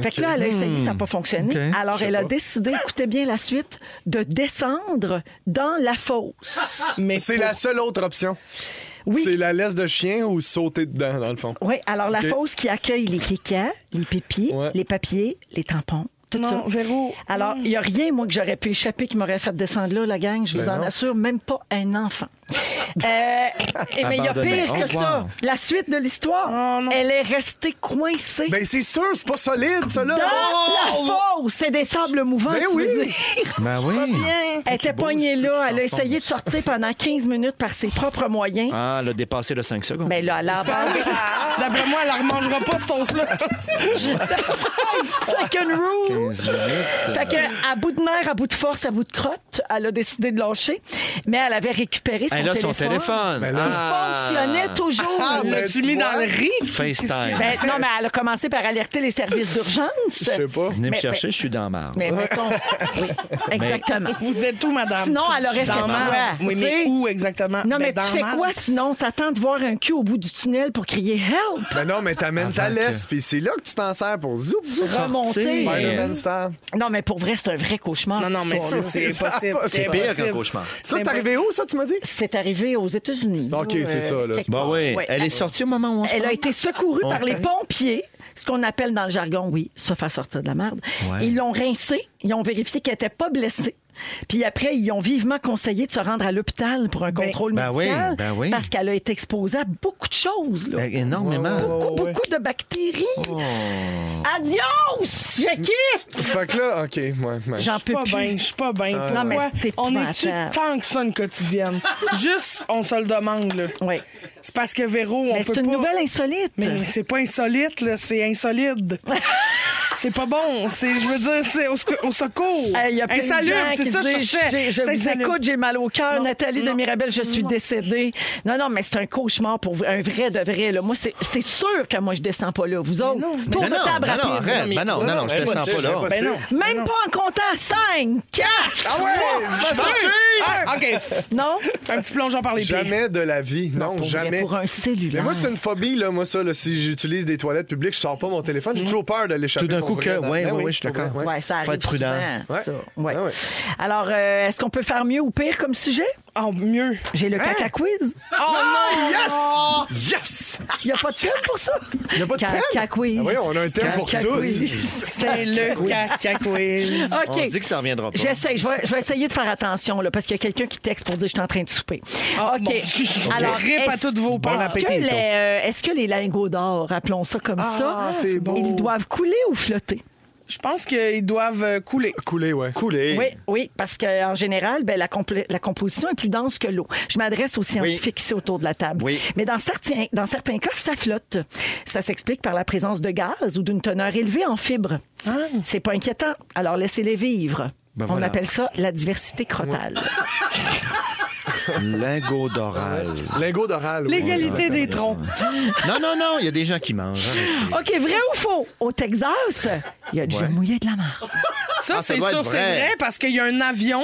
Speaker 3: Fait que là, elle a essayé, ça n'a pas
Speaker 2: Hmm.
Speaker 3: fonctionné.
Speaker 4: Ok.
Speaker 3: Alors, elle a décidé, écoutez bien la suite, de descendre dans la fosse.
Speaker 6: mais
Speaker 2: C'est la seule autre option.
Speaker 3: Ah, Oui.
Speaker 2: C'est la laisse de chien ou sauter dedans, dans le fond.
Speaker 3: Oui, alors la
Speaker 2: Ok.
Speaker 3: fosse qui accueille les kékas, les pipis,
Speaker 2: Ouais.
Speaker 3: les papiers, les tampons. Tout ça.
Speaker 6: Non, Véro.
Speaker 3: Alors, il n'y a rien, moi, que j'aurais pu échapper qui m'aurait fait descendre là, la gang, je vous
Speaker 2: Ben
Speaker 3: en
Speaker 2: non.
Speaker 3: assure, même pas un enfant. Euh, et mais ben, il y a
Speaker 4: Abandonné.
Speaker 3: pire que
Speaker 4: Au
Speaker 3: ça.
Speaker 4: revoir.
Speaker 3: La suite de l'histoire,
Speaker 6: Oh, non.
Speaker 3: elle est restée coincée.
Speaker 2: Ben, c'est sûr, c'est pas solide, ça, là.
Speaker 3: dans
Speaker 2: Oh!
Speaker 3: la fosse, c'est des sables mouvants,
Speaker 2: Ben
Speaker 3: tu veux
Speaker 2: oui.
Speaker 3: dire.
Speaker 4: Ben oui.
Speaker 3: Elle était poignée
Speaker 4: bouges,
Speaker 3: là,
Speaker 4: tu
Speaker 3: elle a essayé de sortir pendant 15 minutes par ses propres moyens.
Speaker 4: Ah, elle a dépassé le 5 secondes.
Speaker 3: Mais là, elle a abandonné.
Speaker 6: Ah! D'après moi, elle la remangera pas, cette once-là.
Speaker 3: Second rule.
Speaker 4: 15 minutes.
Speaker 3: Fait que, à bout de nerfs, à bout de force, à bout de crotte, elle a décidé de lâcher, mais elle avait récupéré son
Speaker 4: Elle a
Speaker 3: téléphone.
Speaker 4: Ben son téléphone.
Speaker 2: Mais
Speaker 3: Qui
Speaker 2: Ben là-
Speaker 4: Ah.
Speaker 3: fonctionnait toujours.
Speaker 2: Ah, ben,
Speaker 6: L'as-tu
Speaker 2: tu
Speaker 6: mis
Speaker 2: vois?
Speaker 6: dans le riz?
Speaker 4: FaceTime.
Speaker 3: Ben, non, mais elle a commencé par alerter les services d'urgence.
Speaker 2: Je sais pas.
Speaker 4: Venez me
Speaker 3: Mais-
Speaker 4: chercher, je suis dans marre.
Speaker 3: Mais mettons. Oui, exactement.
Speaker 6: Vous êtes où, madame?
Speaker 3: Sinon, elle aurait fait
Speaker 6: Dans
Speaker 3: quoi?
Speaker 6: marre. Oui,
Speaker 3: Tu sais?
Speaker 6: mais où exactement?
Speaker 3: Non,
Speaker 6: Ben,
Speaker 3: mais tu
Speaker 6: dans
Speaker 3: fais
Speaker 6: marre.
Speaker 3: quoi sinon? T'attends de voir un cul au bout du tunnel pour crier help,
Speaker 2: Ben non, mais t'amènes ta
Speaker 4: Avant
Speaker 2: laisse, puis c'est là que tu t'en sers pour zoup, zoup.
Speaker 3: remonter.
Speaker 4: Sortir.
Speaker 2: Spider-Man style.
Speaker 3: Non, mais pour vrai, c'est un vrai cauchemar.
Speaker 6: Non, non,
Speaker 3: cette
Speaker 6: mais ça,
Speaker 3: histoire-là.
Speaker 6: c'est impossible.
Speaker 2: C'est
Speaker 4: pire
Speaker 6: impossible.
Speaker 4: qu'un cauchemar.
Speaker 2: Ça, c'est
Speaker 6: impo-
Speaker 2: arrivé où, ça, tu m'as dit?
Speaker 3: C'est arrivé aux États-Unis.
Speaker 2: Ok,
Speaker 3: là,
Speaker 2: c'est ça, là.
Speaker 3: quelque
Speaker 4: Bah
Speaker 3: part.
Speaker 4: oui,
Speaker 3: Ouais.
Speaker 4: elle est sortie au moment où on se
Speaker 3: Elle a
Speaker 4: parle.
Speaker 3: été secourue par les pompiers, ce qu'on appelle dans le jargon, oui, se faire sortir de la merde.
Speaker 4: Ouais.
Speaker 3: Ils l'ont rincée, ils ont vérifié qu'elle n'était pas blessée. Puis après, ils ont vivement conseillé de se rendre à l'hôpital pour un contrôle
Speaker 4: ben oui,
Speaker 3: médical
Speaker 4: ben oui.
Speaker 3: parce qu'elle a été exposée à beaucoup de choses. là.
Speaker 4: Ben, Oh. Énormément.
Speaker 3: beaucoup, beaucoup de bactéries. Adios! Je quitte!
Speaker 2: Fait que là, OK, ouais. ouais.
Speaker 3: J'en peux
Speaker 6: pas
Speaker 3: plus.
Speaker 6: bien, je suis pas bien. Pourquoi?
Speaker 3: mais c'est
Speaker 6: on est-tu
Speaker 3: épouvantable.
Speaker 6: tant que ça une quotidienne? Juste, on se le demande, là.
Speaker 3: Oui.
Speaker 6: C'est parce que Véro, on
Speaker 3: Mais
Speaker 6: peut
Speaker 3: c'est une
Speaker 6: pas...
Speaker 3: nouvelle insolite.
Speaker 6: Mais c'est pas insolite, là, c'est insolide. c'est pas bon, c'est, je veux dire, c'est au, sec- au secours.
Speaker 3: Hey, Il y a plein de gens
Speaker 6: Insalubre,
Speaker 3: qui
Speaker 6: c'est ça que je
Speaker 3: disent,
Speaker 6: cherchais.
Speaker 3: j'ai- je
Speaker 6: C'est
Speaker 3: vous
Speaker 6: insalubre.
Speaker 3: écoute, j'ai mal au cœur.
Speaker 6: Non,
Speaker 3: Nathalie de
Speaker 6: non,
Speaker 3: Mirabel, je suis décédée. Non, non, mais c'est un cauchemar pour vous, un vrai de vrai. Là. Moi, c'est c'est sûr que moi, je descends pas là. Vous autres, tour
Speaker 4: Ben
Speaker 3: de
Speaker 4: non,
Speaker 3: table
Speaker 4: ben non,
Speaker 3: rapide.
Speaker 4: arrête. Ben non, non, non, je te
Speaker 2: Impossible,
Speaker 4: sens pas là.
Speaker 2: impossible.
Speaker 6: Ben non.
Speaker 3: Même pas en comptant 5, 4,
Speaker 2: Ah ouais! Je suis sorti!
Speaker 6: Ah, OK.
Speaker 3: non?
Speaker 6: Un petit plongeon par les pieds.
Speaker 2: Jamais de la vie. Non,
Speaker 3: Pour vrai,
Speaker 2: jamais.
Speaker 3: Pour un
Speaker 2: Mais
Speaker 3: cellulaire.
Speaker 2: moi, c'est une phobie, là, moi, ça, là, si j'utilise des toilettes publiques, je sors pas mon téléphone, j'ai toujours peur de l'échapper.
Speaker 4: Tout d'un
Speaker 2: pour
Speaker 4: coup
Speaker 2: vrai,
Speaker 4: que-
Speaker 2: dans-
Speaker 4: ouais,
Speaker 2: Ben
Speaker 4: ouais,
Speaker 2: oui,
Speaker 4: ouais, je suis
Speaker 2: pour vrai,
Speaker 4: d'accord.
Speaker 2: ouais.
Speaker 3: Ouais, ça
Speaker 4: Faut
Speaker 3: arrive
Speaker 4: être prudent.
Speaker 3: souvent,
Speaker 2: Ouais.
Speaker 3: ça. Ouais.
Speaker 2: Ah ouais.
Speaker 3: Alors, euh, est-ce qu'on peut faire mieux ou pire comme sujet?
Speaker 6: Oh, mieux.
Speaker 3: J'ai le caca quiz.
Speaker 6: Oh non!
Speaker 3: Oh!
Speaker 2: Ah, yes! Yes!
Speaker 3: Il n'y a pas de thème pour ça. Il
Speaker 2: n'y a pas de
Speaker 3: caca
Speaker 2: thème?
Speaker 3: quiz.
Speaker 2: Ah oui, on a un thème pour
Speaker 3: Caca
Speaker 2: tout.
Speaker 3: quiz.
Speaker 6: C'est le caca quiz.
Speaker 3: OK.
Speaker 4: On se dit que ça reviendra pas.
Speaker 3: J'essaie, je vais, je vais essayer de faire attention là, parce qu'il y a quelqu'un qui texte pour dire je suis en train de souper.
Speaker 6: Ah,
Speaker 3: OK.
Speaker 6: mon Dieu.
Speaker 3: Alors,
Speaker 6: Rip à
Speaker 3: est-ce-
Speaker 6: toutes vos
Speaker 3: Est-ce
Speaker 6: peurs.
Speaker 3: que, les, euh, est-ce que les lingots d'or, appelons ça comme
Speaker 6: Ah,
Speaker 3: ça,
Speaker 2: c'est beau.
Speaker 3: ils doivent couler ou flotter?
Speaker 6: Je pense qu'ils doivent euh, couler.
Speaker 2: Couler, ouais.
Speaker 4: Couler.
Speaker 3: Oui, oui, parce qu'en général, ben, la, complé- la composition est plus dense que l'eau. Je m'adresse aux scientifiques ici autour de la table.
Speaker 4: Oui.
Speaker 3: Mais dans certains, dans certains cas, ça flotte. Ça s'explique par la présence de gaz ou d'une teneur élevée en fibres. C'est pas inquiétant. Alors laissez-les vivre.
Speaker 4: Ah. Ben
Speaker 3: On
Speaker 4: voilà.
Speaker 3: appelle ça la diversité crottale.
Speaker 4: Lingot d'oral.
Speaker 2: Lingot d'oral. oui.
Speaker 6: L'égalité des troncs.
Speaker 4: Non, non, non, il y a des gens qui mangent. arrêtez.
Speaker 3: OK, vrai ou faux? Au Texas, il y a du
Speaker 4: Ouais.
Speaker 3: mouillé de la marde.
Speaker 6: Ça,
Speaker 4: Ah, ça
Speaker 6: c'est
Speaker 4: doit
Speaker 6: sûr,
Speaker 4: être
Speaker 6: c'est
Speaker 4: vrai.
Speaker 6: vrai, parce qu'il y a un avion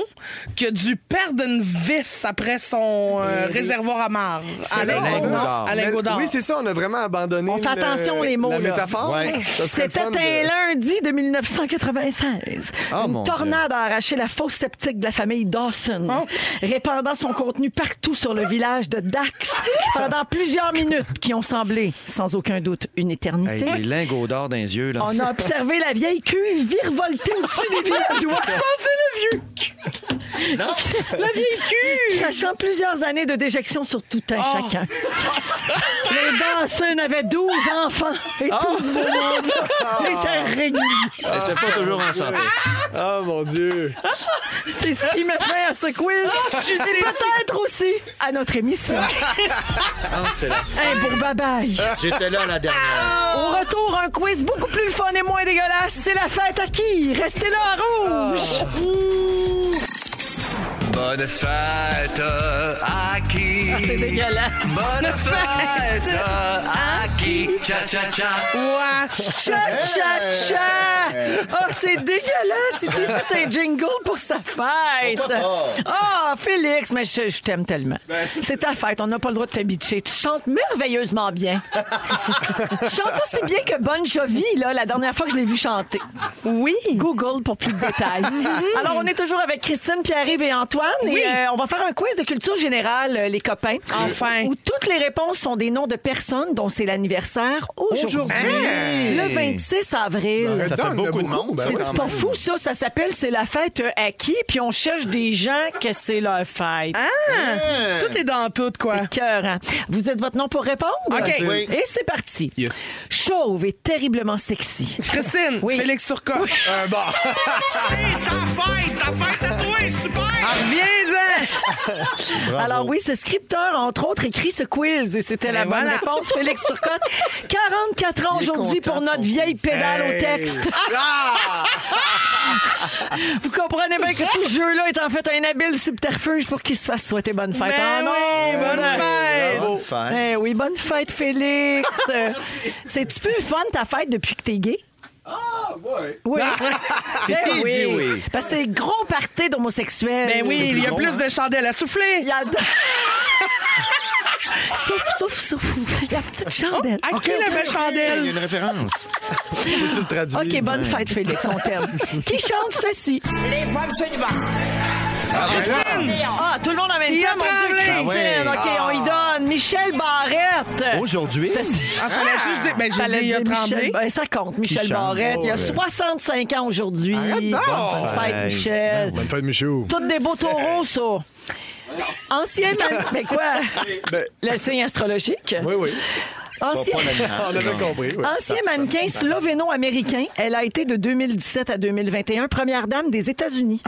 Speaker 6: qui a dû perdre une vis après son euh, réservoir à marre. À
Speaker 4: le
Speaker 6: lingot
Speaker 4: lingot
Speaker 6: d'or.
Speaker 4: d'or.
Speaker 6: À lingot d'or.
Speaker 2: Oui, c'est ça, on a vraiment abandonné.
Speaker 3: On fait
Speaker 2: le-
Speaker 3: attention, les mots,
Speaker 2: La
Speaker 3: là.
Speaker 2: métaphore.
Speaker 4: Ouais.
Speaker 2: Ça serait le
Speaker 3: C'était
Speaker 2: fun
Speaker 3: un
Speaker 2: de-
Speaker 3: lundi de 1996.
Speaker 4: Ah,
Speaker 3: Une
Speaker 4: mon
Speaker 3: tornade a arraché la fosse septique de la famille Dawson, répandant son contenu partout sur le village de Dax pendant plusieurs minutes qui ont semblé, sans aucun doute, une
Speaker 4: Hey,
Speaker 3: éternité.
Speaker 4: les lingots d'or dans les yeux, là.
Speaker 3: On a observé la vieille cuve virevolter au-dessus des villageois. Je pensais le vieux.
Speaker 4: Non.
Speaker 3: La vieille cuve. Oh. Crachant plusieurs années de déjection sur tout un chacun. Les Dawson avaient 12 enfants et tous beaux mondes étaient réunis.
Speaker 4: Elle était pas toujours en santé.
Speaker 2: Ah, mon Dieu.
Speaker 3: C'est ce qui me fait à ce quiz. Et peut-être aussi à notre émission. Eh,
Speaker 4: Ah, c'est la-
Speaker 3: Un beau babaille.
Speaker 4: J'étais là la dernière.
Speaker 3: Au retour, un quiz beaucoup plus le fun et moins dégueulasse. Oh. C'est la fête à qui? Restez là, à rouge!
Speaker 5: Bonne Bonne fête à qui
Speaker 3: C'est dégueulasse.
Speaker 5: Bonne fête à qui Cha cha cha.
Speaker 6: Ouah.
Speaker 3: Cha, cha, cha! Oh, c'est dégueulasse! Il s'est fait un jingle pour sa fête! Oh, Félix, mais je, je t'aime tellement. C'est ta fête, on n'a pas le droit de te bitcher. Tu chantes merveilleusement bien. Tu chantes aussi bien que Bon Jovi, là, la dernière fois que je l'ai vu chanter. Oui! Google pour plus de détails. Alors, on est toujours avec Christine, Pierre-Yves et Antoine. Et euh, on va faire un quiz de culture générale, euh, les copains.
Speaker 6: Enfin.
Speaker 3: Où toutes les réponses sont des noms de personnes dont c'est l'anniversaire aujourd'hui.
Speaker 4: Aujourd'hui. Ben,
Speaker 3: Le 26 avril.
Speaker 4: Ça
Speaker 2: Dedans, il y en
Speaker 4: fait
Speaker 2: a
Speaker 4: beaucoup de monde.
Speaker 3: c'est
Speaker 4: ben oui, quand
Speaker 3: pas
Speaker 4: même.
Speaker 3: fou, ça. Ça s'appelle C'est la fête euh, à qui? Puis on cherche des gens que c'est leur fête.
Speaker 6: Ah! Tout est dans tout, quoi.
Speaker 3: Écœurant. Vous êtes votre nom pour répondre?
Speaker 6: OK.
Speaker 4: Oui.
Speaker 3: Et c'est parti.
Speaker 2: Yes.
Speaker 3: Chauve et terriblement sexy.
Speaker 6: Christine,
Speaker 3: Oui.
Speaker 6: Félix Turcotte.
Speaker 2: Euh, bon.
Speaker 5: C'est ta fête, ta fête à toi, super.
Speaker 6: Reviens-en!
Speaker 4: Bravo.
Speaker 3: Alors oui, ce scripteur, entre autres, écrit ce quiz et c'était la
Speaker 6: Ben
Speaker 3: bonne
Speaker 6: voilà.
Speaker 3: réponse. Félix Turcotte, 44 ans
Speaker 4: Il est
Speaker 3: aujourd'hui
Speaker 4: content
Speaker 3: pour
Speaker 4: de
Speaker 3: notre
Speaker 4: son Ah!
Speaker 3: vieille pédale au texte. Vous comprenez bien que tout ce jeu-là est en fait un habile subterfuge pour qu'il se fasse souhaiter bonne fête.
Speaker 6: Ben
Speaker 3: Oh non!
Speaker 6: oui, bonne fête!
Speaker 4: Bonne fête.
Speaker 3: Eh oui, bonne fête, Félix. Euh, C'est-tu plus le fun ta fête depuis que t'es gay?
Speaker 6: Ah,
Speaker 3: Oui. Eh
Speaker 4: Il
Speaker 3: oui.
Speaker 4: dit oui.
Speaker 3: Parce que c'est gros party d'homosexuels.
Speaker 6: Ben oui, il y a
Speaker 4: gros,
Speaker 6: plus
Speaker 4: hein.
Speaker 6: de chandelles à souffler.
Speaker 3: Il y a... sauf, sauf, sauf. La petite chandelle.
Speaker 6: À qui la
Speaker 4: Il y
Speaker 6: belle
Speaker 4: a
Speaker 6: chandelle?
Speaker 4: une référence.
Speaker 2: Peux-tu le traduire?
Speaker 3: OK, bonne fête, Félix, on t'aime. Qui chante ceci? Ah, tout le monde en même
Speaker 6: Il
Speaker 3: temps,
Speaker 6: a
Speaker 3: mon Dieu,
Speaker 6: tremblé.
Speaker 3: Christine.
Speaker 4: Ah ouais.
Speaker 3: OK, on y donne. Michel Barrette.
Speaker 4: Aujourd'hui,
Speaker 6: Ah, fallait-tu que je dis- Ben, j'ai
Speaker 3: J'allais
Speaker 6: dit, il a
Speaker 3: dire
Speaker 6: tremblé.
Speaker 3: Michel- ben, ça compte, Michel
Speaker 4: Qui chante.
Speaker 3: Barrette. Il a
Speaker 4: Oh, ouais.
Speaker 3: 65 ans aujourd'hui.
Speaker 2: Arrête donc!
Speaker 3: Bonne fête,
Speaker 4: Fête. Ben
Speaker 3: Michel.
Speaker 2: Bonne fête, Michou.
Speaker 3: Toutes des beaux taureaux, ça. Ancien mal- Mais quoi?
Speaker 2: Ben-
Speaker 3: Le signe astrologique?
Speaker 2: Oui, oui.
Speaker 4: pas,
Speaker 3: Ancien...
Speaker 4: pas l'animal.
Speaker 2: On avait
Speaker 4: Non.
Speaker 2: compris. oui.
Speaker 3: Ancien mannequin sloveno-américain, elle a été de 2017 à 2021 première dame des États-Unis.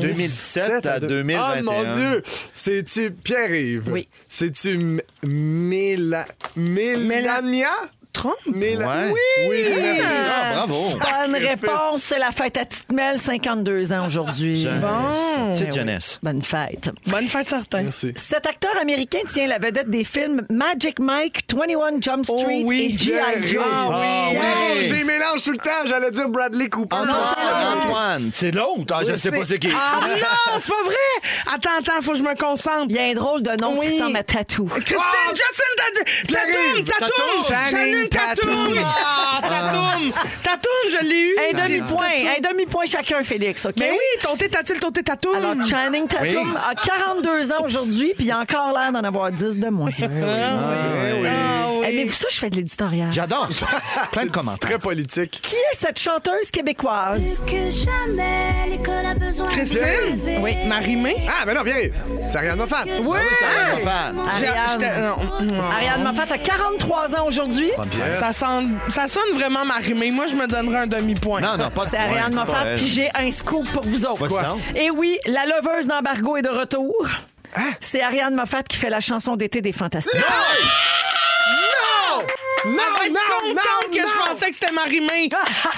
Speaker 4: 2017 à Oh, 2021.
Speaker 2: Ah, mon Dieu! C'est-tu Pierre-Yves?
Speaker 3: Oui.
Speaker 2: C'est-tu M- Méla... Mélania?
Speaker 6: Trump?
Speaker 2: Méla...
Speaker 4: Ouais.
Speaker 2: Oui!
Speaker 4: Ah, bravo.
Speaker 3: Bonne
Speaker 2: Sacrifice.
Speaker 3: réponse, c'est la fête à Titmel, 52 ans aujourd'hui.
Speaker 4: Jeunesse.
Speaker 3: Eh
Speaker 4: Petite
Speaker 3: oui.
Speaker 4: jeunesse.
Speaker 3: Bonne fête.
Speaker 6: Bonne fête, certaine.
Speaker 2: Merci.
Speaker 3: Cet acteur américain tient la vedette des films Magic Mike, 21 Jump
Speaker 6: Oh
Speaker 3: Street
Speaker 6: oui,
Speaker 3: et G.I. Joe.
Speaker 6: Ah oui.
Speaker 2: Non,
Speaker 4: oui.
Speaker 2: j'ai mélange tout le temps. J'allais dire Bradley Cooper. Ah,
Speaker 4: Antoine, Antoine, c'est l'autre. Ah, je ne sais pas c'est qui.
Speaker 6: Ah non, c'est pas vrai! Attends, attends, faut que je me concentre.
Speaker 3: Il y a un drôle de nom
Speaker 6: Oui.
Speaker 3: qui ressemble à Tatou.
Speaker 6: Christine,
Speaker 2: Ah!
Speaker 6: Justin, Tatum,
Speaker 2: Clarisse,
Speaker 6: Tatum,
Speaker 2: Tatum.
Speaker 6: Channing
Speaker 2: Channing
Speaker 6: Tatum,
Speaker 2: Tatum.
Speaker 6: Ah, Tatum, Tatum, je l'ai eu.
Speaker 3: Un demi-point, un demi-point chacun, Félix, OK?
Speaker 6: Mais Ben oui, ton thé, t'as-t-il ton thé, Tatum?
Speaker 3: Alors, Channing Tatum
Speaker 4: Oui.
Speaker 3: a 42 ans aujourd'hui, puis il a encore l'air d'en avoir 10 de moins.
Speaker 6: Ah oui.
Speaker 3: Aimez-vous ça, je fais de l'éditorial.
Speaker 4: J'adore ça. Plein de commentaires.
Speaker 2: Très politique.
Speaker 3: Qui est cette chanteuse québécoise?
Speaker 7: Plus que jamais, l'école a besoin
Speaker 6: Christine?
Speaker 7: de
Speaker 6: Oui, Marimé?
Speaker 2: Ah, mais non, bien. C'est Ariane Moffat.
Speaker 3: Oui!
Speaker 4: Très fan.
Speaker 6: J'ai- j'étais-
Speaker 3: Ariane.
Speaker 6: non.
Speaker 3: Ariane Moffat a 43 ans aujourd'hui.
Speaker 6: Ça, sonne, ça sonne vraiment marimé. Moi, je me donnerais un demi-point.
Speaker 4: Non, non, pas de
Speaker 3: C'est
Speaker 4: point,
Speaker 3: Ariane
Speaker 4: c'est pas
Speaker 3: Moffat,
Speaker 4: elle.
Speaker 3: puis j'ai un scoop pour vous autres.
Speaker 4: Vas-y donc.
Speaker 3: Et oui, la leveuse d'embargo est de retour.
Speaker 2: Hein?
Speaker 3: C'est Ariane Moffat qui fait la chanson d'été des Fantastiques.
Speaker 2: Non,
Speaker 6: Arrête
Speaker 2: non, non,
Speaker 6: contente que je
Speaker 2: non.
Speaker 6: pensais que c'était marimé.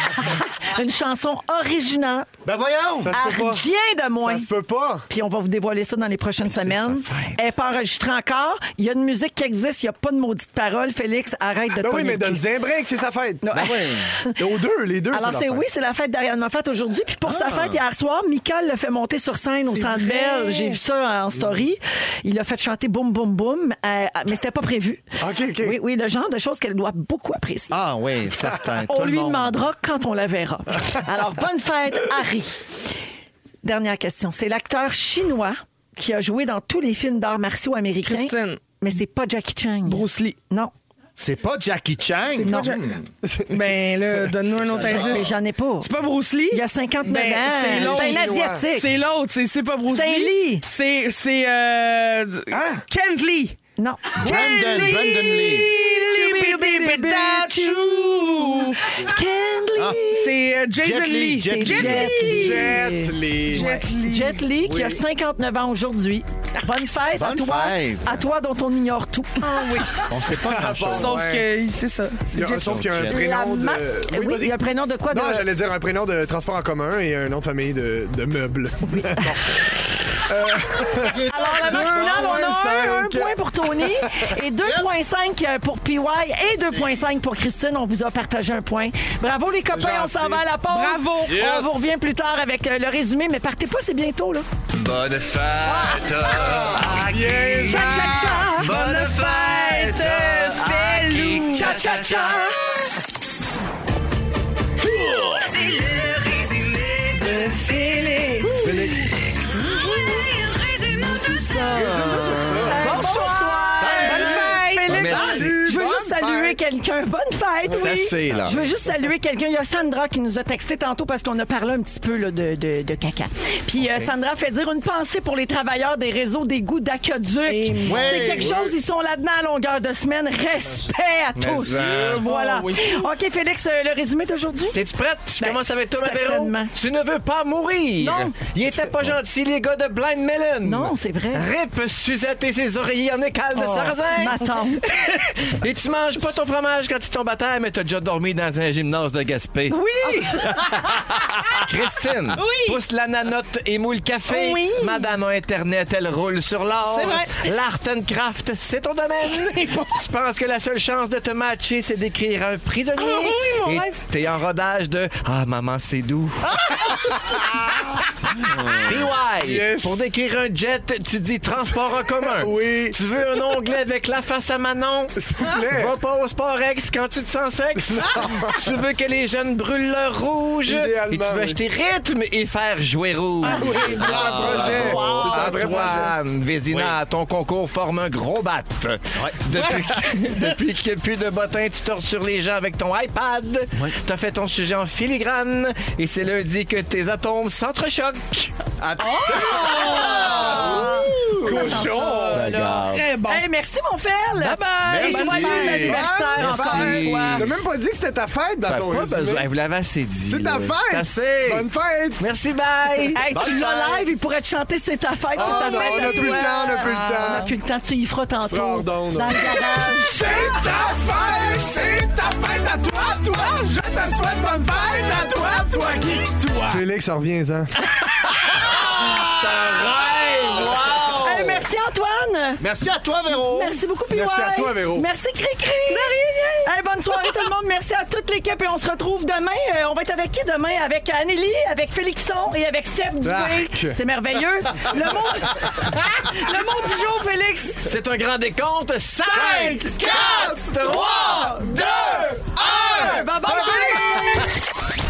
Speaker 3: Une chanson originale,
Speaker 4: Ben voyons.
Speaker 2: Ça se peut
Speaker 3: rien
Speaker 2: pas.
Speaker 3: de moins.
Speaker 2: Ça se peut pas.
Speaker 3: Puis on va vous dévoiler ça dans les prochaines semaines. Elle n'est pas enregistrée encore. Il y a une musique qui existe, il n'y a pas de maudite parole. Félix, arrête de
Speaker 2: Ben
Speaker 3: te
Speaker 2: oui,
Speaker 3: pogner
Speaker 2: mais
Speaker 3: le cul.
Speaker 2: donne-y un break, c'est sa fête.
Speaker 4: Ben
Speaker 3: Non.
Speaker 2: Aux deux, les deux.
Speaker 3: Alors,
Speaker 2: leur
Speaker 3: c'est
Speaker 2: fête.
Speaker 3: oui, c'est la fête d'Ariane Moffat aujourd'hui. Puis pour sa fête hier soir, Michael l'a fait monter sur scène au Centre Bell. J'ai vu ça en story. Il l'a fait chanter Boum Boum Boum, euh, mais c'était pas prévu.
Speaker 2: OK, OK.
Speaker 3: Oui, oui, le genre de choses qu'elle doit beaucoup apprécier.
Speaker 4: Ah oui, certain.
Speaker 3: on
Speaker 4: Tout le
Speaker 3: lui
Speaker 4: monde.
Speaker 3: demandera quand on la verra. Alors, bonne fête, Harry. Dernière question. C'est l'acteur chinois qui a joué dans tous les films d'arts martiaux américains.
Speaker 6: Christine.
Speaker 3: Mais c'est pas Jackie Chang.
Speaker 6: Bruce Lee.
Speaker 3: Non.
Speaker 4: C'est pas Jackie Chan.
Speaker 3: Non.
Speaker 6: Ben là, donne-nous un autre
Speaker 3: Mais
Speaker 6: indice.
Speaker 3: J'en ai pas.
Speaker 6: C'est pas Bruce Lee?
Speaker 3: Il y a 59
Speaker 6: Ben,
Speaker 3: ans.
Speaker 6: c'est l'autre.
Speaker 3: C'est un Asiatique.
Speaker 6: C'est l'autre, c'est- c'est pas Bruce
Speaker 3: C'est un Lee.
Speaker 6: Lee. C'est c'est euh, Kent Lee.
Speaker 3: Non.
Speaker 4: Brandon,
Speaker 6: Ken
Speaker 4: Brandon Lee.
Speaker 6: Lipidipidachou.
Speaker 3: Kendley.
Speaker 6: C'est euh, Jason
Speaker 4: Jet Li,
Speaker 6: Lee.
Speaker 4: Jet
Speaker 6: C'est
Speaker 4: Li.
Speaker 6: Jet Li.
Speaker 2: Jet Li.
Speaker 3: Ouais. Jet Li, qui a 59 ans aujourd'hui. Bonne fête à
Speaker 4: Bonne
Speaker 3: toi.
Speaker 4: fête.
Speaker 3: À toi dont on ignore tout.
Speaker 4: On sait pas grand-chose.
Speaker 6: Sauf que c'est ça.
Speaker 2: Il y a-
Speaker 6: C'est Jet
Speaker 2: Sauf
Speaker 4: Li.
Speaker 2: qu'il y a un
Speaker 4: Jet.
Speaker 3: La
Speaker 2: prénom de.
Speaker 3: ma- Eh
Speaker 2: Oui,
Speaker 3: Oui,
Speaker 2: vas-y.
Speaker 3: il y a un prénom de quoi?
Speaker 2: Non,
Speaker 3: de...
Speaker 2: j'allais dire un prénom de transport en commun et un nom de famille de, de meubles.
Speaker 3: Alors, la marque finale, on a un, un
Speaker 2: 2,5.
Speaker 3: point pour Tony et 2,5 euh, pour PY et 2,5 pour Christine. On vous a partagé un point. Bravo, les copains. On s'en
Speaker 2: gentil.
Speaker 3: va à la pause.
Speaker 6: Bravo.
Speaker 5: Yes.
Speaker 3: On vous revient plus tard avec euh, le résumé, mais partez pas, c'est bientôt, là.
Speaker 5: Bonne fête à qui?
Speaker 2: Cha,
Speaker 3: cha, cha.
Speaker 5: Ah. Bonne fête Félou Cha cha cha
Speaker 1: C'est le résumé de Félix.
Speaker 2: Félix.
Speaker 1: résume tout ça.
Speaker 3: Euh, bonsoir.
Speaker 4: Bonne
Speaker 3: fête. Félix,
Speaker 2: Merci.
Speaker 3: Je veux
Speaker 2: Bonne
Speaker 3: juste saluer
Speaker 2: fête.
Speaker 3: quelqu'un. Bonne fête, oui.
Speaker 2: Ça, c'est, là.
Speaker 3: Je veux juste saluer quelqu'un. Il y a Sandra qui nous a texté tantôt parce qu'on a parlé un petit peu là, de, de- de caca. Puis
Speaker 2: Hein?
Speaker 3: euh, Sandra fait dire une pensée pour les travailleurs des réseaux des goûts d'aqueduc. C'est quelque chose, ils sont là-dedans à longueur de semaine. Respect à tous. Ah,
Speaker 2: ça.
Speaker 3: Voilà.
Speaker 6: Oh, oui.
Speaker 3: OK, Félix, euh, le résumé d'aujourd'hui?
Speaker 10: T'es-tu prête? Je
Speaker 3: Ben,
Speaker 10: commence avec toi, ma Véro.
Speaker 3: certainement.
Speaker 10: Tu ne veux pas mourir.
Speaker 3: Non.
Speaker 10: Il était pas gentil, les gars de Blind Melon.
Speaker 3: Non, c'est vrai.
Speaker 10: Rip Suzette et ses oreillers en écale de
Speaker 3: Oh,
Speaker 10: sarrasin.
Speaker 3: ma tante.
Speaker 10: et tu manges pas ton fromage quand tu tombes à terre, mais t'as déjà dormi dans un gymnase de Gaspé.
Speaker 3: Oui!
Speaker 10: Christine, pousse la nanote et moule café.
Speaker 6: Oui.
Speaker 10: Madame a Internet, elle roule sur l'or.
Speaker 6: C'est vrai.
Speaker 10: L'art and craft, c'est ton domaine. tu penses que la seule chance de te matcher, c'est d'écrire un prisonnier.
Speaker 6: Ah oui, mon
Speaker 10: Et
Speaker 6: rêve.
Speaker 10: T'es en rodage de Ah, maman, c'est doux.
Speaker 6: Ah!
Speaker 10: BY.
Speaker 2: Yes.
Speaker 10: Pour décrire un jet, tu dis transport en commun.
Speaker 2: Oui.
Speaker 10: Tu veux un onglet avec la face à Manon?
Speaker 2: S'il vous plaît.
Speaker 10: Va pas au sport ex quand tu te sens sexe. tu veux que les jeunes brûlent leur rouge.
Speaker 2: Idéalement,
Speaker 10: et tu veux
Speaker 2: oui. Ah,
Speaker 10: acheter rythme et faire jouer rouge. Ah,
Speaker 2: c'est un projet. C'est un vrai
Speaker 10: Antoine Vézina, ton concours forme un gros bat. Depuis, que- depuis qu'il n'y a plus de bottins, tu tordes sur les gens avec ton iPad. T'as fait ton sujet en filigrane et c'est lundi que tes atomes s'entrechoquent.
Speaker 2: Cochon!
Speaker 6: Très bon.
Speaker 3: Hey, merci, mon Fel.
Speaker 10: Bye-bye.
Speaker 3: Et
Speaker 2: Merci.
Speaker 3: joyeux anniversaire
Speaker 10: Merci.
Speaker 3: encore une fois.
Speaker 2: Ah, T'as même pas dit que c'était ta fête dans
Speaker 10: T'as
Speaker 2: ton
Speaker 10: pas
Speaker 2: résumé.
Speaker 10: besoin. Hey, Vous l'avez assez dit.
Speaker 2: C'est ta
Speaker 10: là.
Speaker 2: fête!
Speaker 10: C'est assez.
Speaker 2: Bonne fête!
Speaker 10: Merci, bye!
Speaker 3: Hey, tu l'as live, il pourrait te chanter C'est ta fête,
Speaker 2: Oh
Speaker 3: c'est ta
Speaker 2: non,
Speaker 3: fête.
Speaker 2: on
Speaker 3: à
Speaker 2: a plus le
Speaker 3: toi.
Speaker 2: temps, on a plus le
Speaker 3: Ah,
Speaker 2: temps.
Speaker 3: On a plus le temps, tu y feras tantôt.
Speaker 2: Pardon, non.
Speaker 3: dans le garage.
Speaker 2: C'est ta fête! C'est ta fête à toi, toi! Je te souhaite bonne fête à toi, toi qui, toi! Félix, reviens-en. Oh.
Speaker 3: Hey, merci, Antoine.
Speaker 4: Merci à toi, Véro.
Speaker 3: Merci beaucoup, PY.
Speaker 2: Merci à toi, Véro.
Speaker 3: Merci, Cricri. De rien. bonne soirée, tout le monde. Merci à toute l'équipe et on se retrouve demain. Euh, on va être avec qui demain? Avec Anneli, avec Félixon et avec Seb Dubé.
Speaker 2: Arc.
Speaker 3: C'est merveilleux. Le mot... le mot du jour, Félix.
Speaker 10: C'est un grand décompte. 5, 4, 3, 2,
Speaker 3: Bye-bye.